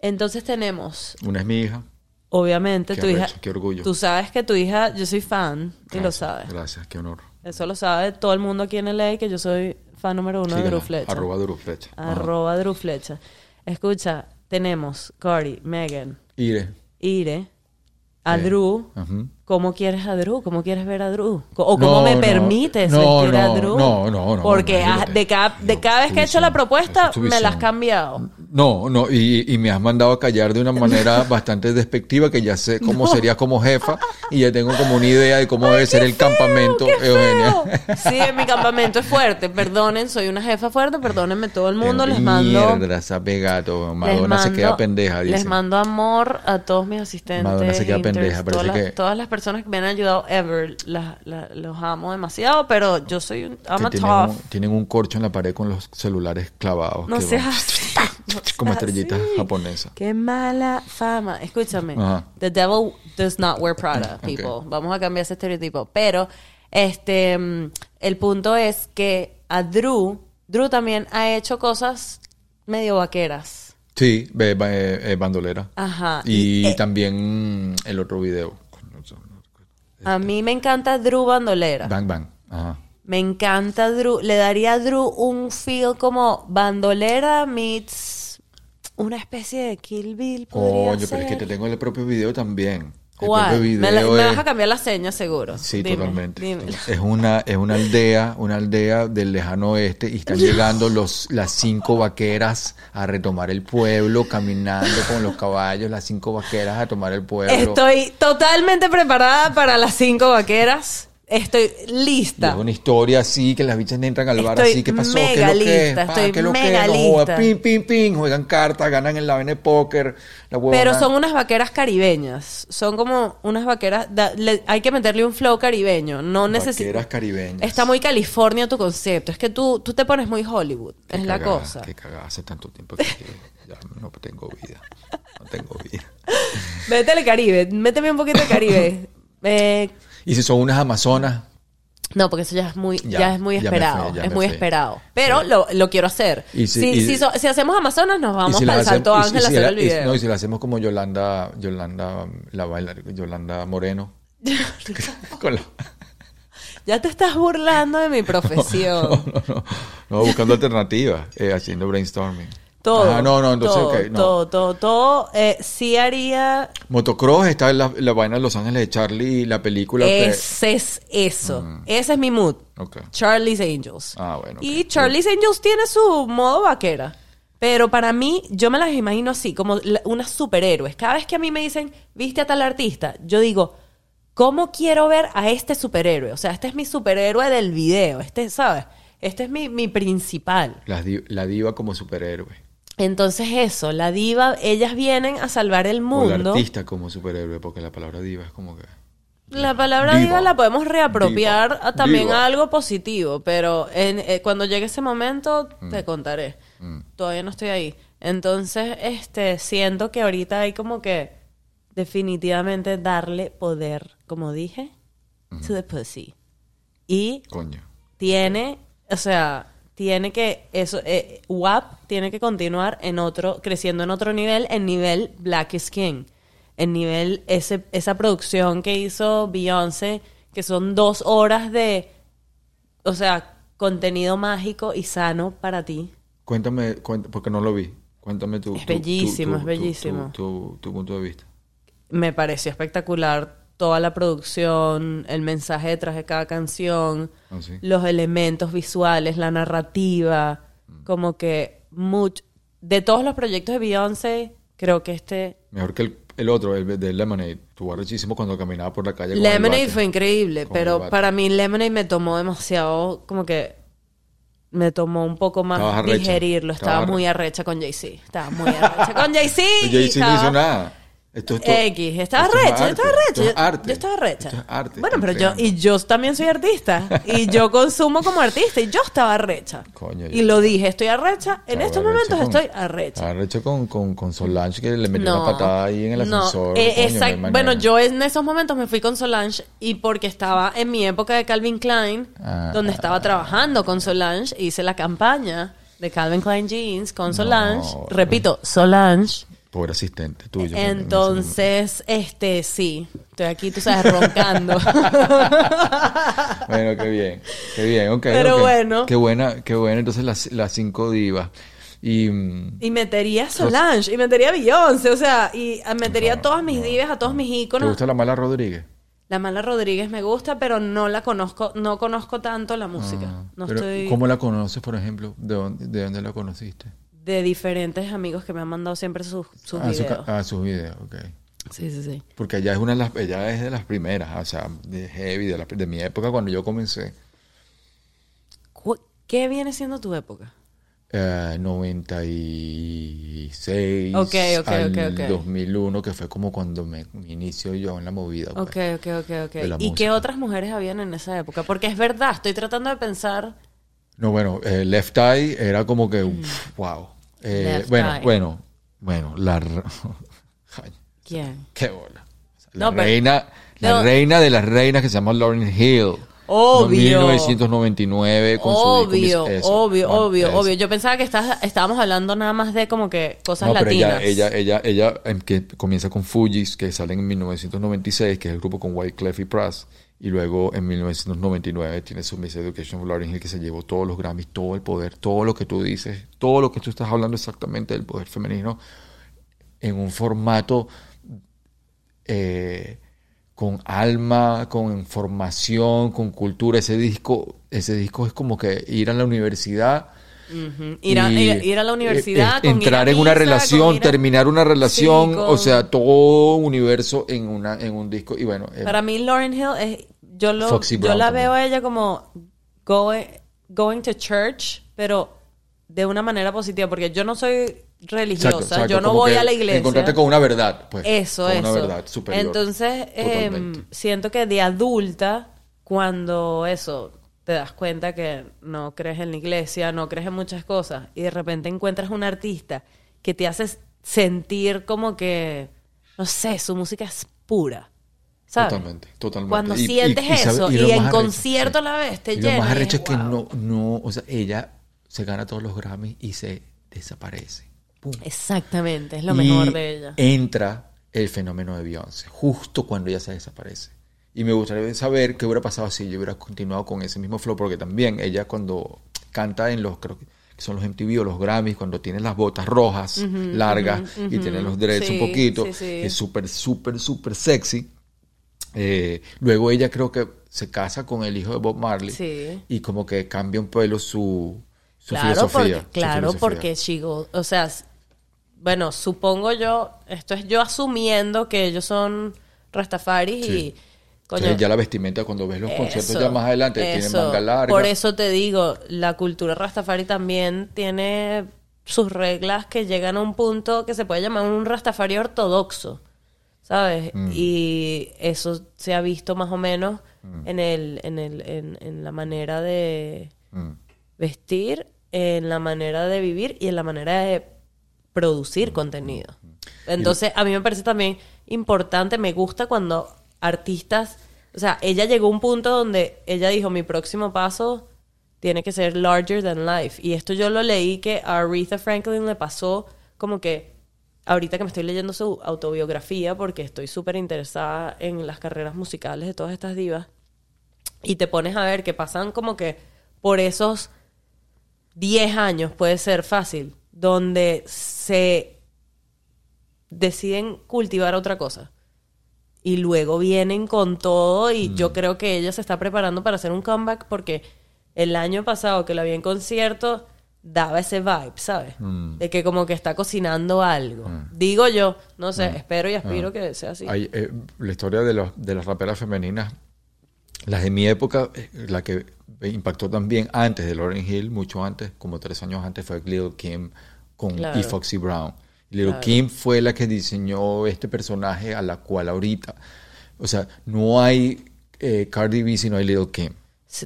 Speaker 1: Entonces tenemos,
Speaker 3: Una es mi hija.
Speaker 1: obviamente,
Speaker 3: Qué
Speaker 1: tu hija.
Speaker 3: arrecho, qué orgullo.
Speaker 1: Tú sabes que tu hija, yo soy fan, y lo
Speaker 3: Gracias,
Speaker 1: sabes.
Speaker 3: Gracias, qué honor.
Speaker 1: Eso lo sabe todo el mundo aquí en LA, que yo soy fan número uno de
Speaker 3: Síganla,
Speaker 1: Drew Flecha.
Speaker 3: Arroba Duruflecha.
Speaker 1: Arroba Drew Flecha. Escucha, tenemos Cardi, Megan,
Speaker 3: Ire.
Speaker 1: Ire, a
Speaker 3: Sí.
Speaker 1: Drew.
Speaker 3: Ajá.
Speaker 1: ¿Cómo quieres a Drew? ¿Cómo quieres ver a Drew? Co- ¿O cómo
Speaker 3: No,
Speaker 1: me
Speaker 3: no,
Speaker 1: permites
Speaker 3: no,
Speaker 1: vestir a
Speaker 3: no,
Speaker 1: Drew?
Speaker 3: no, no, no,
Speaker 1: Porque ah,
Speaker 3: imagínate.
Speaker 1: de, cada, de
Speaker 3: No,
Speaker 1: cada vez que he hecho
Speaker 3: visión,
Speaker 1: la propuesta,
Speaker 3: es tu
Speaker 1: me la has
Speaker 3: visión.
Speaker 1: cambiado.
Speaker 3: No, no, y, y me has mandado a callar de una manera bastante despectiva que ya sé cómo serías como jefa y ya tengo como una idea de cómo debe ser el campamento,
Speaker 1: ¡Qué feo!
Speaker 3: Eugenia.
Speaker 1: Sí, mi campamento es fuerte. Perdonen, soy una jefa fuerte. Perdónenme todo el mundo. Les mando...
Speaker 3: Mierda, esa pegato.
Speaker 1: les
Speaker 3: Madonna se
Speaker 1: mando-
Speaker 3: queda pendeja, dice.
Speaker 1: Les mando amor a todos mis asistentes. e
Speaker 3: Madonna se queda
Speaker 1: Todas
Speaker 3: pendeja, parece
Speaker 1: las,
Speaker 3: que-
Speaker 1: todas las personas que me han ayudado ever. Las- la- los amo demasiado, pero yo soy un... I'm a
Speaker 3: que tienen, un,
Speaker 1: tough.
Speaker 3: tienen un corcho en la pared con los celulares clavados.
Speaker 1: No
Speaker 3: que
Speaker 1: seas
Speaker 3: van
Speaker 1: así. No
Speaker 3: como
Speaker 1: seas
Speaker 3: estrellitas
Speaker 1: así.
Speaker 3: japonesas.
Speaker 1: Qué mala fama. Escúchame.
Speaker 3: Ajá.
Speaker 1: The devil does not wear Prada, people. Vamos a cambiar ese estereotipo. Pero, este, mm, el punto es que a Drew, Drew también ha hecho cosas medio vaqueras.
Speaker 3: Sí, be- ba- eh, eh, bandolera.
Speaker 1: Ajá.
Speaker 3: Y,
Speaker 1: Ah, eh,
Speaker 3: también el otro video.
Speaker 1: a mí me encanta Drew bandolera.
Speaker 3: Bang Bang. Ajá.
Speaker 1: Me encanta Drew. Le daría a Drew un feel como bandolera meets una especie de Kill Bill. podría
Speaker 3: Coño, pero es que
Speaker 1: ser.
Speaker 3: te tengo el propio video también. El
Speaker 1: ¿Cuál?
Speaker 3: propio video
Speaker 1: me, la- me
Speaker 3: es-
Speaker 1: vas a cambiar la seña, seguro.
Speaker 3: Sí,
Speaker 1: Dime,
Speaker 3: totalmente.
Speaker 1: dime.
Speaker 3: Es una, es una aldea, una aldea del lejano oeste y están llegando los, las cinco vaqueras a retomar el pueblo, caminando con los caballos, las cinco vaqueras a tomar el pueblo.
Speaker 1: Estoy totalmente preparada para las cinco vaqueras. Estoy
Speaker 3: Y es
Speaker 1: lista.
Speaker 3: una historia así, que las bichas entran al bar
Speaker 1: Estoy
Speaker 3: así, ¿qué pasó?
Speaker 1: mega
Speaker 3: ¿Qué es lo que es?
Speaker 1: lista,
Speaker 3: Pa,
Speaker 1: estoy
Speaker 3: ¿Qué es lo que
Speaker 1: mega
Speaker 3: es? No
Speaker 1: lista.
Speaker 3: joda, pim, pim, pim, juegan cartas, ganan en la vaina de póker, la huevona.
Speaker 1: Pero son unas vaqueras caribeñas. Son como unas vaqueras. da- le- hay que meterle un flow caribeño. No
Speaker 3: Vaqueras
Speaker 1: necesitas.
Speaker 3: caribeñas.
Speaker 1: Está muy California tu concepto. Es que tú, tú te pones muy Hollywood.
Speaker 3: Qué
Speaker 1: es la
Speaker 3: cagada,
Speaker 1: cosa.
Speaker 3: Qué cagada, hace tanto tiempo que ya no tengo vida, no tengo vida.
Speaker 1: Vete al Caribe. Méteme un poquito de Caribe. Eh,
Speaker 3: Y si son unas amazonas,
Speaker 1: No, porque eso ya es muy, ya,
Speaker 3: Ya,
Speaker 1: es muy
Speaker 3: ya me
Speaker 1: esperado.
Speaker 3: fui, ya
Speaker 1: es
Speaker 3: me
Speaker 1: muy
Speaker 3: fui.
Speaker 1: esperado. Pero lo, lo quiero hacer.
Speaker 3: Y
Speaker 1: si,
Speaker 3: si- y-
Speaker 1: si so- si hacemos Amazonas, nos vamos
Speaker 3: y si
Speaker 1: para
Speaker 3: las
Speaker 1: el Salto
Speaker 3: hacemos- y
Speaker 1: Ángel
Speaker 3: si-
Speaker 1: a
Speaker 3: y si
Speaker 1: hacer
Speaker 3: la-
Speaker 1: el
Speaker 3: y si-
Speaker 1: video.
Speaker 3: no, y si la hacemos como Yolanda, Yolanda, la baila, Yolanda Moreno. Con la-
Speaker 1: ya te estás burlando de mi profesión.
Speaker 3: no, no, no, No, buscando alternativas, eh, haciendo brainstorming.
Speaker 1: Todo.
Speaker 3: Ah, no, no, entonces,
Speaker 1: todo,
Speaker 3: ok, no.
Speaker 1: todo, todo, todo. Eh, sí haría.
Speaker 3: Motocross está en la, la vaina de Los Ángeles de Charlie, la película. pues, que- Mm.
Speaker 1: Ese es eso. Ese es mi mood.
Speaker 3: Ok.
Speaker 1: Charlie's Angels.
Speaker 3: Ah, bueno,
Speaker 1: Y
Speaker 3: ok.
Speaker 1: Charlie's Angels tiene su modo vaquera. Pero para mí, yo me las imagino así, como la- unas superhéroes. Cada vez que a mí me dicen, viste a tal artista, yo digo, ¿cómo quiero ver a este superhéroe? O sea, este es mi superhéroe del video. Este, ¿sabes? Este es mi, mi principal.
Speaker 3: las di- la, diva como superhéroe.
Speaker 1: Entonces eso, la diva, ellas vienen a salvar el
Speaker 3: O la
Speaker 1: mundo.
Speaker 3: artista como superhéroe, porque la palabra diva es como que.
Speaker 1: La palabra
Speaker 3: Diva.
Speaker 1: diva la podemos reapropiar
Speaker 3: Diva.
Speaker 1: a- también
Speaker 3: Diva.
Speaker 1: a algo positivo, pero en- eh, cuando llegue ese momento
Speaker 3: Mm.
Speaker 1: te contaré. Todavía no estoy ahí. Entonces, este, siento que ahorita hay como que definitivamente darle poder, como dije, to the pussy. Y
Speaker 3: Coño.
Speaker 1: tiene, o sea, tiene que eso eh, WAP tiene que continuar en otro creciendo en otro nivel, en nivel Black Skin, en nivel ese esa producción que hizo Beyoncé que son dos horas de, o sea, contenido mágico y sano para ti.
Speaker 3: Cuéntame, cuént- porque no lo vi. Cuéntame tu.
Speaker 1: Es
Speaker 3: tu- tu-
Speaker 1: bellísimo,
Speaker 3: tu-
Speaker 1: es
Speaker 3: tu-
Speaker 1: bellísimo.
Speaker 3: tu- tu- tu punto de vista.
Speaker 1: me pareció espectacular toda la producción, el mensaje detrás de cada canción,
Speaker 3: Ah, sí.
Speaker 1: los elementos visuales, la narrativa,
Speaker 3: Mm.
Speaker 1: como que mucho de todos los proyectos de Beyoncé, creo que este
Speaker 3: Mejor que el, el otro, el de Lemonade. Tuvo arrechísimo cuando caminaba por la calle. con el
Speaker 1: Lemonade
Speaker 3: bate.
Speaker 1: fue increíble,
Speaker 3: Con el
Speaker 1: pero
Speaker 3: bate.
Speaker 1: para mí Lemonade me tomó demasiado, como que me tomó un poco
Speaker 3: Estabas
Speaker 1: más
Speaker 3: arrecha.
Speaker 1: digerirlo, estaba
Speaker 3: Estabas
Speaker 1: muy arrecha con Jay-Z, estaba muy arrecha con Jay-Z.
Speaker 3: Pero Jay-Z no
Speaker 1: estaba-
Speaker 3: hizo nada. Esto, es to-
Speaker 1: X, estaba
Speaker 3: esto es
Speaker 1: recha, yo
Speaker 3: arte,
Speaker 1: estaba
Speaker 3: esto
Speaker 1: recha.
Speaker 3: es
Speaker 1: Yo,
Speaker 3: arte.
Speaker 1: yo estaba recha.
Speaker 3: Esto es arte,
Speaker 1: bueno,
Speaker 3: estoy
Speaker 1: pero yo,
Speaker 3: creando.
Speaker 1: y yo también soy artista. Y yo consumo como artista. Y yo estaba recha.
Speaker 3: Coño,
Speaker 1: y
Speaker 3: yo-
Speaker 1: lo dije, estoy arrecha. En estos
Speaker 3: Estaba arrecha
Speaker 1: momentos
Speaker 3: con-
Speaker 1: estoy arrecha.
Speaker 3: Estaba recha con, con, con Solange que le metió una patada ahí en el
Speaker 1: no,
Speaker 3: ascensor.
Speaker 1: eh,
Speaker 3: coño, no hay
Speaker 1: exact-
Speaker 3: manera.
Speaker 1: bueno, yo en esos momentos me fui con Solange y porque estaba en mi época de Calvin Klein,
Speaker 3: Ah.
Speaker 1: donde estaba trabajando con Solange, hice la campaña de Calvin Klein Jeans con Solange.
Speaker 3: No. eh.
Speaker 1: Repito, Solange.
Speaker 3: Pobre asistente tuyo.
Speaker 1: Entonces, este, sí, estoy aquí, tú sabes, roncando.
Speaker 3: Bueno, qué bien. Qué bien, ok.
Speaker 1: Pero
Speaker 3: ok.
Speaker 1: bueno.
Speaker 3: Qué buena, qué buena. Entonces, las, las cinco divas. Y. mm,
Speaker 1: y metería a Solange, y metería a Beyoncé, o sea, y a- metería a todas mis divas, a todos mis
Speaker 3: ¿Te
Speaker 1: íconos.
Speaker 3: gusta la mala Rodríguez?
Speaker 1: La Mala Rodríguez me gusta, pero no la conozco, no conozco tanto la música. no
Speaker 3: Ah, Pero,
Speaker 1: estoy
Speaker 3: ¿Cómo la conoces, por ejemplo? ¿De dónde, de dónde la conociste?
Speaker 1: de diferentes amigos que me han mandado siempre sus, sus
Speaker 3: Ah, su ca-
Speaker 1: videos.
Speaker 3: ah, sus videos, ok.
Speaker 1: sí, sí, sí.
Speaker 3: Porque ella es una de las, ella es de las primeras, o sea, de heavy, de, la- de mi época cuando yo comencé.
Speaker 1: Cu- ¿Qué viene siendo tu época?
Speaker 3: eh, 96
Speaker 1: Ok, ok,
Speaker 3: al
Speaker 1: ok, ok.
Speaker 3: 2001, que fue como cuando me, me inicio yo en la movida. pues.
Speaker 1: Ok, ok, ok, ok.
Speaker 3: De la
Speaker 1: ¿Y qué
Speaker 3: música.
Speaker 1: otras mujeres habían en esa época? Porque es verdad, estoy tratando de pensar.
Speaker 3: No, bueno, eh, Left Eye era como que, uf, wow. Eh,
Speaker 1: Left
Speaker 3: bueno,
Speaker 1: Eye.
Speaker 3: bueno, bueno, la... r- Ay,
Speaker 1: ¿Quién?
Speaker 3: qué bola. La
Speaker 1: No, pero-
Speaker 3: reina, la
Speaker 1: pero-
Speaker 3: reina de las reinas que se llama Lauren Hill.
Speaker 1: Obvio.
Speaker 3: 1999 con su disco
Speaker 1: Obvio,
Speaker 3: Miss- eso,
Speaker 1: obvio,
Speaker 3: bueno,
Speaker 1: obvio,
Speaker 3: eso.
Speaker 1: obvio. Yo pensaba que estás- estábamos hablando nada más de como que cosas
Speaker 3: No, pero
Speaker 1: latinas.
Speaker 3: ella, ella, ella, ella, em, que comienza con Fujis, que sale en 1996, que es el grupo con Wyclef y Pratt. Y luego en 1999 tiene su Miss Education of Lauryn Hill, que se llevó todos los Grammys, todo el poder, todo lo que tú dices, todo lo que tú estás hablando exactamente del poder femenino, en un formato eh, con alma, con formación, con cultura. Ese disco, ese disco es como que ir a la universidad.
Speaker 1: Ujú. Mm, ir, a,
Speaker 3: Y,
Speaker 1: ir a- ir a la
Speaker 3: eh,
Speaker 1: universidad.
Speaker 3: eh,
Speaker 1: con ir a
Speaker 3: entrar en una
Speaker 1: misa, con
Speaker 3: relación,
Speaker 1: ir a-
Speaker 3: terminar una relación,
Speaker 1: Sí, con-
Speaker 3: o sea, todo un universo en una en un disco y bueno, eh,
Speaker 1: Para mí Lauren Hill es... Yo, lo,
Speaker 3: Foxy
Speaker 1: yo
Speaker 3: Brown
Speaker 1: la
Speaker 3: también.
Speaker 1: veo a ella como going, going to church, pero de una manera positiva, porque yo no soy religiosa,
Speaker 3: exacto, exacto,
Speaker 1: yo no
Speaker 3: como
Speaker 1: voy
Speaker 3: que
Speaker 1: a la iglesia.
Speaker 3: Encontrarte con una verdad, pues.
Speaker 1: Eso,
Speaker 3: con
Speaker 1: eso.
Speaker 3: Una verdad superior.
Speaker 1: Entonces, eh,
Speaker 3: Totalmente.
Speaker 1: siento que de adulta, cuando eso, te das cuenta que no crees en la iglesia, no crees en muchas cosas, y de repente encuentras un artista que te hace sentir como que, no sé, su música es pura. ¿Sabes?
Speaker 3: Totalmente, totalmente.
Speaker 1: Cuando
Speaker 3: Y- y-
Speaker 1: sientes
Speaker 3: y sabe-
Speaker 1: eso
Speaker 3: y
Speaker 1: y,
Speaker 3: lo más
Speaker 1: en
Speaker 3: arrecho,
Speaker 1: concierto
Speaker 3: sí.
Speaker 1: a la vez te
Speaker 3: Y lo
Speaker 1: llena.
Speaker 3: más
Speaker 1: y
Speaker 3: arrecho es que
Speaker 1: wow.
Speaker 3: no no, o sea, ella se gana todos los Grammys y se desaparece. Pum.
Speaker 1: Exactamente, es lo
Speaker 3: Y
Speaker 1: mejor de ella.
Speaker 3: Entra el fenómeno de Beyoncé, justo cuando ella se desaparece. Y me gustaría saber qué hubiera pasado si yo hubiera continuado con ese mismo flow, porque también ella cuando canta en los, creo que son los MTV o los Grammys, cuando tiene las botas rojas, largas, y tiene los dreads
Speaker 1: Sí,
Speaker 3: un poquito,
Speaker 1: sí, sí.
Speaker 3: es súper, súper, súper sexy. Eh, luego ella creo que se casa con el hijo de Bob Marley
Speaker 1: Sí.
Speaker 3: y como que cambia un pelo su, su
Speaker 1: claro,
Speaker 3: filosofía.
Speaker 1: porque,
Speaker 3: su
Speaker 1: claro,
Speaker 3: filosofía.
Speaker 1: porque Chigo, o sea, s- bueno, supongo yo, esto es yo asumiendo que ellos son Rastafaris
Speaker 3: Sí.
Speaker 1: y coño,
Speaker 3: Entonces, ya la vestimenta cuando ves los conciertos
Speaker 1: eso,
Speaker 3: ya más adelante tienen
Speaker 1: eso.
Speaker 3: manga larga.
Speaker 1: Por eso te digo, la cultura Rastafari también tiene sus reglas que llegan a un punto que se puede llamar un Rastafari ortodoxo, ¿sabes?
Speaker 3: Mm.
Speaker 1: Y eso se ha visto más o menos en el en el en- en la manera de
Speaker 3: Mm.
Speaker 1: vestir, en la manera de vivir y en la manera de producir contenido. Entonces, a mí me parece también importante, me gusta cuando artistas, o sea, ella llegó a un punto donde ella dijo, mi próximo paso tiene que ser larger than life. Y esto yo lo leí que a Aretha Franklin le pasó como que ahorita que me estoy leyendo su autobiografía, porque estoy súper interesada en las carreras musicales de todas estas divas, y te pones a ver que pasan como que por esos 10 años puede ser fácil, donde se deciden cultivar otra cosa. Y luego vienen con todo y yo creo que ella se está preparando para hacer un comeback porque el año pasado que la vi en concierto daba ese vibe, ¿sabes? De que como que está cocinando algo. Digo yo, no sé, espero y aspiro que sea así.
Speaker 3: Hay, eh, la historia de, los- de las raperas femeninas, las de mi época, eh, la que me impactó también antes de Lauryn Hill, mucho antes, como tres años antes, fue Lil Kim con
Speaker 1: Claro.
Speaker 3: y Foxy Brown. Lil Kim fue la que diseñó este personaje a la cual ahorita, o sea, no hay eh, Cardi B si no hay Lil Kim.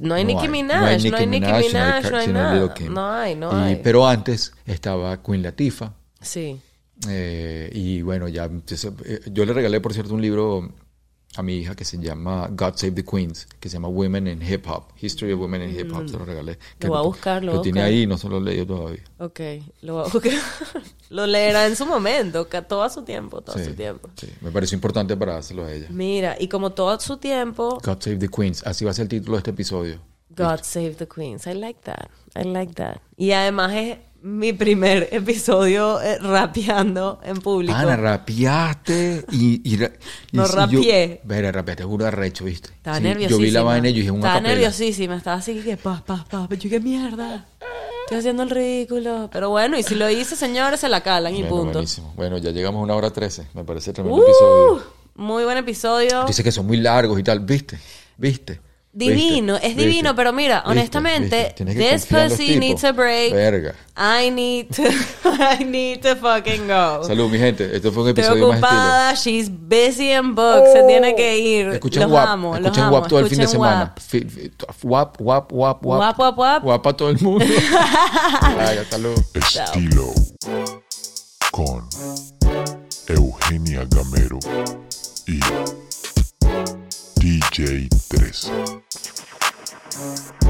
Speaker 1: No hay Nicki Minaj, no hay Nicki
Speaker 3: si hay
Speaker 1: Minaj,
Speaker 3: Car-
Speaker 1: no hay
Speaker 3: si Lil
Speaker 1: nada.
Speaker 3: Kim.
Speaker 1: No hay, no
Speaker 3: Y-
Speaker 1: hay.
Speaker 3: Pero antes estaba Queen Latifah.
Speaker 1: Sí.
Speaker 3: Eh, y bueno, ya empecé- eh, yo le regalé, por cierto, un libro a mi hija que se llama God Save the Queens, que se llama Women in Hip Hop, History of Women in Hip Hop, se lo regalé. Que
Speaker 1: voy a buscar, Mm. lo voy a
Speaker 3: tiene
Speaker 1: buscar.
Speaker 3: ahí, no se lo he leído todavía.
Speaker 1: Ok, lo va a buscar. lo leerá en su momento, ca- todo a su tiempo, todo a
Speaker 3: Sí,
Speaker 1: su tiempo.
Speaker 3: sí, me pareció importante para dárselo a ella.
Speaker 1: Mira, y como todo a su tiempo,
Speaker 3: God Save the Queens, así va a ser el título de este episodio.
Speaker 1: God Save the Queens. I like that. I like that. Y además es mi primer episodio eh, rapeando en público.
Speaker 3: Ana, rapeaste y... y ra- y
Speaker 1: No
Speaker 3: si yo-
Speaker 1: rapeé.
Speaker 3: Vera, rapeaste, juro, arrecho, ¿viste?
Speaker 1: Estaba
Speaker 3: Sí,
Speaker 1: nerviosísima.
Speaker 3: Yo vi la vaina y yo dije, una
Speaker 1: Estaba
Speaker 3: capela.
Speaker 1: nerviosísima, estaba así que pa, pa, pa, pero yo qué mierda. Estoy haciendo el ridículo. Pero bueno, y si lo hice, señores, se la calan y
Speaker 3: Bueno,
Speaker 1: punto.
Speaker 3: buenísimo. Bueno, ya llegamos a una hora trece, me parece tremendo
Speaker 1: Uh,
Speaker 3: episodio.
Speaker 1: muy buen episodio.
Speaker 3: Dice que son muy largos y tal, ¿viste? ¿Viste?
Speaker 1: Divino,
Speaker 3: ¿Viste?
Speaker 1: es divino,
Speaker 3: ¿Viste?
Speaker 1: pero mira,
Speaker 3: ¿Viste?
Speaker 1: honestamente,
Speaker 3: ¿Viste? Tienes que
Speaker 1: this
Speaker 3: confiar en los
Speaker 1: pussy
Speaker 3: tipos.
Speaker 1: needs a break.
Speaker 3: Verga.
Speaker 1: I need to, I need to fucking go.
Speaker 3: Salud, mi gente. Este fue un
Speaker 1: Estoy
Speaker 3: episodio más estilo.
Speaker 1: ocupada, she's busy and booked, se tiene que ir.
Speaker 3: Escuchen
Speaker 1: los
Speaker 3: WAP.
Speaker 1: amo, los
Speaker 3: escuchen
Speaker 1: amo.
Speaker 3: WAP todo el fin de
Speaker 1: escuchen
Speaker 3: semana.
Speaker 1: WAP.
Speaker 3: Fi- fi- WAP, WAP, WAP, WAP.
Speaker 1: WAP, WAP, WAP.
Speaker 3: WAP a todo el mundo. Vaya, salud.
Speaker 2: Estilo con Eugenia Gamero y DJ 13.